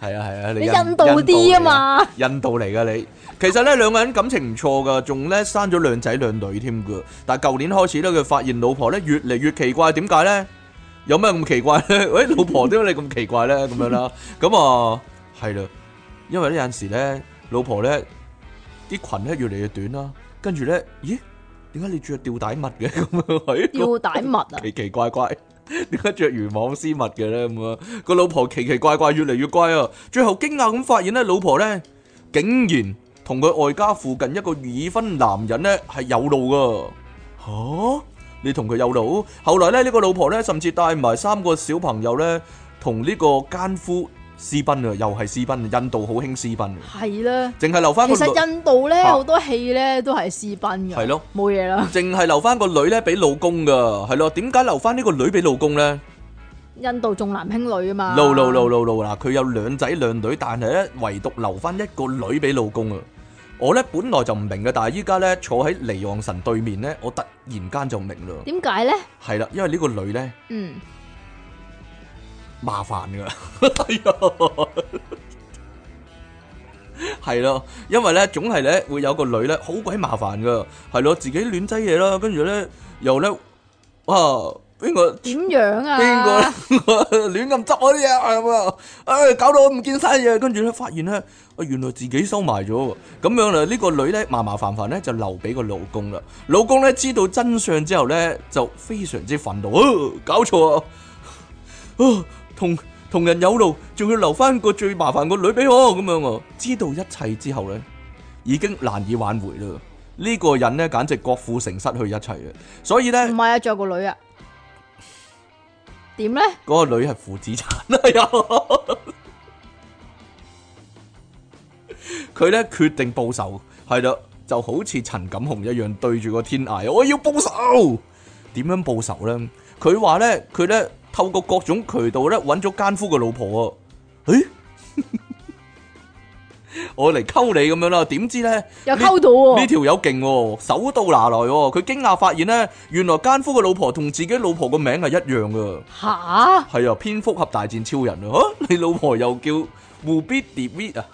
A: 係啊係啊，你
B: 你印度啲啊嘛，
A: 印度嚟噶你。其實咧兩個人感情唔錯噶，仲咧生咗兩仔兩女添噶。但係舊年開始咧，佢發現老婆咧越嚟越奇怪，點解咧？有咩咁奇怪咧？喂，老婆點解你咁奇怪咧？咁樣 啦，咁啊係啦，因為呢有陣時咧，老婆咧啲裙咧越嚟越短啦，跟住咧，咦？點解你着吊帶襪嘅咁樣？係
B: 吊帶襪啊，
A: 奇奇怪 怪，點解着漁網絲襪嘅咧？咁啊，個老婆奇奇怪怪，越嚟越乖啊！最後驚訝咁發現咧，老婆咧竟然同佢外家附近一個已婚男人咧係有路噶吓、你同佢有路？後來咧，呢、呢個老婆咧甚至帶埋三個小朋友咧，同呢個奸夫私奔啊！又係私奔，印度好興私奔，
B: 係啦。
A: 淨係留翻
B: 其
A: 個
B: 實
A: 女，
B: 印度咧
A: 啊
B: 好多戲咧都係私奔嘅，
A: 係咯，
B: 冇嘢啦。
A: 淨係留翻個女咧俾老公噶，係咯？點解留翻呢個女俾老公咧？
B: 印度重男輕女啊嘛，
A: no no no no no 嗱，佢有兩仔兩女，但係咧唯獨留翻一個女俾老公啊！我咧本來就唔明嘅，但係依家咧坐喺離岸神對面咧，我突然間就明啦，
B: 點解咧？
A: 係啦，因為呢個女咧
B: 嗯，
A: 麻煩 噶，係啊，係咯，因為咧總係咧會有個女咧好鬼麻煩噶，係咯，自己亂擠嘢啦，跟住咧又咧啊邊個？
B: 點樣啊？
A: 邊個 咧亂咁執我啲嘢啊咁啊？唉，搞到我唔見晒嘢，跟住咧發現咧，啊原來自己收埋咗喎。咁樣啦，呢個女咧麻麻煩煩咧就留俾個老公啦。老公咧知道真相之後咧，就非常之憤怒，啊搞錯啊！啊，同同人有路，仲要留翻個最麻煩個女俾我咁樣啊！知道一切之後咧，已經難以挽回啦。呢、個人咧簡直郭富城失去一切啊！所以咧。
B: 唔係啊，仲有個女啊？點咧？
A: 嗰個女係父子產啊！又佢咧決定報仇，係啦，就好似陳錦鴻一樣對住個天涯，我要報仇。點樣報仇呢？佢話呢，佢呢透過各種渠道呢揾咗奸夫嘅老婆啊！誒， 我嚟溝你咁樣啦，點知呢？
B: 又
A: 呢
B: 溝到
A: 呢
B: 喎，
A: 條友勁喎，手到拿來喎。佢驚訝發現呢，原來奸夫嘅老婆同自己老婆個名係一樣噶。
B: 吓
A: 係啊，蝙蝠俠大戰超人啊！嚇 你老婆又叫胡必迪威啊，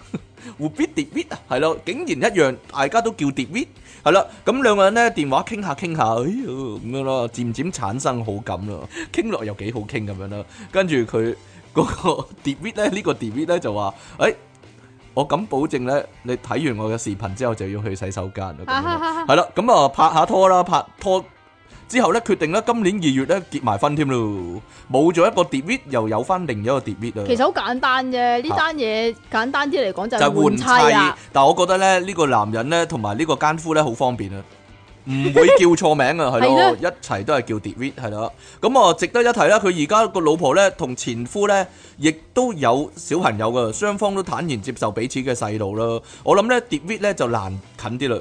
A: 胡必迪威啊，係咯，竟然一樣，大家都叫迪威，係啦。咁兩個人咧電話傾下傾下，哎呀咁樣啦，漸漸產生好感啦， 傾落又幾好傾咁樣啦。跟住佢嗰個迪威咧，呢個迪威咧就話：，誒、 我敢保證咧，你睇完我嘅視頻之後就要去洗手間啦。咁樣啦
B: 啊！
A: 係啦，咁啊拍下拖啦，拍拖之後咧，決定咧今年二月咧結埋婚添咯，冇咗一個 d e v i t 又有翻另一個 d e v i t 啊，
B: 其實好簡單啫，呢單嘢簡單啲嚟講就
A: 就係
B: 係換妻啊，。
A: 但係我覺得咧，呢、個男人咧同埋呢個奸夫咧好方便啊。唔會叫錯名啊，係咯，
B: 係
A: 一齊都係叫 d e v i t 係啦。咁啊，值得一提啦，佢而家個老婆咧同前夫咧，亦都有小朋友噶，雙方都坦然接受彼此嘅細路啦。我諗咧 d e v i t 咧就難近啲啦，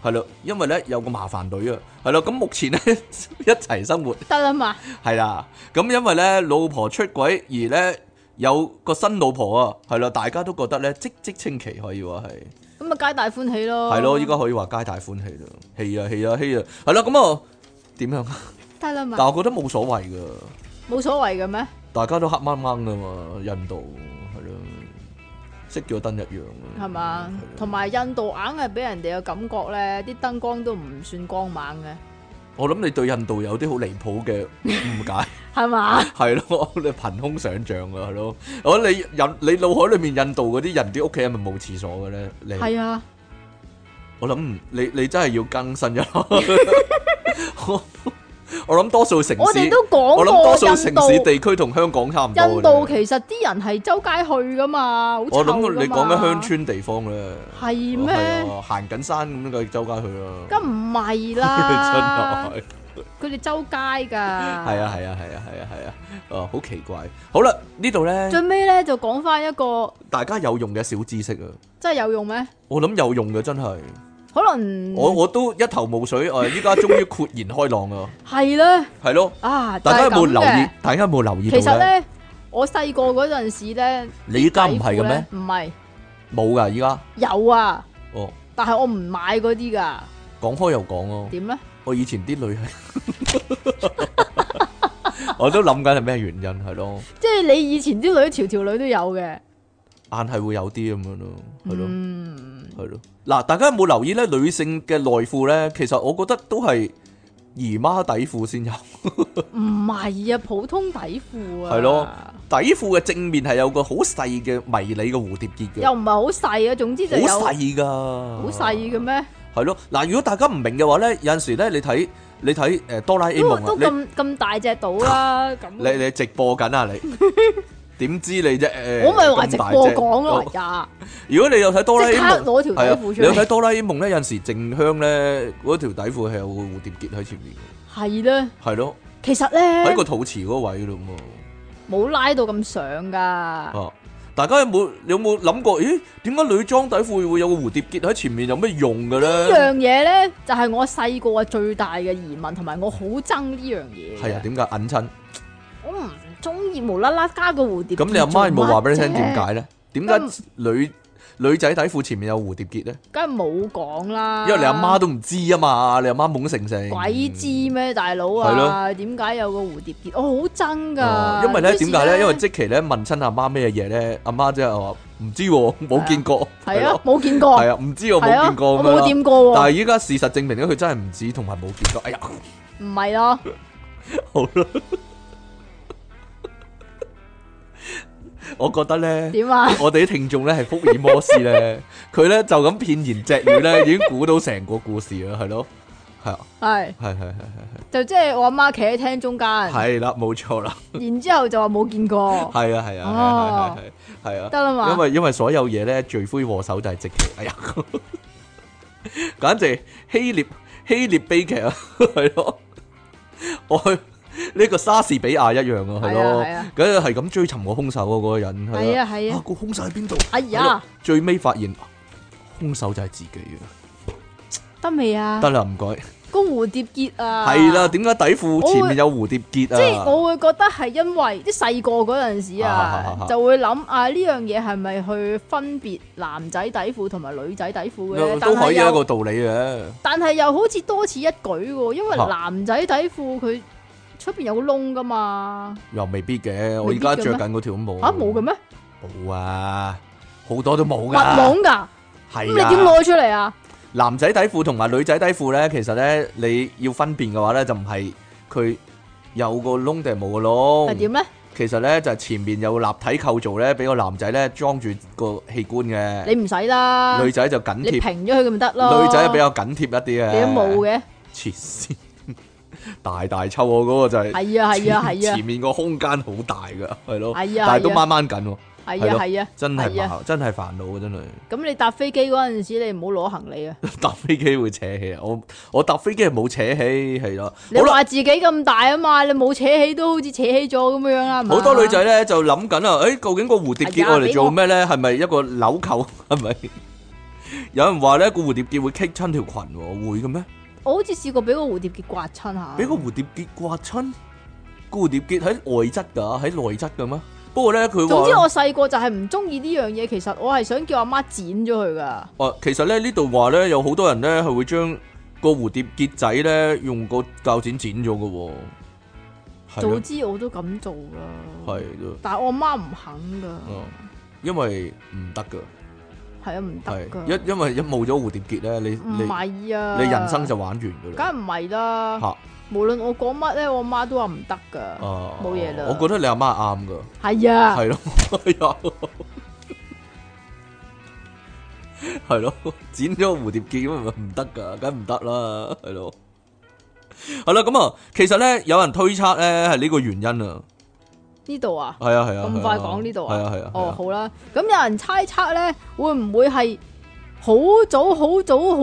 A: 係咯，因為咧有個麻煩女啊，係咯。咁目前咧 一齊生活。
B: 得啦嘛，
A: 係啦，咁因為咧老婆出軌而咧有個新老婆啊，係啦，大家都覺得咧即即稱奇可以話係，
B: 咁啊皆大歡喜咯。
A: 係咯，依家可以話皆大歡喜啦，係啊係啊係啊，係啦，咁啊點樣啊？
B: 得啦
A: 但
B: 嘛，
A: 係我覺得冇所謂噶，
B: 冇所謂嘅咩？
A: 大家都黑掹掹噶嘛，印度係咯，熄咗燈一樣啊
B: 係嘛
A: 係咯？
B: 同埋印度硬係俾人哋嘅感覺咧，啲燈光都唔算光猛嘅，
A: 我諗你對印度有啲好離譜嘅 誤解。
B: 係嘛？
A: 係咯，你憑空想像㗎，係咯。我你印你腦海裡面印度嗰啲人啲屋企係咪冇廁所嘅咧？你
B: 係啊，
A: 我諗嗯你你真係要更新一下。 我我諗多數城市，
B: 我哋都
A: 我諗多數
B: 講
A: 城
B: 過
A: 市
B: 印度，
A: 地區同香港差唔多嘅啫。
B: 印度其實啲人係周街去噶嘛，好
A: 我
B: 臭
A: 諗你
B: 講
A: 講緊鄉村地方咧，
B: 係
A: 係
B: 咩？
A: 啊行緊山咁樣，周街去啦。
B: 咁唔係 啊
A: 真
B: 啦，
A: 係。
B: 佢哋周街噶。
A: 係啊係啊係啊係啊係啊，哦好奇怪。好啦，呢度咧
B: 最尾咧就講翻一個
A: 大家有用嘅小知識啊，
B: 真係有用咩？
A: 我諗有用嘅真係。
B: 可能
A: 我我都一頭霧水，哦誒依家終於豁然開朗啊，
B: 係咧
A: 係咯，
B: 啊！
A: 大家有冇
B: 就係咁
A: 留
B: 嘅
A: 意？大家有冇留意
B: 其實
A: 到咧？
B: 咧，我細個嗰陣時咧，
A: 你依家唔係嘅咩？
B: 底褲呢？唔係
A: 冇噶，依家
B: 有啊，
A: 哦，
B: 但係我唔買嗰啲噶。
A: 講開又講咯，
B: 點咧？
A: 我以前啲女係， 我都諗緊係咩原因係咯，
B: 即係你以前啲女條條女都有嘅。
A: 硬係會有啲咁樣咯，係咯
B: 嗯，
A: 係咯。嗱，大家有冇留意咧？女性嘅內褲咧，其實我覺得都係姨媽底褲先有，
B: 唔係啊，普通底褲啊。
A: 係咯底褲嘅正面係有個好細嘅迷你嘅蝴蝶結嘅
B: 又，唔係好細啊，總之就有
A: 好細㗎，好
B: 好細嘅咩？
A: 係咯，嗱，如果大家唔明嘅話咧，有陣時咧，你睇你睇誒哆啦 A
B: 都
A: 夢
B: 都
A: 啊，
B: 咁咁大隻 到啦，
A: 你
B: 咁
A: 你你直播緊 啊你，點知你啫？誒
B: 我咪話直播
A: 咁
B: 講。
A: 大
B: 咯，哎
A: 隻
B: 呀，
A: 如果你有睇哆啦 A
B: 即刻
A: 夢，
B: 攞條
A: 係
B: 底
A: 啊，
B: 褲
A: 你
B: 出
A: 有
B: 嚟，
A: 睇哆啦 A 夢咧，有陣時靜香咧嗰條底褲係有個蝴蝶結喺前面嘅，
B: 係咧。
A: 係咯，
B: 其實
A: 喺個
B: 咧，
A: 肚臍嗰位度喎。
B: 冇拉到咁上噶，
A: 啊，大家有冇有冇諗過？咦，點解女裝底褲會有個蝴蝶結喺前面？有咩用嘅
B: 呢
A: 咧？
B: 樣嘢咧就係我細個啊最大嘅疑問，同埋我好憎呢樣嘢。
A: 係啊，點解揞親？
B: 我唔中意無啦啦加個蝴蝶結
A: 咁
B: 做乜啫。
A: 你阿媽有冇話俾你聽點解咧？點解
B: 咁
A: 女女仔底褲前面有蝴蝶結咧？
B: 梗係冇講啦。
A: 因為你阿媽都唔知啊嘛，你阿媽懵成成。
B: 鬼知啊咩，大佬
A: 係
B: 啊？
A: 咯
B: 點解有個蝴蝶結？我好憎
A: 哦
B: 噶。
A: 因為咧
B: 啊於是
A: 點解咧？因為即期咧問親阿媽咩嘢咧，阿媽即係話唔知喎，冇見過。
B: 啊係
A: 咯
B: 啊，，冇見過。
A: 係啊，唔知我
B: 係啊，
A: 冇見過
B: 我
A: 咁樣
B: 冇
A: 啦。
B: 掂過
A: 但係
B: 喎。
A: 依家事實證明咧，佢真係唔知同埋冇見過。哎呀，
B: 唔係咯，
A: 好啦，我覺得咧。
B: 點啊？
A: 我哋啲聽眾咧係福爾摩斯 咧，佢咧就咁片言隻語咧，已經估到成個故事啦，係咯，係啊，
B: 係
A: 係係
B: 哦
A: 係
B: 就即係我阿媽企喺廳中間，
A: 係，係啦，冇錯啦，
B: 然之後就話冇見過，
A: 係啊係啊
B: 哦
A: 係係係係啊，
B: 得啦嘛。
A: 因為因為所有嘢咧罪魁禍首就係直期， 哎呀，簡直希臘希臘悲劇啊， 係咯，我去呢個莎士比亞一樣啊，係
B: 係啊
A: 咯
B: 係啊，
A: 梗係係咁追尋個兇手啊，嗰個人
B: 係
A: 啊，
B: 啊係
A: 啊
B: 啊，
A: 個兇手喺邊度？
B: 哎
A: 係咯
B: 呀，
A: 最尾發現啊兇手就係自己嘅，
B: 得未啊？
A: 得啦，唔該。
B: 個蝴蝶結啊，
A: 係啦，點解底褲前面有蝴蝶結啊？
B: 即係我會覺得係因為啲細個嗰陣時
A: 啊啊啊
B: 啊
A: 啊，
B: 就會諗啊呢樣嘢係咪去分別男仔底褲同埋女仔底褲嘅咧？但
A: 都可
B: 係
A: 以有啊一
B: 又
A: 個道理啊嘅。
B: 但係又好似多此一舉喎，因為
A: 嚇
B: 男仔底褲佢出邊有個窿噶嘛，
A: 又未必嘅，我而
B: 未必嘅
A: 家
B: 咩
A: 着緊嗰條都冇。
B: 嚇冇嘅咩？
A: 冇啊，好多都冇
B: 密
A: 噶。
B: 網㗎，咁
A: 係
B: 你點
A: 啊，
B: 攞出嚟啊？
A: 男仔底褲同埋女仔底褲咧，其實咧你要分辨嘅話咧，就唔係佢有個窿定係冇個
B: 係
A: 窿。
B: 點咧？
A: 其實咧就係前面有立體構造咧，俾個男仔咧裝住個器官嘅，
B: 你唔使啦，
A: 女仔就緊
B: 你
A: 貼，
B: 平咗佢咁咪得咯。
A: 女仔比較緊貼一啲嘅。
B: 你都冇嘅，
A: 黐線， 大大抽我嗰個就係
B: 係啊係啊係啊
A: 前面個空間好大噶，係咯，
B: 係啊
A: 但係都
B: 係啊
A: 掹掹緊喎。
B: 係
A: 係
B: 啊
A: 咯
B: 係啊，
A: 真係
B: 係啊。
A: 麻，真係煩惱啊！真係
B: 咁你搭飛機嗰陣時，你唔好攞行李啊！
A: 搭飛機會扯氣啊！我我搭飛機係冇扯氣，係啦。
B: 你
A: 好啦，
B: 話自己咁大啊嘛，你冇扯起都好似扯起咗咁樣啊啦，係嘛
A: 好多女仔咧就諗緊啊，誒究竟個蝴蝶結
B: 哎呀
A: 我嚟做咩咧？係咪一個紐扣？ 係咪？有人話咧個蝴蝶結會棘親條裙喎，會嘅咩？
B: 我好似試過俾個蝴蝶結刮親下，
A: 俾個蝴蝶結刮親？個蝴蝶結喺外側㗎，喺內側㗎咩？不過咧佢
B: 總之
A: 話
B: 我細個就係唔中意呢樣嘢，其實我係想叫阿媽剪咗佢噶，
A: 啊，其實咧呢度話咧有好多人咧係會將個蝴蝶結仔咧用個鉸剪剪咗嘅喎，係
B: 早
A: 咯
B: 知我都咁做啦。
A: 係咯。
B: 但係我阿媽唔肯噶，
A: 嗯，因為唔得噶，
B: 係啊唔得噶，
A: 係因因為一冇咗蝴蝶結咧，你
B: 唔
A: 你
B: 係啊，
A: 你人生就玩完
B: 梗
A: 噶啦
B: 係唔係啦。
A: 嚇
B: 無論我講乜咧，我阿媽都話唔得噶，
A: 啊！
B: 冇嘢啦
A: 我覺得你阿媽啱噶，
B: 係啊，
A: 係咯，哎呀係咯，剪咗個蝴蝶結咁咪唔得噶，梗唔得啦，係咯。係啦，咁啊，其實咧，有人推測咧係呢個原因啊，
B: 呢度啊。
A: 係啊係啊，
B: 咁快講呢度啊？
A: 係啊係啊，係
B: 哦
A: 啊，
B: 好啦，咁有人猜測咧，會唔會係好早、好早、好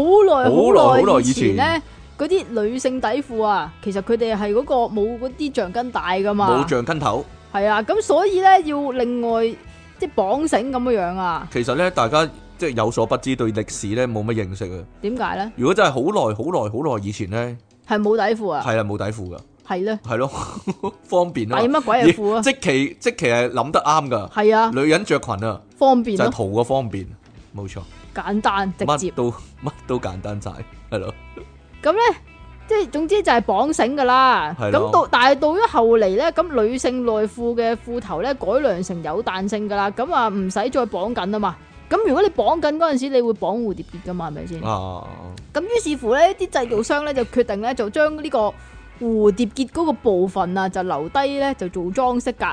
A: 好耐
B: 耐、好
A: 好耐
B: 耐
A: 以
B: 以
A: 前
B: 前咧？嗰啲女性底褲啊，其實佢哋係嗰個冇嗰啲橡筋帶噶嘛
A: 冇，橡筋頭。
B: 係啊，咁所以咧要另外即係綁繩咁樣樣啊？
A: 其實咧，大家即係有所不知，對歷史咧冇乜認識啊。
B: 點解咧？
A: 如果真係好耐、好耐、好耐以前咧，
B: 係冇底褲啊？
A: 係啊冇底褲噶，
B: 係咧，
A: 係咯 方便
B: 底
A: 啊。
B: 乜鬼嘢褲啊？
A: 即其即其係諗得啱噶，
B: 係啊，
A: 女人着裙啊，
B: 方
A: 就
B: 便
A: 係
B: 咯，
A: 圖個方便，冇錯，
B: 簡單直接
A: 乜。都 乜都簡單晒，係咯，
B: 咁咧，即係總之就係綁繩噶啦。
A: 係
B: 咁
A: 咯
B: 到但係到咗後嚟咧，咁女性內褲嘅褲頭咧改良成有彈性噶啦，咁啊唔使再綁緊啊嘛。咁如果你綁緊嗰陣時，你會綁蝴蝶結噶嘛，係咪先？
A: 啊，
B: 咁於是乎咧，啲製造商咧就決定咧就將呢個蝴蝶結嗰個部分啊，就留低咧就做裝飾㗎。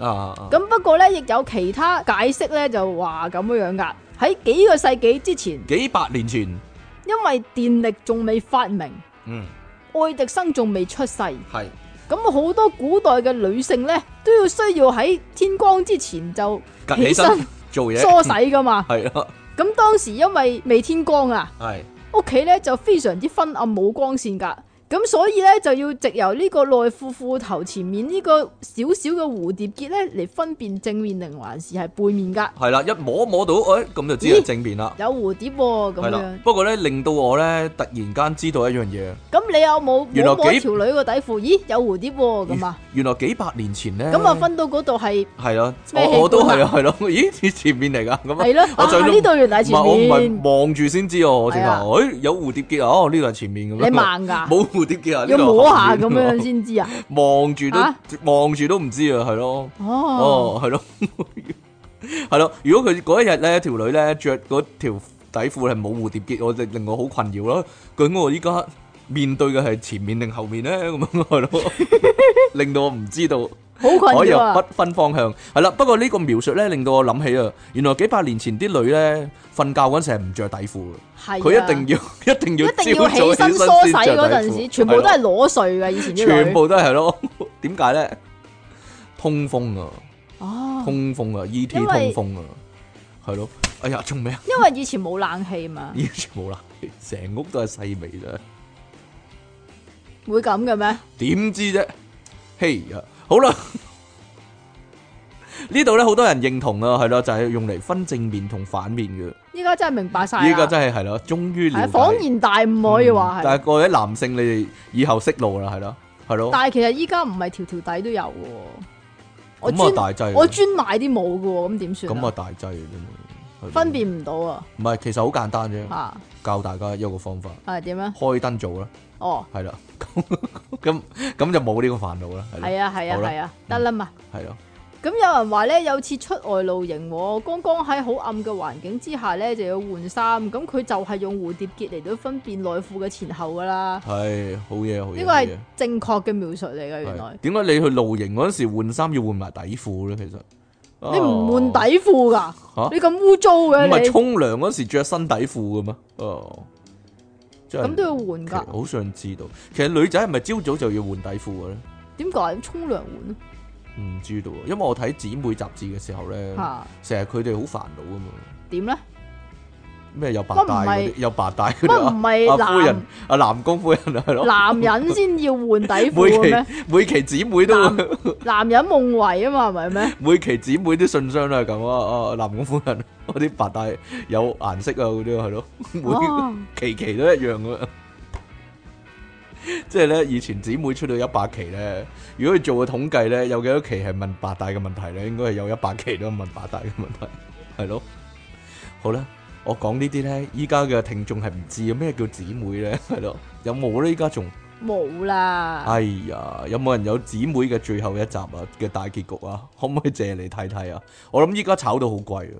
A: 啊啊，
B: 咁不過咧，亦有其他解釋咧就話咁樣樣㗎。喺幾個世紀之前，
A: 幾百年前，
B: 因為電力仲未發明，
A: 嗯，
B: 愛迪生仲未出世。
A: 係
B: 咁好多古代嘅女性咧，都要需要喺天光之前就
A: 趌
B: 起
A: 起
B: 身
A: 身做嘢，
B: 梳洗噶嘛。
A: 係啦，
B: 咁當時因為未天光啊，
A: 係
B: 屋企咧就非常之昏暗冇光線噶，咁所以咧就要藉由呢個內褲褲頭前面呢個小小嘅蝴蝶結咧嚟分辨正面定還是係背面噶。
A: 係啦，一摸摸到，誒，咁就知係
B: 咦
A: 正面啦，
B: 有蝴蝶喎咁
A: 係啦
B: 樣，。
A: 不過咧令到我咧突然間知道一樣嘢。
B: 咁你有冇
A: 原來
B: 摸摸
A: 幾
B: 條女個底褲？咦，有蝴蝶喎咁啊！
A: 原來幾百年前咧，
B: 咁啊分到嗰度係
A: 係咯，
B: 咩
A: 我我
B: 器
A: 都
B: 官
A: 係啊，
B: 啊
A: 係咯， 咦，前面嚟噶咁啊
B: 係咯，
A: 我最
B: 啊
A: 都
B: 呢度原
A: 唔
B: 來係
A: 係我唔
B: 前面，
A: 係望住先知哦，我直頭，
B: 係啊
A: 誒有蝴蝶結啊，哦呢度係前面咁樣。
B: 你盲 㗎
A: 冇蝴蝶結啊，呢
B: 要
A: 度係
B: 摸下
A: 後
B: 咁
A: 面喎
B: 樣。先知啊！
A: 望住
B: 啊
A: 都望住都唔知啊，係咯，
B: 哦，
A: 哦係咯， 係咯。如果佢嗰一日咧條女咧着嗰條底褲係冇蝴蝶結，我就令我好困擾咯。究竟我依家面對嘅係前面定後面咧？咁樣係 咯，令到我唔知道。
B: 好困
A: 我
B: 擾
A: 又
B: 啊！
A: 不分方向，係啦。不過呢個描述咧，令到我諗起啊，原來幾百年前啲女咧瞓覺嗰陣時係唔着底褲嘅，
B: 係啊
A: 佢一定要一定要
B: 一定要起
A: 朝早
B: 身
A: 起
B: 梳洗
A: 身先
B: 嗰
A: 着
B: 陣
A: 底
B: 時，
A: 褲，
B: 全部都係
A: 係
B: 裸睡嘅。以前
A: 咯
B: 啲女
A: 全部都 係咯。點解咧？通風啊，
B: 哦，
A: 通風啊，E.T.
B: 因為
A: 通風啊，係咯。哎呀，做咩 啊？
B: 因為以前冇冷氣嘛，
A: 完全冇啦，成屋都係細味啫。
B: 會咁嘅咩？
A: à. 點知啫？嘿呀，好啦，呢度咧好多人認同啊，係咯，就係用嚟分正面同反面嘅。
B: 依家真係明白晒啦。
A: 依家真係係咯，終於
B: 係
A: 了
B: 啊
A: 解。嗯
B: 恍然大悟可以話
A: 但
B: 係，
A: 係各位男性，你哋以後識路啦，係咯，係咯。
B: 但係其實依家唔係條條底都有嘅喎。我
A: 咁啊
B: 專
A: 大劑啦，
B: 我專買啲冇嘅喎，咁點算
A: 咁啊
B: 啊？
A: 大劑啦真係。
B: 分啊
A: 別
B: 辨唔到啊！
A: 唔係，其實好簡單啫，
B: 嚇
A: 教大家一個方法，
B: 係點咧？
A: 開燈做啦，
B: 哦，
A: 係啦，咁咁咁就冇呢個煩惱啦，係咯
B: 係啊係啊
A: 好啦
B: 係啊，得啦嘛。
A: 係咯，
B: 咁有人話咧，有次出外露營喎，剛剛喺好暗嘅環境之下咧，就要換衫。咁佢就係用蝴蝶結嚟到分辨內褲嘅前後噶啦。
A: 係好嘢好嘢。哦
B: 呢個
A: 好
B: 係
A: 嘢
B: 正確嘅描述嚟嘅，原
A: 係
B: 來
A: 點解你去露營嗰陣時換衫要換埋底褲咧？其實
B: 你唔換
A: 哦
B: 底褲噶
A: 嚇，
B: 你咁污糟嘅
A: 唔係
B: 你，
A: 沖涼嗰時着新底褲嘅咩？哦，真係
B: 咁都要換
A: 其實
B: 噶？
A: 好想知道，其實女仔係咪朝早就要換底褲嘅咧？
B: 點解沖涼換啊
A: 唔知道啊，因為我睇姊妹雜誌嘅時候咧，
B: 啊？
A: 成日佢哋好煩惱啊嘛，
B: 嚇點咧？
A: 咩有白
B: 乜唔
A: 帶嗰啲，
B: 係
A: 有白帶嗰
B: 乜唔
A: 啲啊，
B: 係
A: 阿夫人
B: 男、
A: 阿南宮夫人啊係咯，
B: 男人先要換底褲
A: 每
B: 嘅咩？
A: 期每期姊妹都
B: 男男人夢遺啊嘛，係咪咩？
A: 每期姊妹啲信箱都係咁啊，啊南宮夫人嗰啲白帶有顏色啊嗰啲係咯，每
B: 哦，
A: 期期都一樣嘅。即係咧，以前姊妹出到一百期咧，如果佢做個統計咧，有幾多期係問白帶嘅問題咧？應該係有一百期都係問白帶嘅問題，係咯。好啦，我講呢啲咧，依家嘅聽眾係唔知啊嘅咩叫姊妹咧，係咯，有冇咧？依家仲，
B: 冇啦，
A: 哎呀，有冇人有姊妹嘅最後一集啊嘅大結局啊？可唔可以借嚟睇睇啊？我諗依家炒到好貴啊，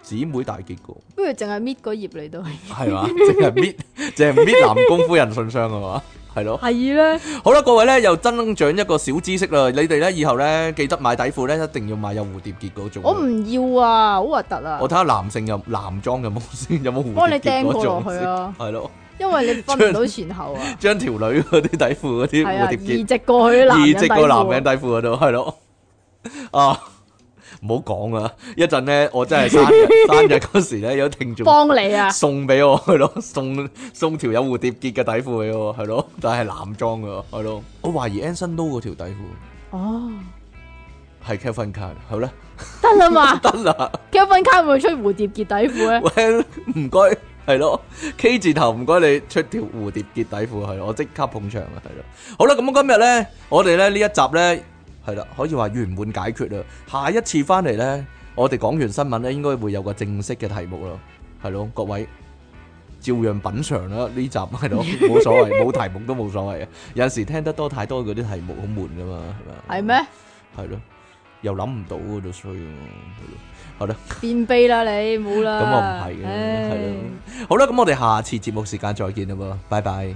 A: 姊妹大結局。
B: 不如淨係搣嗰頁嚟到。
A: 系嘛？ 净系搣，净系搣南宮夫人信箱啊嘛？系咯，
B: 係咧，
A: 好啦，各位咧又增長一個小知識啦。你哋咧以後咧記得買底褲咧，一定要買有蝴蝶結嗰種。
B: 我唔要啊，好核突啊
A: 我！睇下男性有男裝有冇先，有冇
B: 幫
A: 蝴
B: 你
A: 蝶結
B: 掟
A: 嗰
B: 過落
A: 種
B: 去
A: 先？
B: 啊，
A: 係咯，
B: 因為你分唔到前後 啊，
A: 將條女嗰啲底褲嗰啲
B: 係啊，
A: 蝴蝶
B: 移植過去
A: 結，
B: 男人
A: 直
B: 底
A: 個男人
B: 褲啊
A: 底褲嗰度，係咯，啊，唔好講啊！一陣咧，我真係生 日生日嗰時咧，有聽眾。
B: 幫你 啊，
A: 送俾我係咯，送送條有蝴蝶結嘅底褲俾我係咯，但係男裝嘅係咯。我懷疑 Anson Lo 嗰條底褲
B: 哦，
A: 係 Kevin c a r 好啦，
B: 得啦嘛
A: 得啦，
B: ，Kevin 卡會唔會出蝴蝶結底褲 咧？
A: 喂唔該係咯，K 字頭唔該你出條蝴蝶結底褲係咯，我即刻捧場啊係咯。好啦，咁今日咧，我哋咧呢一集咧係啦，可以話圓滿解決啦。下一次翻嚟咧，我哋講完新聞咧，應該會有個正式嘅題目咯，係咯，各位。照樣品嚐啦，呢集係 咯，冇所謂，冇題目都冇所謂嘅。有陣時聽得多太多嗰啲題目好悶噶嘛，係咪？
B: 係？咩？
A: 係咯，又諗唔到嗰度衰喎，啊係咯，係咯。
B: 便秘啦你，冇啦。
A: 咁我唔係嘅，係
B: 唉
A: 咯。好啦，咁我哋下次節目時間再見啦喎，拜拜。